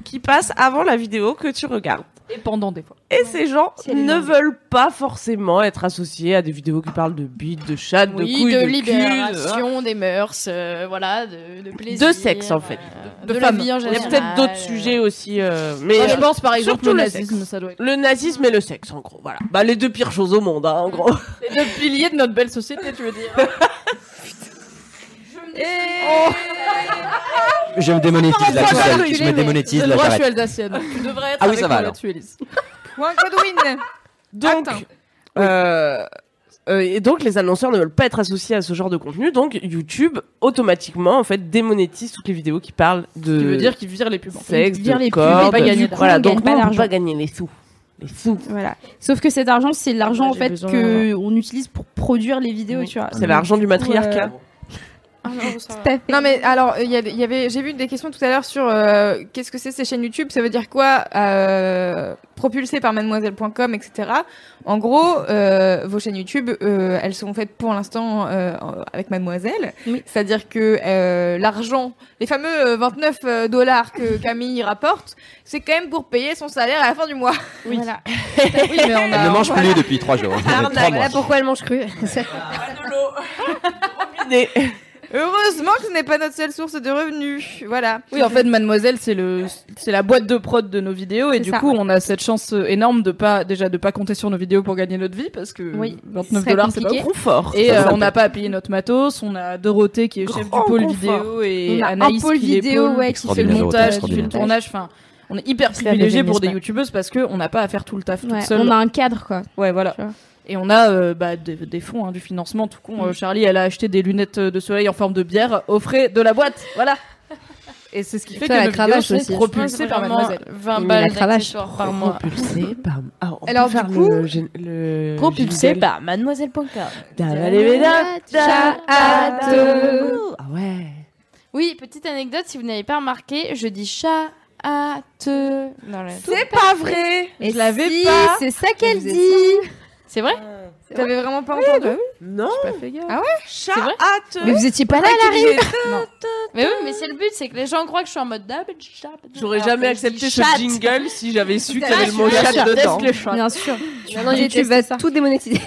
S4: qui passent avant la vidéo que tu regardes.
S3: Et pendant des fois.
S4: Et ces gens
S3: C'est les
S4: ne
S3: mêmes.
S4: veulent pas forcément être associés à des vidéos qui parlent de bites, de chattes, de
S5: Oui,
S4: couilles,
S5: de, ah.
S4: de, cul, de-
S5: libération, des mœurs, euh, voilà, de, de plaisir.
S4: de sexe en fait.
S5: de la
S4: femmes.
S5: vie en
S4: Il y a
S5: général,
S4: peut-être d'autres
S5: euh.
S4: sujets aussi, euh, mais
S3: Moi, je
S4: euh,
S3: pense, par exemple,
S4: surtout
S3: le
S4: sexe.
S3: nazisme, ça doit être-
S4: Le nazisme et le sexe, en gros, voilà. Bah les deux pires choses au monde, hein, en gros.
S3: Les deux piliers de notre belle société, tu veux dire. Oh,
S7: Je me démonétise là tout seul. Je me démonétise là,
S3: Moi, je suis
S7: j'arrête.
S3: alsacienne. Tu devrais être
S7: Ah oui,
S3: avec
S7: ça va,
S3: moi
S7: alors.
S3: là-dessus, Elise.
S1: Point Godwin.
S4: Donc, euh, euh, et donc les annonceurs ne veulent pas être associés à ce genre de contenu, donc YouTube automatiquement en fait démonétise toutes les vidéos qui parlent de.
S3: Ce qui veut dire qu'ils virent les pubs.
S4: Sexe,
S3: Ils virent
S4: de
S3: les pubs et
S4: corps,
S3: pas
S4: de-
S3: gagner d'argent.
S4: Voilà,
S3: On
S4: donc
S3: gagne pas
S4: on peut
S3: d'argent.
S4: pas gagner les sous. Les sous.
S6: Voilà. Sauf que cet argent, c'est l'argent
S3: Moi,
S6: en
S3: j'ai
S6: fait
S3: besoin
S6: que on utilise pour produire les vidéos,
S4: Oui.
S6: tu vois.
S4: Ah, C'est l'argent du matriarcat.
S1: Ah Non mais alors il y, a- il y avait j'ai vu des questions tout à l'heure sur euh, qu'est-ce que c'est ces chaînes YouTube ça veut dire quoi euh, propulsé par mademoiselle.com etc en gros euh, vos chaînes YouTube euh, elles sont faites pour l'instant euh, avec mademoiselle c'est à dire que euh, l'argent les fameux euh, 29 euh, dollars que Camille rapporte c'est quand même pour payer son salaire à la fin du mois oui voilà
S7: Elle ne mange plus depuis 3
S1: Ah,
S7: jours. Trois mois.
S2: pourquoi elle mange cru.
S1: heureusement que ce n'est pas notre seule source de revenus voilà
S3: Oui, en fait, Mademoiselle, c'est le, c'est la boîte de prod de nos vidéos, et
S1: C'est
S3: du
S1: ça,
S3: coup,
S1: ouais.
S3: on a cette chance euh, énorme de pas, déjà, de pas compter sur nos vidéos pour gagner notre vie, parce que
S1: Oui,
S3: 29
S1: ce serait
S3: dollars, c'est pas
S1: compliqué.
S3: ouf.
S4: Confort.
S3: Et
S4: ça
S3: euh,
S4: s'appelle.
S3: on n'a pas à payer notre matos, on a Dorothée qui est chef
S5: Oh,
S4: Grand
S3: du pôle
S4: confort.
S3: vidéo et
S6: On a un
S3: Anaïs
S6: pôle
S3: qui,
S6: vidéo,
S3: l'épaule,
S6: ouais,
S3: qui fait
S7: Extraordinaire,
S3: le
S7: Dorothée,
S3: montage, qui fait le
S7: extraordinaire.
S3: tournage. Enfin, on est hyper
S6: C'est la
S3: privilégié
S6: deuxième
S3: pour des
S6: espace.
S3: youtubeuses parce que on n'a pas à faire tout le taf
S6: Ouais,
S3: toute seule.
S6: on a un cadre quoi.
S3: Ouais, voilà.
S6: Tu vois. Mm.
S3: Et on a euh, bah, des, des fonds, hein, du financement tout con. Euh, Charlie, elle a acheté des lunettes euh, de soleil en forme de bière, offrez de la boîte, voilà. Et c'est ce qui fait
S2: Putain, la
S3: que nos vidéos
S2: cravache
S3: sont
S2: aussi.
S3: propulsées par
S5: Vraiment,
S3: mademoiselle.
S5: 20
S2: Il met la
S5: balles
S2: cravache.
S5: d'accessoires par mois.
S4: Propulsé par. Ah, on peut
S5: Alors, du
S4: faire
S5: coup,
S4: le gén- le
S5: Propulsé
S4: jingle.
S5: par mademoiselle.com.
S4: Ah ouais.
S5: Oui, petite anecdote, si vous n'avez pas remarqué, je dis chat à te. Non, là,
S1: c'est pas vrai
S6: Et
S3: Je l'avais
S6: si,
S3: pas.
S6: C'est ça qu'elle dit.
S5: C'est vrai
S1: t'avais vraiment pas entendu
S4: Non.
S3: Pas fait gaffe.
S6: Ah
S5: Ah
S4: Chat
S5: vrai
S4: à te-
S6: Mais vous étiez pas là à l'arrivée.
S5: Mais oui, mais c'est le but, c'est que les gens croient que je suis en mode d'hab.
S4: J'aurais jamais accepté ce
S5: chat.
S4: jingle si j'avais su qu'il y
S3: Ah,
S4: avait le mot
S3: je
S4: chat
S3: déteste
S4: dedans.
S3: le chat.
S6: Bien sûr.
S2: Maintenant, YouTube va tout démonétiser.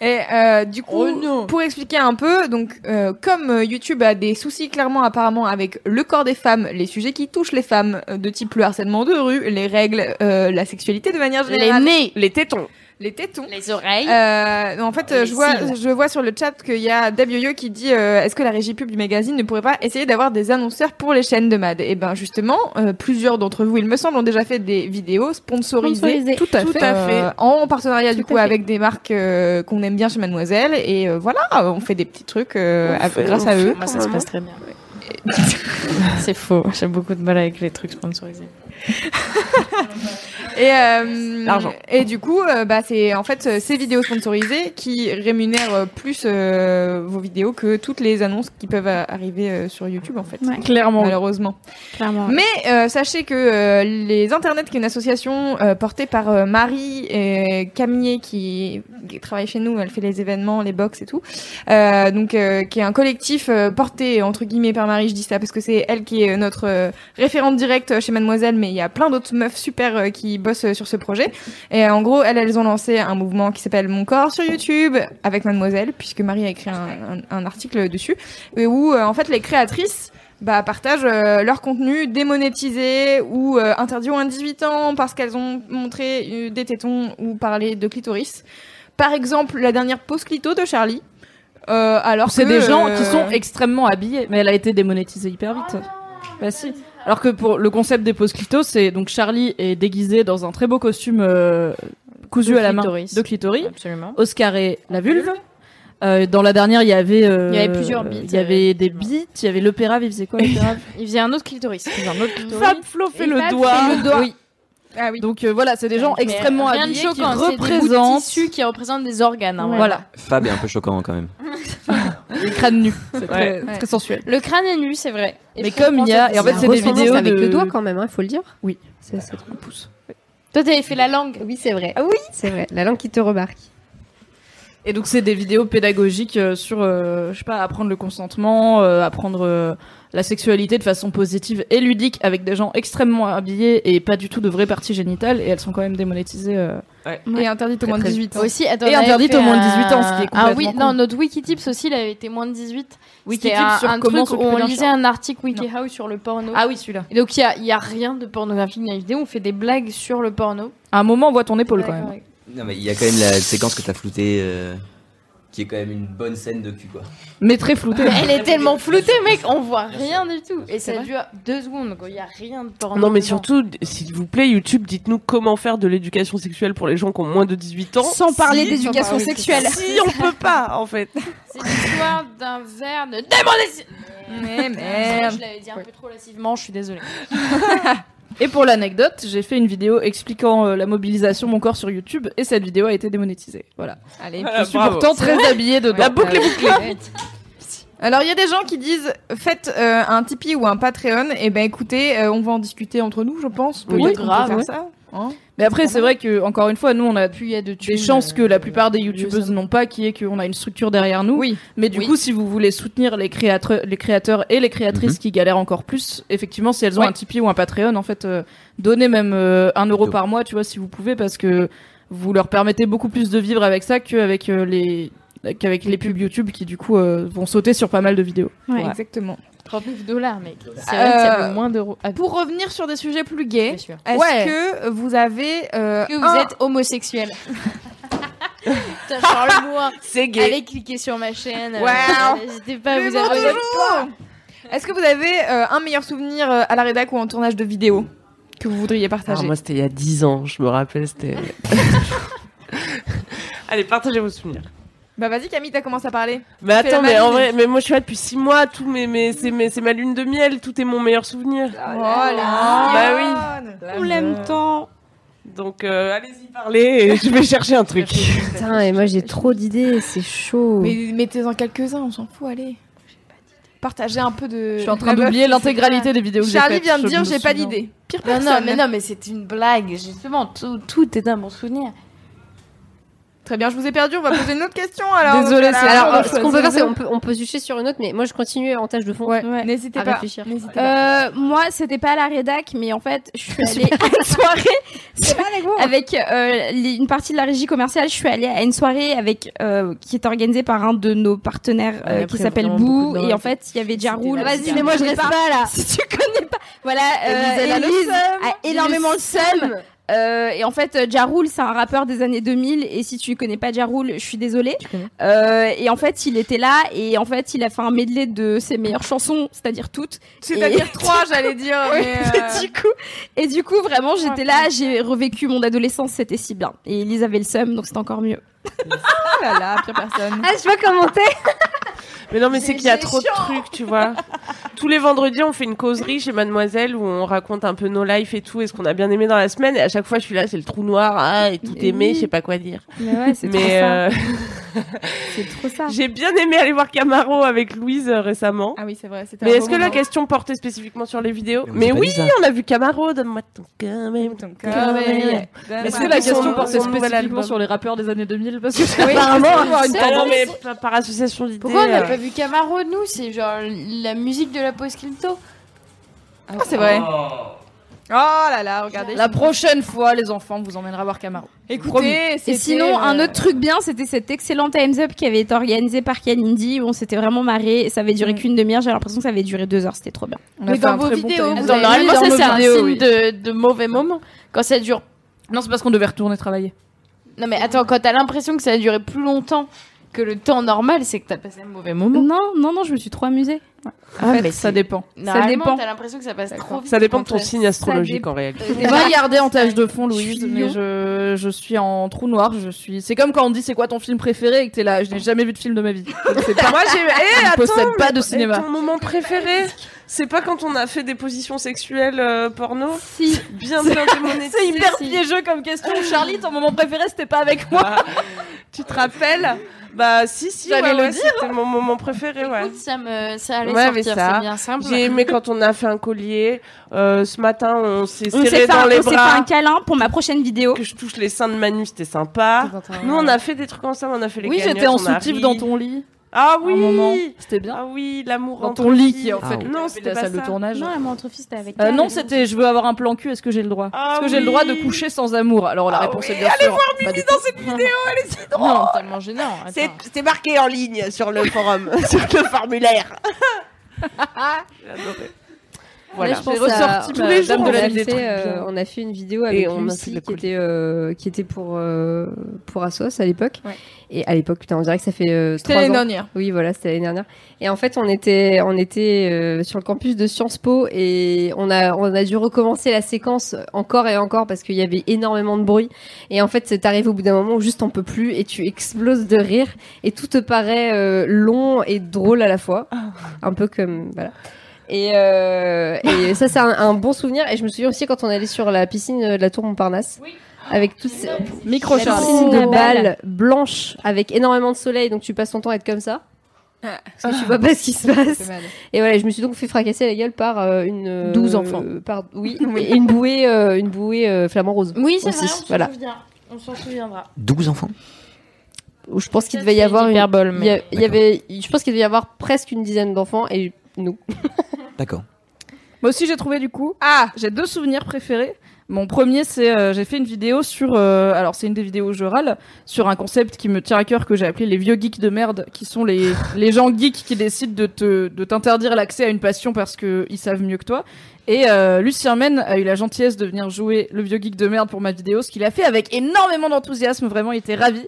S1: Et euh, du coup,
S3: Oh non.
S1: pour expliquer un peu, donc euh, comme euh, YouTube a des soucis clairement apparemment avec le corps des femmes, les sujets qui touchent les femmes, euh, de type le harcèlement de rue, les règles, euh, la sexualité de manière
S5: Les
S1: générale,
S5: nez,
S4: Les tétons.
S1: les, tétons.
S5: les oreilles.
S1: Euh, en fait, euh, je
S5: Les
S1: vois,
S5: cils.
S1: je vois sur le chat qu'il y a Dab Yoyo qui dit euh, Est-ce que la régie pub du magazine ne pourrait pas essayer d'avoir des annonceurs pour les chaînes de mad Et ben justement, euh, plusieurs d'entre vous, il me semble, ont déjà fait des vidéos sponsorisées.
S6: Sponsorisé.
S4: Tout à fait.
S1: Euh,
S3: Ah.
S1: en partenariat du
S6: Tout
S1: coup
S6: à fait.
S1: avec des marques euh, qu'on aime bien chez Mademoiselle et euh, voilà on fait des petits trucs euh,
S4: On
S1: avec-
S4: fait-
S1: grâce
S4: on
S1: à
S4: fait
S1: eux
S5: Moi, ça se passe très bien. c'est faux, j'ai beaucoup de mal avec les trucs sponsorisés.
S1: et euh,
S4: L'argent.
S1: et du coup euh, bah c'est en fait euh, ces vidéos sponsorisées qui rémunèrent euh, plus euh, vos vidéos que toutes les annonces qui peuvent euh, arriver euh, sur YouTube en fait
S6: Ouais.
S3: Clairement.
S1: malheureusement
S6: Clairement.
S1: Mais euh, sachez que euh, les Internets, qui est une association euh, portée par euh, Marie et Camille, qui, qui travaille chez nous, elle fait les événements, les box et tout, euh, donc euh, qui est un collectif euh, porté entre guillemets par Marie. Je dis ça parce que c'est elle qui est notre euh, référente directe chez Mademoiselle, mais il y a plein d'autres meufs super euh, qui bossent euh, sur ce projet. Et euh, en gros, elles, elles ont lancé un mouvement qui s'appelle Mon corps sur YouTube avec Mademoiselle, puisque Marie a écrit un, un- un article dessus, et où euh, en fait les créatrices bah, partagent euh, leur contenu démonétisé ou euh, interdit aux moins de 18 ans parce qu'elles ont montré euh, des tétons ou parlé de clitoris. Par exemple, la dernière pause clito de Charlie. Euh, alors
S3: C'est
S1: que,
S3: des gens
S1: euh, Ah.
S3: qui sont extrêmement habillés, mais elle a été démonétisée hyper vite. bah si. Alors que pour le concept des poses clito, c'est donc Charlie est déguisé dans un très beau costume euh, cousu
S5: De
S3: à la main
S5: clitoris.
S3: de clitoris.
S5: Absolument.
S3: Oscar et la vulve. Euh, dans la dernière, il y avait euh,
S5: Il y avait plusieurs bites,
S3: Il y avait
S5: euh,
S3: des bites, il y avait l'opéra, il faisait quoi l'opéra
S5: Il faisait un autre clitoris. Il faisait un autre clitoris.
S3: Fab Flo fait
S6: Et
S3: le
S6: Fab
S3: doigt.
S6: fait le doigt.
S3: Oui.
S1: Ah oui.
S3: Donc euh, voilà, c'est des gens
S5: Mais
S3: extrêmement
S5: rien de
S3: habillés
S5: choquant,
S3: qui
S5: c'est des bouts de
S3: représentent
S5: tissus qui représentent des organes. hein,
S6: Ouais.
S5: Voilà.
S7: Fab est un peu choquant quand même.
S3: Le crâne nu. C'est
S5: Ouais.
S3: très,
S5: Ouais.
S3: très sensuel.
S5: Le crâne est nu, c'est vrai. Et
S3: Mais
S5: je comprends
S3: comme il y a-
S5: cette
S3: et en fait,
S5: décision.
S3: c'est des vidéos
S2: avec
S3: de-
S2: le doigt quand même, il faut le dire.
S3: Oui.
S2: C'est c'est trop pouce.
S5: Toi, t'avais fait la langue. Ah
S2: Oui, c'est vrai. oui, c'est vrai. La langue qui te remarque.
S3: Et donc c'est des vidéos pédagogiques euh, sur, euh, je sais pas, apprendre le consentement, euh, apprendre euh, la sexualité de façon positive et ludique avec des gens extrêmement habillés et pas du tout de vraies parties génitales et elles sont quand même démonétisées. euh,
S1: Et interdites au moins de
S3: très
S1: 18 ans.
S5: Aussi, attends,
S3: Et
S5: on avait
S3: interdite
S5: fait
S3: au moins de
S5: un-
S3: 18 ans, ce qui est
S5: Ah oui,
S3: complètement con.
S5: non, notre Wikitips aussi, il avait été moins de 18.
S3: Wikitips
S5: C'était un,
S3: sur
S5: un
S3: comment
S5: truc où
S3: s'occuper
S5: on
S3: d'un
S5: lisait
S3: chien.
S5: un article WikiHow sur le porno.
S3: Ah oui, celui-là.
S5: Et donc, il y a, il y a rien de pornographique dans la vidéo, on fait des blagues sur le porno.
S3: À un moment, on voit ton épaule quand même.
S7: Non, mais il y a quand même la séquence que t'as floutée, euh, qui est quand même une bonne scène de cul, quoi.
S3: Mais très floutée. hein.
S5: Elle est tellement floutée, mec, on voit rien du tout. Et ça
S3: vrai.
S5: dure deux secondes, quoi. Il y a rien de porno.
S4: Non, mais
S5: dedans.
S4: surtout, s'il vous plaît, YouTube, dites-nous comment faire de l'éducation sexuelle pour les gens qui ont moins de 18 ans.
S6: Sans parler d'éducation
S4: sans parler-
S6: sexuelle.
S4: Si, on peut pas, en fait.
S5: C'est l'histoire d'un verre de démon
S1: Mais
S5: Je
S1: merde.
S5: l'avais dit un peu trop lassivement, je suis désolée.
S3: Et pour l'anecdote, j'ai fait une vidéo expliquant euh, la mobilisation Mon Corps sur YouTube et cette vidéo a été démonétisée. Voilà.
S1: Allez,
S3: Je suis pourtant très habillée dedans.
S1: Ah, La boucle est bouclée. Alors il y a des gens qui disent faites euh, un Tipeee ou un Patreon et ben écoutez euh, on va en discuter entre nous je pense
S3: Oui,
S1: Peut-être qu'on peut
S3: grave,
S1: faire
S3: ouais.
S1: ça hein.
S3: Mais après, c'est vrai que, encore une fois, nous, on a
S5: Puis il y a de
S3: des
S5: thunes,
S3: chances
S5: euh,
S3: que la plupart des youtubeuses
S5: ça.
S3: n'ont pas, qui est qu'on a une structure derrière nous.
S1: oui
S3: Mais du
S5: Oui.
S3: coup, si vous voulez soutenir les créateurs, les créateurs et les créatrices qui galèrent encore plus, effectivement, si elles ont
S1: Ouais.
S3: un Tipeee ou un Patreon, en fait, euh, donnez même euh, un euro
S7: Tout.
S3: par mois, tu vois, si vous pouvez, parce que vous leur permettez beaucoup plus de vivre avec ça qu'avec euh, les qu'avec les pubs YouTube qui du coup euh, vont sauter sur pas mal de vidéos.
S1: ouais. exactement
S5: 39 dollars, mec. C'est vrai que ça
S1: Euh,
S5: vaut moins d'euros. Ah,
S1: pour revenir sur des sujets plus gays
S5: bien sûr.
S1: est-ce
S3: Ouais.
S1: que vous avez euh,
S5: que vous
S1: un-
S5: êtes homosexuel. Putain, Charles-moi.
S4: C'est gay.
S5: Allez cliquer sur ma chaîne. euh,
S1: Wow.
S5: N'hésitez pas,
S1: Mais
S5: vous
S1: bon,
S5: avez-
S1: toujours est-ce que vous avez euh, un meilleur souvenir euh, à la rédac ou en tournage de vidéo que vous voudriez
S4: Alors,
S1: partager
S4: Ah, moi, c'était il y a 10 ans, je me rappelle, c'était. Allez, partagez vos souvenirs.
S1: bah vas-y Camille t'as commencé à parler
S4: Mais
S1: Fais la
S4: Bah, attends, mais en
S1: maline.
S4: vrai, mais moi je suis là depuis 6 mois, tout mes, mes, c'est mes- c'est ma lune de miel, tout est mon meilleur souvenir.
S6: Ah,
S1: oh là bah
S4: On l'aime tant. Donc euh, allez-y parler, et je vais chercher un truc.
S2: Putain, et moi j'ai trop d'idées, c'est chaud.
S1: mais mettez-en quelques-uns on s'en fout allez partagez un peu de
S3: Je suis en train d'oublier l'intégralité des vidéos que j'ai
S1: Charlie
S3: faites,
S1: vient de
S3: je
S1: dire
S3: me
S1: j'ai pas
S3: souviens.
S1: d'idée pire
S5: Non,
S1: personne
S5: non, mais non, mais c'est une blague. Justement, tout, tout est un bon souvenir.
S1: Très bien, je vous ai perdu, on va poser une autre question alors.
S3: Désolée,
S1: Voilà.
S3: c'est
S2: Alors,
S3: Alors,
S2: euh, ce qu'on peut faire,
S3: choisir
S2: c'est
S3: deux.
S2: on peut, on peut jucher sur une autre, mais moi je continue en tâche de fond.
S1: Ouais,
S6: Ouais.
S1: n'hésitez
S2: À
S1: pas.
S2: réfléchir.
S1: N'hésitez pas.
S6: Euh, moi, c'était pas à la rédac, mais en fait, je suis allée à une soirée avec euh, les- une partie de la régie commerciale. Je suis allée à une soirée avec euh, qui est organisée par un de nos partenaires euh,
S3: Ouais,
S6: qui
S3: après,
S6: s'appelle
S3: vraiment beaucoup
S6: Boo.
S3: de
S6: Et
S3: gens.
S6: en fait, il y avait Jaroul.
S3: Vas-y,
S6: Si tu
S3: mais
S2: moi, je
S6: connais
S2: reste
S6: pas- Si tu connais pas, voilà, euh,
S1: Élise, elle a le
S6: Élise
S1: seum.
S6: a énormément le seum. Euh, et en fait, euh, Ja Rule, c'est un rappeur des années 2000. Et si tu connais pas Ja Rule, je suis désolée. Euh, et en fait, il était là. Et en fait, il a fait un medley de ses meilleures chansons, c'est-à-dire toutes.
S1: C'est-à-dire
S6: Et-
S1: trois, j'allais dire. mais, euh,
S6: Et du coup, et du coup, vraiment, j'étais là, j'ai revécu mon adolescence, c'était si bien. Et Elise avait le seum, donc c'était encore mieux.
S1: oh là là, pire personne.
S2: Ah, je sais pas commenter.
S4: Mais non, mais c'est qu'il y a trop de trucs, tu vois. Tous les vendredis, on fait une causerie chez Mademoiselle où on raconte un peu nos lives et tout, et ce qu'on a bien aimé dans la semaine. Et à chaque fois, je suis là, c'est le trou noir, ah, et tout
S6: Mais
S4: aimé,
S6: oui.
S4: je sais pas quoi dire.
S6: Mais ouais, c'est
S4: Mais euh,
S6: c'est trop ça.
S4: j'ai bien aimé aller voir Camaro avec Louise euh, récemment.
S1: Ah oui, c'est vrai. c'était
S4: Mais
S1: un
S4: est-ce
S1: beau
S4: que la
S1: moment.
S4: question portait spécifiquement sur les vidéos
S7: Mais on
S4: Mais
S7: s'est pas
S4: oui,
S7: dit ça.
S4: on a vu Camaro, donne-moi ton quand même.
S1: Donc,
S4: Ah
S1: euh,
S4: ouais.
S1: donne-moi
S3: Est-ce que la
S4: Son-
S3: question portait
S4: son nouvel
S3: spécifiquement
S4: album.
S3: sur les rappeurs des années 2000 Parce que
S4: Apparemment,
S3: une
S4: Ah non, mais par- par association d'idées.
S5: Pourquoi on n'a
S4: euh,
S5: pas vu Camaro, nous C'est genre la musique de la pause Clinto.
S1: Ah, c'est vrai. Oh là là, regardez.
S3: La prochaine fois, les enfants, vous emmènera voir Camaro.
S1: Écoutez,
S6: Et
S1: c'était,
S6: sinon, un
S1: euh,
S6: autre truc bien, c'était cette excellente Time's Up qui avait été organisée par Kalindi, où on s'était vraiment marré. Ça avait duré
S1: Mm.
S6: qu'une demi-heure, j'ai l'impression que ça avait duré deux heures, c'était trop bien.
S3: On a
S1: Mais
S3: fait
S1: dans
S3: un
S1: vos
S3: très bon
S1: vidéos,
S3: timing.
S1: vous
S3: Dans
S1: avez
S3: la-
S1: mis
S3: dans
S5: ça,
S3: nos
S5: c'est un
S3: vidéos,
S5: signe
S3: oui.
S5: de, de mauvais moment. Quand ça dure.
S3: Non, c'est parce qu'on devait retourner travailler.
S5: Non, mais attends, quand t'as l'impression que ça a duré plus longtemps que le temps normal, c'est que t'as passé un mauvais moment.
S6: Non, non, non, je me suis trop amusée.
S3: En fait, ça dépend.
S5: Normalement,
S6: dépend.
S5: T'as l'impression que ça passe trop vite.
S4: Ça dépend de ton
S5: quand t'as-
S4: signe astrologique en réalité.
S3: On va regarder en tâche de fond, Louise,
S6: suis
S3: mais
S6: lion.
S3: je, je suis en trou noir. Je suis. C'est comme quand on dit c'est quoi ton film préféré et que t'es là. Je n'ai jamais vu de film de ma vie. Donc, c'est pas-
S4: Moi, j'ai. Eh,
S3: je
S4: attends,
S3: possède pas de
S4: Et
S3: cinéma.
S4: ton moment préféré, c'est pas quand on a fait des positions sexuelles euh, porno
S6: Si,
S4: Bien bien démonétisé.
S3: C'est
S4: Ah.
S3: hyper piégeux comme question. Charlie, ton moment préféré, c'était pas avec moi. tu te rappelles
S4: Bah si si,
S5: J'allais
S4: ouais,
S5: le
S4: ouais,
S5: dire.
S4: c'était mon moment préféré, ouais.
S9: Ça me, ça allait
S4: Ouais, mais
S9: sortir,
S4: ça,
S9: c'est bien simple.
S4: J'ai aimé quand on a fait un collier. Euh, ce matin, on s'est
S6: On s'est
S4: serré
S6: fait
S4: dans
S6: un-
S4: les
S6: on s'est
S4: bras.
S6: fait un câlin pour ma prochaine vidéo.
S4: Que je touche les seins de Manu, c'était sympa. Nous, on a fait des trucs comme ça, on a fait les
S3: Oui,
S4: gagnottes,
S3: j'étais en
S4: on a
S3: soutif
S4: ri.
S3: dans ton lit.
S4: Ah oui,
S3: c'était bien.
S4: Ah oui, l'amour
S3: Dans
S4: entre
S3: ton lit,
S4: filles.
S3: qui est en fait
S4: non, c'était
S3: la
S4: pas
S3: salle de
S4: ça.
S3: tournage.
S6: Non, moi, entre fils, t'es avec
S3: Euh,
S6: toi,
S3: non,
S6: mais-
S3: c'était je veux avoir un plan cul, est-ce que j'ai le droit
S4: Ah
S3: Est-ce que j'ai le droit de
S4: oui. Ah
S3: coucher sans amour Alors la réponse est bien
S4: allez
S3: sûr.
S4: voir
S3: pas
S4: Mimi
S3: du
S4: dans
S3: tout.
S4: cette vidéo, elle est si drôle.
S9: Non, tellement gênant.
S4: C'est- C'est marqué en ligne sur le forum, sur le formulaire.
S2: Là, je pense à-
S4: tous les
S2: Dame
S4: jours.
S2: de la
S4: on a
S2: Ville
S4: fait,
S2: des Trucs
S4: euh,
S2: Bien. on a fait une vidéo
S4: Et
S2: avec
S4: on a fait
S2: Lucie
S4: le
S2: qui était, euh, qui était pour, euh, pour Assos à l'époque. Et à l'époque, putain, on dirait que ça fait euh,
S5: C'était
S2: trois
S5: l'année
S2: ans.
S5: dernière.
S2: Oui, voilà, c'était l'année dernière. Et en fait, on était, on était euh, sur le campus de Sciences Po et on a, on a dû recommencer la séquence encore et encore parce qu'il y avait énormément de bruit. Et en fait, c'est arrivé au bout d'un moment où juste on peut plus et tu exploses de rire et tout te paraît euh, long et drôle à la fois. Un peu comme, voilà. Et, euh, et ça, c'est un, un bon souvenir. Et je me souviens aussi quand on allait sur la piscine euh, de la Tour Montparnasse. Avec toutes ces
S3: Micro
S2: la piscine de balles blanches avec énormément de soleil, donc tu passes ton temps à être comme ça.
S1: Ah,
S2: Parce que tu vois pas ce qui se passe. Et voilà, je me suis donc fait fracasser la gueule par euh, une euh,
S3: 12 enfants.
S2: par oui, et une bouée euh, une bouée euh, flamand rose.
S5: Oui, c'est
S2: aussi,
S5: vrai, on s'en
S2: voilà.
S5: souvient. On s'en souviendra.
S7: 12 enfants.
S2: Où je pense qu'il devait y avoir une
S9: hyperbole,
S2: il y a-
S9: mais-
S2: il y avait je pense qu'il devait y avoir presque une dizaine d'enfants et nous.
S7: D'accord.
S3: Moi aussi, j'ai trouvé du coup. Ah, j'ai deux souvenirs préférés. Mon premier, c'est euh, j'ai fait une vidéo sur. euh, alors, c'est une des vidéos où je râle, sur un concept qui me tient à cœur que j'ai appelé les vieux geeks de merde, qui sont les, les gens geeks qui décident de te de t'interdire l'accès à une passion parce que ils savent mieux que toi. Et euh, Lucien Men a eu la gentillesse de venir jouer le vieux geek de merde pour ma vidéo, ce qu'il a fait avec énormément d'enthousiasme. Vraiment, il était ravi.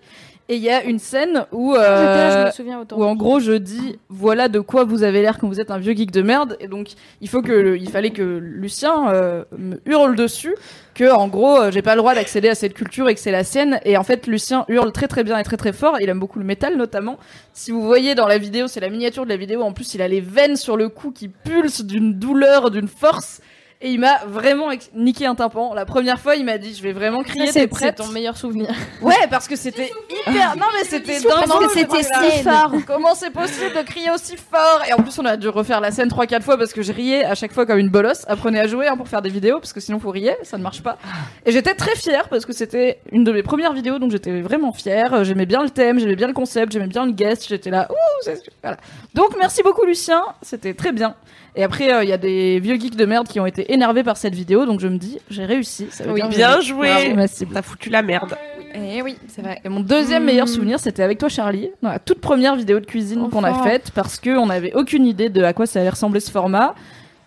S3: Et il y a une scène où
S9: J'étais là, je me
S3: euh,
S9: souviens autant.
S3: où en gros je dis voilà de quoi vous avez l'air quand vous êtes un vieux geek de merde et donc il faut que le- il fallait que Lucien euh, me hurle dessus que en gros euh, j'ai pas le droit d'accéder à cette culture et que c'est la sienne et en fait Lucien hurle très très bien et très très fort il aime beaucoup le métal notamment si vous voyez dans la vidéo c'est la miniature de la vidéo en plus il a les veines sur le cou qui pulsent d'une douleur d'une force et il m'a vraiment ex- niqué un tympan. La première fois, il m'a dit, je vais vraiment crier, t'es prête
S9: ton meilleur souvenir.
S3: Ouais, parce que c'était hyper. Non, mais c'était
S9: Parce
S3: dingue.
S9: que c'était
S3: si
S9: si
S3: fort.
S9: fort.
S3: Comment c'est possible de crier aussi fort Et en plus, on a dû refaire la scène 3-4 fois parce que je riais à chaque fois comme une bolosse. Apprenez à jouer hein, pour faire des vidéos parce que sinon, vous riez, ça ne marche pas. Et j'étais très fière parce que c'était une de mes premières vidéos, donc j'étais vraiment fière. Euh, J'aimais bien le thème, j'aimais bien le concept, j'aimais bien le guest. J'étais là, ouh, c'est- voilà. Donc, merci beaucoup, Lucien. C'était très bien. Et après, euh, il y a des vieux geeks de merde qui ont été énervés par cette vidéo, donc je me dis, j'ai réussi. Ça veut
S4: Oui,
S3: dire que
S4: bien
S3: j'ai-
S4: joué.
S3: Bravo, ma cible.
S4: T'as foutu la merde.
S3: Et oui, c'est vrai. Et mon
S1: Mm.
S3: deuxième
S1: Hmm.
S3: meilleur souvenir, c'était avec toi, Charlie, dans la toute première vidéo de cuisine qu'on a
S9: Enfin.
S3: faite, parce que on n'avait aucune idée de à quoi ça allait ressembler ce format.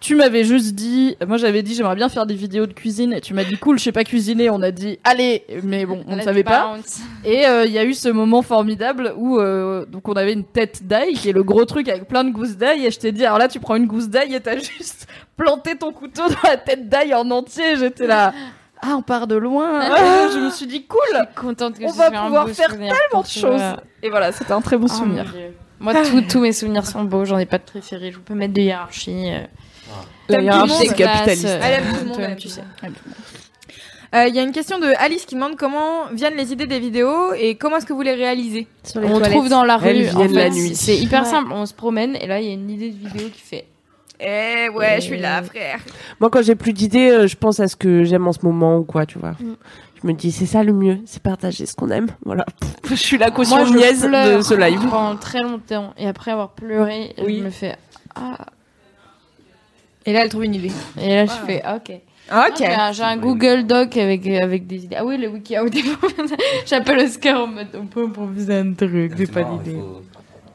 S3: Tu m'avais juste dit, moi j'avais dit j'aimerais bien faire des vidéos de cuisine, et tu m'as dit cool, je sais pas cuisiner. On a dit allez, mais bon, on ne savait pas. Et euh, il y a eu ce moment formidable où euh, donc on avait une tête d'ail qui est le gros truc avec plein de gousses d'ail et je t'ai dit alors là tu prends une gousse d'ail et t'as juste planté ton couteau dans la tête d'ail en entier j'étais là ah on part de loin Ah, je me suis dit cool
S9: contente que
S3: on
S9: ce
S3: va
S9: soit un
S3: pouvoir
S9: beau
S3: faire
S9: souvenir pour
S3: tellement de
S9: toi.
S3: choses et voilà c'était un très bon
S1: Ah,
S9: Oh,
S3: souvenir
S9: mon Dieu. Moi,
S4: Ah.
S9: tous- tous mes souvenirs sont beaux, j'en ai pas de préféré. Je peux mettre de hiérarchie. euh.
S4: Ah. La
S9: T'aimes
S4: hiérarchie
S9: tout le monde,
S4: capitaliste.
S9: classe, euh,
S4: Elle
S1: aime tout le monde,
S9: toi,
S1: elle aime
S9: tu
S1: tout
S9: sais.
S1: Euh, Il y a une question de Alice qui demande comment viennent les idées des vidéos et comment est-ce que vous les réalisez
S2: Sur
S9: On trouve dans la rue.
S4: Elles
S9: en
S4: viennent la
S9: fait,
S4: nuit.
S9: C'est hyper
S1: Ouais.
S9: simple. On se promène et là, il y a une idée de vidéo qui fait.
S1: Eh ouais, je suis là, frère.
S4: Moi, quand j'ai plus d'idées, euh, je pense à ce que j'aime en ce moment ou quoi, tu vois.
S2: Mm.
S4: Je me dis, c'est ça le mieux, c'est partager ce qu'on aime. Voilà. Je suis la caution
S9: Moi, je
S4: niaise
S9: pleure
S4: de ce live.
S9: pendant très longtemps et après avoir pleuré, je me fais ah
S1: Et là, elle trouve une idée.
S9: et là je fais ah, ok. Ah,
S1: Ok.
S9: j'ai un- J'ai un Google Doc avec avec des idées. Ah oui, le wiki out. J'appelle Oscar en mode on peut improviser un
S4: Ah,
S9: truc, j'ai pas d'idée.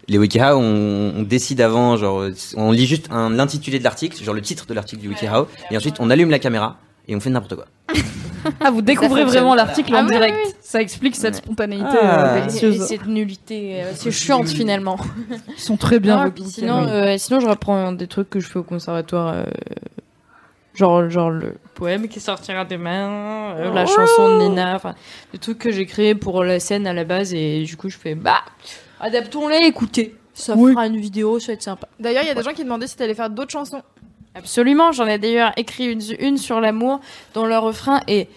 S7: Les WikiHow, on, on décide avant, genre, euh, on lit juste un, l'intitulé de l'article, genre le titre de l'article du WikiHow, et ensuite on allume la caméra et on fait n'importe quoi.
S3: ah vous découvrez
S9: Ça fonctionne.
S3: vraiment l'article
S9: Ah
S3: en
S9: oui,
S3: direct ça explique cette spontanéité
S4: Ah.
S3: euh,
S9: Et- Et
S3: délicieuse
S9: cette nullité, euh, c'est chiante finalement.
S3: ils sont très bien
S9: Ah,
S3: vos
S9: puis
S3: bouquins.
S9: sinon, euh, sinon je reprends des trucs que je fais au conservatoire, euh, genre genre le poème qui sortira demain,
S5: Oh.
S9: euh,
S3: Oh
S9: la chanson de Nina, enfin des trucs que j'ai créés pour la scène à la base et du coup je fais bah adaptons-les, écoutez, ça fera une vidéo, ça va être sympa.
S1: D'ailleurs, il y a des gens qui demandaient si t'allais faire d'autres chansons.
S9: Absolument, j'en ai d'ailleurs écrit une, une sur l'amour dont le refrain est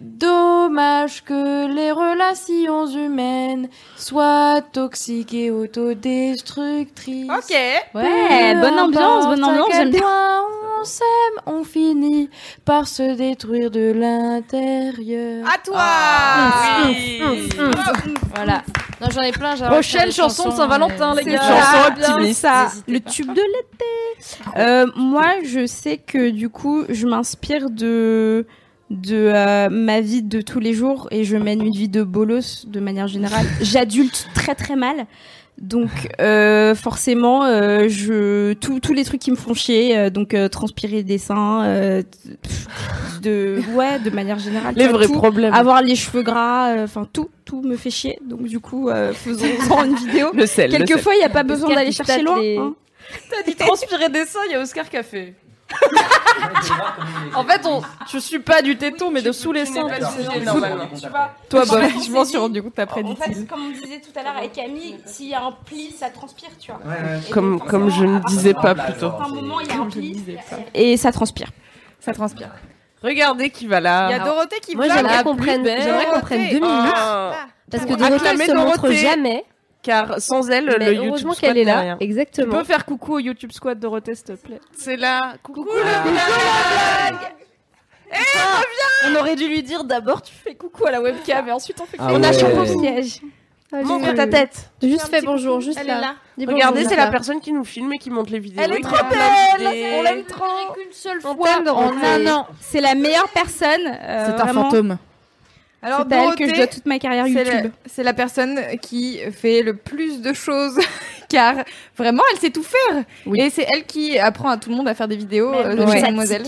S9: Dommage que les relations humaines soient toxiques et autodestructrices. Ok.
S10: Ouais, bonne ambiance, bonne ambiance, j'aime bien.
S9: On s'aime, on finit par se détruire de l'intérieur. À toi
S6: Ah.
S5: Hum,
S9: Voilà. Non, j'en ai plein. j'ai
S3: Prochaine
S9: envie de faire des
S3: chanson de
S9: chansons,
S3: Saint-Valentin,
S9: mais-
S3: les gars.
S6: Ah,
S9: Chanson
S6: bien
S9: optimiste.
S6: ça,
S9: N'hésitez
S6: le
S9: pas.
S6: tube de l'été. Euh, moi, je sais que du coup, je m'inspire de de euh, ma vie de tous les jours et je mène une vie de bolos de manière générale. J'adulte très très mal. Donc euh, forcément, euh, je tous tous les trucs qui me font chier, euh, donc euh, transpirer des seins, euh, pff, de ouais, de manière générale.
S4: Les
S6: Ah, tu vois,
S4: vrais
S6: tout.
S4: problèmes.
S6: Avoir les cheveux gras, euh, enfin tout tout me fait chier. Donc du coup, euh, faisons une vidéo.
S4: Le sel, le
S6: Quelquefois, il
S4: sel.
S6: n'y a pas besoin d'aller chercher loin. hein.
S3: T'as dit transpirer des seins, il y a Oscar Café. en fait, on, je suis pas du téton, mais de sous les seins.
S6: pas du téton, normalement.
S3: Tu vois Toi,
S6: Je
S3: Bob,
S6: pense
S3: je m'en suis rendu compte après.
S6: En
S3: dit-il.
S6: fait, comme on disait tout à l'heure avec Camille, s'il y a un pli, ça transpire, tu vois. Et
S4: Comme,
S6: donc,
S4: comme je
S6: forcément,
S4: ne disais
S6: à
S4: pas
S6: partir
S4: plus tôt.
S6: d'un moment, il y a un pli.
S4: Et ça transpire.
S1: Ça transpire.
S4: Regardez qui va là.
S1: Il y a Dorothée qui
S2: Moi,
S1: blague
S2: j'aimerais
S1: la
S2: qu'on
S1: plus
S2: prenne-
S1: belle.
S2: j'aimerais qu'on prenne deux
S1: Dorothée.
S2: minutes.
S1: Ah.
S2: Parce que Dorothée, elle
S4: Acclamez
S2: se montre
S4: Dorothée,
S2: jamais.
S4: Car sans elle,
S2: Mais
S4: le YouTube.
S2: heureusement
S4: squat
S2: qu'elle est
S4: n'a
S2: là,
S4: rien.
S2: exactement.
S3: Tu peux faire coucou au YouTube Squad Dorothée, s'il te plaît.
S4: C'est là. Coucou,
S3: le blague Eh, reviens On aurait dû lui dire d'abord tu fais coucou à la webcam et ensuite on fait
S4: Ah On a ouais. changé de
S6: siège.
S4: Montre ta tête.
S2: Juste fais bonjour, juste
S6: Elle est
S2: là.
S6: là.
S2: Dis bonjour,
S4: Regardez,
S2: juste
S4: c'est la
S2: là.
S4: personne qui nous filme et qui monte les vidéos.
S6: Elle est
S4: et qui
S6: trop
S4: nous
S6: belle,
S4: donne des-
S6: on l'aime
S9: trop.
S6: Qu'une seule
S9: On
S6: fois
S9: t'aime, Dorothée.
S6: en un an. C'est la meilleure personne. euh,
S1: C'est un
S6: vraiment.
S1: fantôme. Alors,
S6: C'est à elle que
S1: Dorothée,
S6: je dois toute ma carrière
S1: c'est la-
S6: YouTube.
S1: C'est la personne qui fait le plus de choses, car vraiment, elle sait tout faire. Et c'est elle qui apprend à tout le monde à faire des vidéos,
S6: Mais
S1: euh,
S6: oui.
S1: chez
S6: Ouais.
S1: Mademoiselle.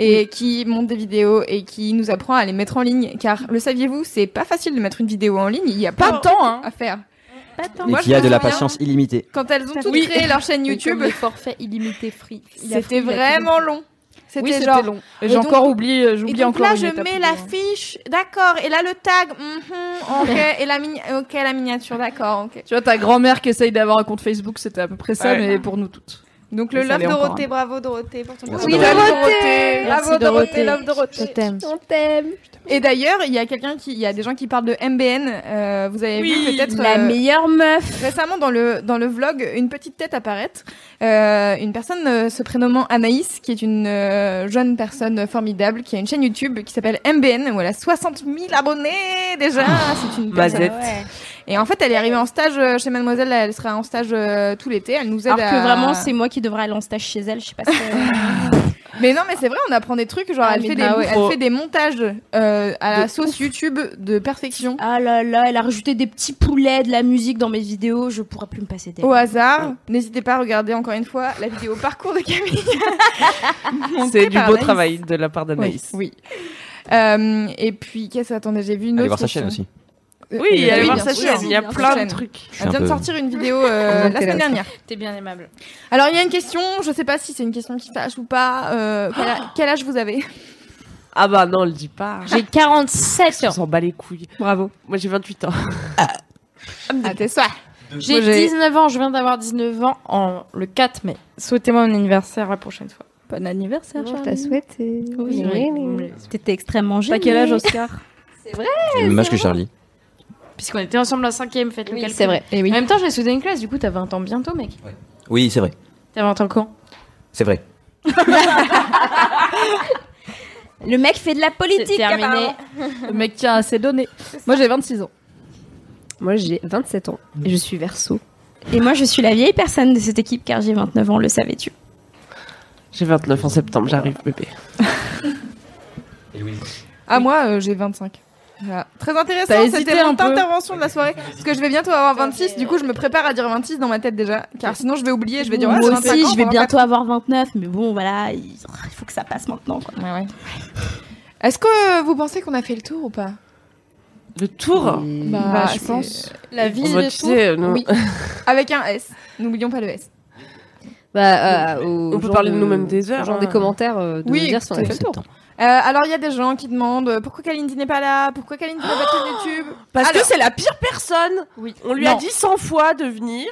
S1: Et qui monte des vidéos et qui nous apprend à les mettre en ligne. Car le saviez-vous, c'est pas facile de mettre une vidéo en ligne. Il y a pas de temps
S6: hein.
S1: à faire.
S7: Et
S1: Moi,
S7: qu'il
S1: je
S7: y a de la
S1: me souviens-
S7: patience illimitée.
S1: Quand elles ont toutes
S9: Oui.
S1: créé leur chaîne
S9: Oui,
S1: YouTube,
S9: comme les
S1: forfaits illimités free.
S9: Il a free,
S1: C'était
S9: il a
S1: vraiment
S9: tout.
S1: long. C'était
S9: Oui, c'était
S1: genre
S9: long. Et j'ai encore oublié-
S3: euh,
S1: et
S9: j'oublie
S1: donc
S9: encore
S1: Là,
S9: une
S1: je
S9: étape
S1: mets
S9: de-
S1: la fiche, d'accord. Et là, le tag, mhm, ok. et la mini- ok, la miniature, d'accord, ok.
S3: Tu vois, ta grand-mère qui essaye d'avoir un compte Facebook, c'était à peu près ça,
S1: Ouais.
S3: mais pour nous toutes.
S1: Donc le
S3: Et ça
S1: love
S3: l'est encore, hein.
S1: Dorothée, bravo Dorothée pour ton
S3: Merci,
S1: Oui,
S3: Dorothée.
S1: Dorothée,
S3: Merci,
S1: bravo Dorothée,
S3: Dorothée.
S1: love Dorothée.
S3: Je t'aime.
S1: On t'aime. Et d'ailleurs, il y a quelqu'un qui, il y a des gens qui parlent de MBN. euh, vous avez
S6: Oui,
S1: vu peut-être euh,
S6: la meilleure meuf.
S1: Récemment dans le dans le vlog, une petite tête apparaître. Euh, une personne euh, se prénommant Anaïs, qui est une euh, jeune personne formidable, qui a une chaîne YouTube qui s'appelle MBN où elle a 60 000 abonnés déjà. C'est une personne-
S4: Mazette.
S1: Et en fait, elle est arrivée en stage euh, chez Mademoiselle. Elle sera en stage euh, tout l'été. Elle nous aide
S6: Alors que
S1: à-
S6: vraiment, c'est moi qui devrais aller en stage chez elle. Je sais pas si.
S1: mais non, mais c'est vrai, on apprend des trucs. Genre,
S6: Ah,
S1: elle,
S6: mais
S1: fait des,
S6: bah ouais.
S9: Oh.
S1: elle fait des montages euh, à la
S6: De
S1: sauce
S6: ouf.
S1: YouTube de perfection.
S6: Ah là là, elle a rajouté des petits poulets, de la musique dans mes vidéos. Je pourrais plus me passer d'elle.
S1: Au hasard, n'hésitez pas à regarder encore une fois la vidéo parcours de Camille. Montée
S4: C'est du
S1: par
S4: beau
S1: Anaïs.
S4: travail de la part
S1: Oui.
S4: d'Anaïs.
S1: oui. Euh, et puis, qu'est-ce Attendez, j'ai vu une autre.
S7: Allez voir sa
S1: question.
S7: chaîne aussi.
S1: Euh,
S4: Oui, allez voir
S1: bien
S4: sa
S1: sûr.
S4: chaîne, il y a
S1: Bien
S4: plein
S1: sûr.
S4: de trucs.
S7: Je suis
S1: Elle
S7: un
S1: vient de
S7: peu-
S1: sortir une vidéo euh, la semaine dernière.
S9: T'es bien aimable.
S1: Alors, il y a une question, je sais pas si c'est une question qui fâche ou pas. euh, quel a- quel âge vous avez
S4: Ah bah non, on le dit pas.
S9: J'ai 47
S4: ans. On s'en bat les couilles. Bravo. Moi j'ai 28 ans.
S1: Ah, t'es ça.
S9: J'ai 19 ans, je viens d'avoir 19 ans en le 4 mai. Souhaitez-moi mon anniversaire la prochaine fois. Bon anniversaire,
S2: Je te la souhaite. et-
S9: Oui.
S2: Oui.
S6: T'étais extrêmement
S9: T'as
S6: jeune.
S9: quel âge, Oscar
S2: C'est vrai.
S1: Eh,
S7: C'est le même âge que Charlie.
S9: Puisqu'on était ensemble en 5ème, faites le
S2: Oui,
S9: calcul.
S2: c'est vrai.
S9: En même temps, j'ai soudé une classe, du coup, t'as 20 ans bientôt, mec.
S7: Oui, c'est vrai.
S9: T'as 20 ans quand
S7: C'est vrai.
S6: Le mec fait de la politique.
S9: C'est terminé.
S6: apparemment.
S3: Le mec tient à ses données. Moi, j'ai 26 ans.
S2: Moi, j'ai 27 ans et je suis verso.
S6: Et moi, je suis la vieille personne de cette équipe car j'ai 29 ans, le savais-tu
S4: J'ai 29 en septembre, j'arrive bébé.
S1: Ah, moi, euh, j'ai 25. Voilà. Très
S3: T'as
S1: intéressant,
S3: hésité
S1: c'était mon
S3: un peu.
S1: intervention de la soirée. Parce que je vais bientôt avoir 26, du coup, je me prépare à dire 26 dans ma tête déjà. Car sinon, je vais oublier, je vais dire. ouais, j'ai
S6: Moi
S1: 25
S6: aussi,
S1: ans,
S6: je vais
S1: bon,
S6: bientôt avoir 29, mais bon, voilà, il il faut que ça passe maintenant. Quoi.
S1: Ouais, ouais. Est-ce que euh, vous pensez qu'on a fait le tour ou pas
S4: Le tour
S1: Bah,
S4: Bah,
S1: je
S4: c'est-
S1: pense.
S4: La ville, Moi, le tu tour sais, non.
S1: Oui. Avec un S. N'oublions pas le S.
S2: Bah, euh, au
S4: On peut
S2: genre
S4: parler de nous-mêmes des heures,
S2: Genre
S4: hein.
S2: des commentaires euh, de
S1: Oui,
S2: nous dire si on a fait
S1: écoutez,
S2: le tour.
S1: Euh, alors, il y a des gens qui demandent euh, pourquoi Kalindi n'est pas là, pourquoi Kalindi n'est pas sur YouTube.
S4: Parce que
S1: Alors-
S4: c'est la pire personne. On lui a
S1: Non.
S4: dit 100 fois de venir.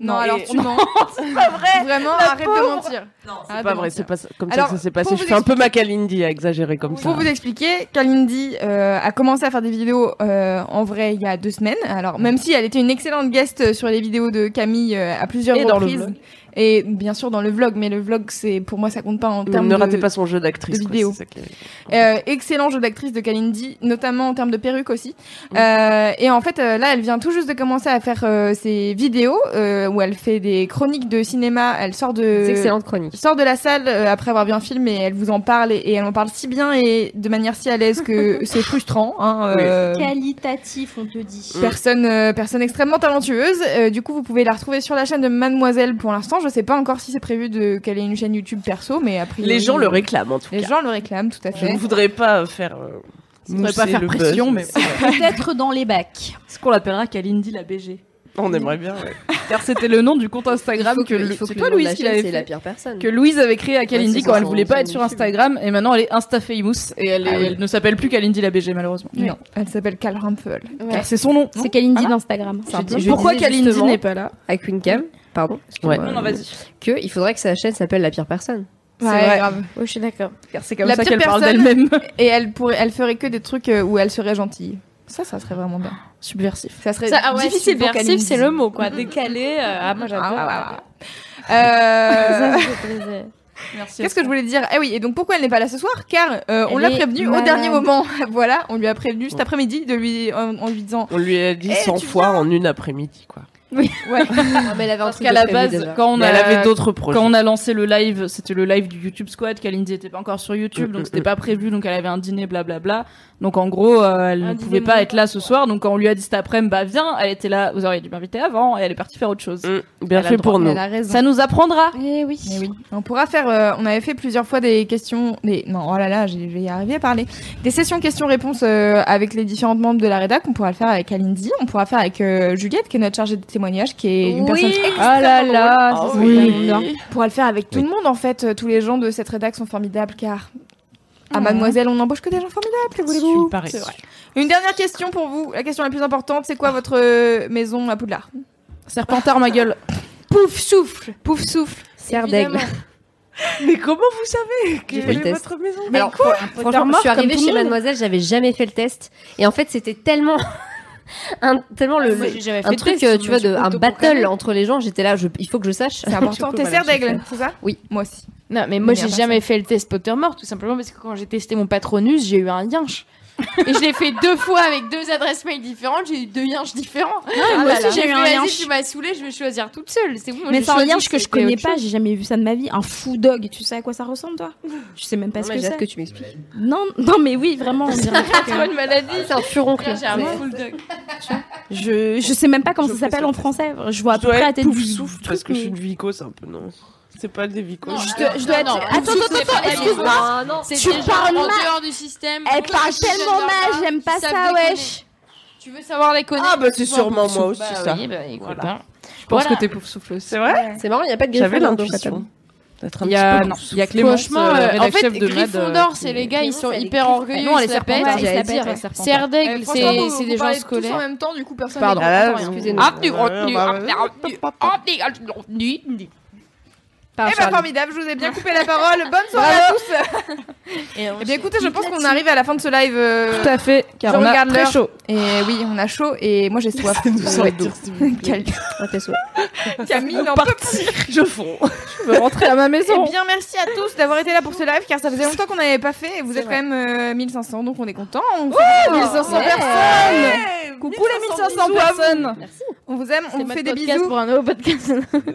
S1: Non, alors
S3: et-
S1: tu mens. c'est pas vrai. Vraiment,
S3: La
S1: arrête
S3: pauvre.
S1: de mentir. Non,
S3: Ah,
S4: C'est pas vrai, c'est pas ça- comme ça
S1: Alors,
S4: que ça s'est
S1: pour
S4: passé.
S1: vous
S4: Je fais un peu ma Kalindi à exagérer comme ça.
S1: Pour vous expliquer, Kalindi euh, a commencé à faire des vidéos euh, en vrai il y a deux semaines. Alors même si elle était une excellente guest euh, sur les vidéos de Camille euh, à plusieurs
S4: Et dans le
S1: reprises,
S4: vlog.
S1: et bien sûr dans le vlog, mais le vlog c'est pour moi ça compte pas en termes
S4: ne
S1: de
S4: ratez pas son jeu d'actrice.
S1: de
S4: quoi,
S1: vidéo.
S4: c'est ça qui est-
S1: Euh, excellent jeu d'actrice de Kalindi, notamment en termes de perruque aussi. Euh, et en fait, euh, là, elle vient tout juste de commencer à faire euh, ses vidéos euh, où elle fait des chroniques de cinéma. Elle sort de
S2: Des excellentes chroniques.
S1: Sort de la salle euh, après avoir vu un film et elle vous en parle et, et elle en parle si bien et de manière si à l'aise que c'est frustrant. Hein, euh,
S6: Qualitatif, on te dit.
S4: Mm.
S1: Personne, euh, personne extrêmement talentueuse. Euh, du coup, vous pouvez la retrouver sur la chaîne de Mademoiselle pour l'instant. Je sais pas encore si c'est prévu de qu'elle ait une chaîne YouTube perso, mais a priori, euh,
S4: Les gens le réclament en tout
S1: Les
S4: cas.
S1: gens le réclament, tout à
S4: Je
S1: fait.
S4: ne voudrais pas faire. euh,
S3: voudrais pas
S4: mousser
S3: faire
S4: le buzz,
S3: pression, mais-
S4: c'est vrai.
S6: Peut-être dans les bacs.
S3: Est-ce qu'on l'appellera Kalindi la BG
S4: On aimerait bien, ouais.
S3: Car c'était le nom du compte Instagram
S2: Il faut
S3: que,
S2: que-
S3: le-
S2: il faut
S3: c'est
S2: que
S3: toi
S2: le nom de
S3: Louise
S2: la
S3: qui
S2: chaîne,
S3: l'avait
S2: c'est
S3: fait.
S2: la pire personne.
S3: Que Louise avait créé à Kalindi
S2: Ouais, c'est
S3: quand elle
S2: son-
S3: voulait
S2: son
S3: pas être sur
S2: YouTube.
S3: Instagram et maintenant elle est Insta Famous et elle, est-
S2: Ah oui.
S3: elle ne s'appelle plus Kalindi la BG malheureusement.
S1: Non, elle s'appelle Cal Rumpel.
S3: Car c'est son nom. Hein
S6: C'est Kalindi d'Instagram.
S2: Je dis- je
S3: Pourquoi
S2: disais
S3: Kalindi
S2: justement
S3: n'est pas là
S2: À Queen Cam, pardon.
S3: Ouais. Non, non, vas-y.
S2: Que il faudrait que sa chaîne s'appelle La pire personne.
S1: Ouais, C'est vrai. grave.
S6: je suis d'accord.
S3: Car c'est
S1: la pire personne, Et elle pourrait, elle ferait que des trucs euh, où elle serait gentille. Ça, ça serait vraiment bien.
S3: Subversif.
S1: Ça serait
S9: Ça, ah ouais,
S1: difficile pour
S9: subversif,
S1: Kalindi.
S9: c'est le mot, quoi.
S1: Mm.
S9: Décalé, euh, ah, moi, j'adore.
S1: Ah, ouais, ouais, ouais. Euh,
S9: Merci.
S1: Qu'est-ce que je voulais dire Eh oui, et donc pourquoi elle n'est pas là ce soir Car euh, on
S9: Elle
S1: l'a
S9: est
S1: prévenue au
S9: malade.
S1: dernier moment. voilà, on lui a prévenu cet après-midi de lui en, en lui disant.
S4: On lui a dit 100 fois en une après-midi, quoi.
S1: Oui. Ouais.
S2: Ah, mais elle avait un
S3: Parce qu'à la base, quand on
S4: Mais
S3: a,
S4: elle avait d'autres projets.
S3: Quand on a lancé le live, c'était le live du YouTube Squad. Kalindi n'était pas encore sur YouTube,
S4: Mm, mm,
S3: donc c'était
S4: mm.
S3: pas prévu. Donc elle avait un dîner, blablabla. Donc en gros, euh, elle
S9: Un
S3: ne
S9: dîner
S3: pouvait pas
S9: mondain,
S3: être là ce soir. Donc quand on lui a dit cet après-midi, bah viens, elle était là. Vous auriez dû m'inviter avant. Et elle est partie faire autre chose.
S4: Mm, bien
S3: Elle a
S4: fait
S3: le droit.
S4: pour nous.
S1: Elle a raison.
S3: Ça nous apprendra.
S6: Eh oui.
S1: Mais oui. On pourra faire. euh, on avait fait plusieurs fois des questions. Des... Non, oh là là, j'ai- je vais y arriver à parler. Des sessions questions-réponses euh, avec les différentes membres de la rédac. On pourra le faire avec Alindy. On pourra faire avec euh, Juliette, qui est notre chargée de témoignage, qui est une
S9: Oui.
S1: personne.
S9: Oh
S1: Ah
S9: là là, ça, c'est tellement bien.
S1: On pourra le faire avec tout le monde en fait. Euh, Tous les gens de cette rédac sont formidables car. À Mademoiselle, on n'embauche que des gens formidables, que voulez-vous
S4: parais.
S1: C'est vrai. Une dernière question pour vous, la question la plus importante, c'est quoi votre euh, maison à Poudlard
S3: Serpentard, ma gueule.
S1: Pouf souffle, pouf souffle.
S2: Serre d'aigle.
S1: Évidemment.
S4: Mais comment vous savez
S2: J'ai fait le test.
S4: maison
S2: Mais Alors, quoi Franchement, je suis arrivée chez
S4: Mademoiselle.
S2: Mademoiselle, j'avais jamais fait le test. Et en fait, c'était tellement. Un, tellement le,
S9: Moi,
S2: le-
S9: j'ai jamais fait
S2: un
S9: le
S2: truc
S9: test,
S2: euh,
S9: mais
S2: tu vois
S9: tu
S2: de
S9: peux
S2: un
S9: t'autoproclamer.
S2: battle entre les gens j'étais là je- il faut que je sache
S1: C'est important. T'es serre d'aigle, c'est ça
S2: Oui.
S1: Moi aussi.
S9: Non, mais moi,
S1: Mais à
S9: j'ai
S1: part
S9: jamais fait le test Pottermore, tout simplement parce que quand j'ai testé mon patronus, j'ai eu un yinche. Et je l'ai fait deux fois avec deux adresses mail différentes, j'ai eu deux yinches différents.
S6: Ah,
S9: moi
S6: là, là.
S9: aussi, j'ai eu un
S6: yinche.
S9: Tu m'as saoulée, je vais choisir toute seule. C'est bon,
S6: Mais
S9: j'ai
S6: c'est un
S9: choisi,
S6: lien que je
S9: c'était
S6: connais
S9: autre
S6: pas,
S9: chose.
S6: j'ai jamais vu ça de ma vie. Un fou dog, tu sais à quoi ça ressemble toi Je sais même pas ce
S2: mais
S6: que
S2: j'ai
S6: c'est.
S2: hâte que tu m'expliques.
S6: Non, non mais oui, vraiment, on dirait un truc,
S9: Trop
S6: hein.
S9: de maladie.
S3: Ah,
S2: C'est un furoncle.
S9: J'ai un
S2: Mais-
S9: full dog.
S6: Je je sais même pas comment ça s'appelle en français. Je vois à peu près la tête
S4: pouf
S6: du
S4: souffle
S6: truc,
S4: parce que je suis
S6: mais-
S4: une Vico, c'est un peu non. C'est pas des Vico.
S6: Je dois- je dois être.
S9: non,
S6: Attends,
S9: non,
S6: attends,
S9: c'est pas
S6: attends,
S9: la
S6: excuse-moi.
S9: Non, non, c'est
S6: Tu
S9: des gens
S6: parles
S9: en
S6: mal.
S9: dehors du système.
S6: Elle
S9: qui
S6: parle
S9: savent pas,
S6: tellement mal, j'aime pas
S9: qui savent
S6: ça,
S9: déconner.
S6: wesh.
S9: Tu veux savoir les connaître
S4: Ah, bah, c'est
S9: Bon,
S4: sûrement
S9: pouf
S4: moi
S9: souffle,
S4: aussi,
S9: bah
S4: ça.
S9: Oui, bah écoute.
S4: Voilà.
S9: hein.
S3: Je pense
S9: Voilà.
S3: que t'es pouf souffle aussi.
S4: C'est vrai
S2: C'est marrant, il n'y a pas de
S4: J'avais
S2: Gryffondor dans
S4: l'intuition. d'être un
S3: Il y a,
S4: petit peu
S3: non,
S4: pouf
S3: il y a
S4: souffle.
S3: Clémence,
S9: Franchement,
S3: euh,
S9: euh, en
S3: rédac
S9: fait,
S3: chef de Mad, euh,
S9: Gryffondor, c'est les gars, ils sont
S2: elle est
S9: hyper
S2: Gryffondor.
S9: orgueilleux,
S2: Non,
S9: ils
S2: elle est
S9: s'appellent.
S2: serpentard,
S9: ils
S2: j'allais
S9: s'appellent.
S2: dire, elle est serpentard.
S9: Serdaigle,
S3: Euh,
S1: Eh, franchement,
S9: c'est
S1: vous-
S9: c'est
S1: vous
S9: des gens
S1: parlez tous en
S9: scolaires.
S1: même temps, du coup, personne
S3: Pardon.
S1: n'est hein.
S4: Ah là,
S1: content, rien.
S2: Excusez-nous.
S9: Hop,
S3: Euh,
S9: retenu, hop,
S1: ah,
S4: bah,
S9: retenu, hop, retenu,
S3: bah,
S9: retenu.
S2: Pardon,
S1: Eh ben
S2: Charlie.
S1: formidable, je vous ai bien coupé la parole. Bonne soirée à tous. Eh bien écoutez, je pense qu'on arrive à la fin de ce live. euh,
S3: Tout à fait, car
S1: je
S3: on a
S1: regarde
S3: très
S1: l'heure.
S3: chaud.
S1: Et oui, on a chaud et moi j'ai soif.
S4: Sans le dire, s'il vous plaît.
S1: Quel-
S2: Ah, tes souhaits.
S1: Camille n'en peut plus.
S4: Je fonds.
S3: Je veux rentrer à ma maison.
S1: Eh bien merci à tous d'avoir été là pour ce live car ça faisait longtemps qu'on n'avait pas fait et vous êtes quand même euh, 1500 donc on est content. On, vous-
S3: 1500 personnes. Coucou les 1500 personnes.
S1: on vous aime, on vous fait des
S9: podcast
S1: bisous.
S9: pour un nouveau podcast.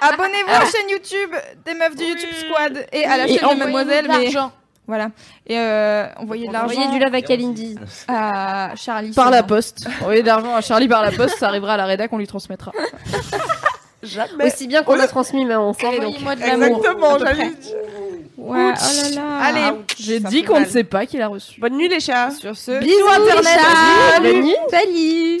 S1: Abonnez-vous
S3: Ah.
S1: à la chaîne YouTube des meufs du YouTube Squad et à la
S9: Et
S1: chaîne de
S9: envoyez-nous
S1: Mademoiselle.
S9: de
S1: Mais...
S9: l'argent.
S1: Voilà. Et euh, envoyez de l'argent
S2: Envoyez du lave à Kalindi.
S1: à Charlie.
S3: Par la
S1: seulement.
S3: poste. Envoyez de l'argent à Charlie par la poste, ça arrivera à la rédac, on lui transmettra.
S4: Jamais.
S2: Aussi bien qu'on a transmis, mais on savait donc.
S9: Envoyez-moi de l'amour.
S4: Exactement, j'allais dire.
S1: Ouais, oh là là. Allez,
S3: J'ai
S1: Ça
S3: dit
S1: fait
S3: qu'on ne
S1: mal.
S3: sait pas qu'il a reçu.
S4: Bonne nuit les chats.
S1: sur ce.
S2: Bisous, Internet. Bonne nuit.
S1: Salut.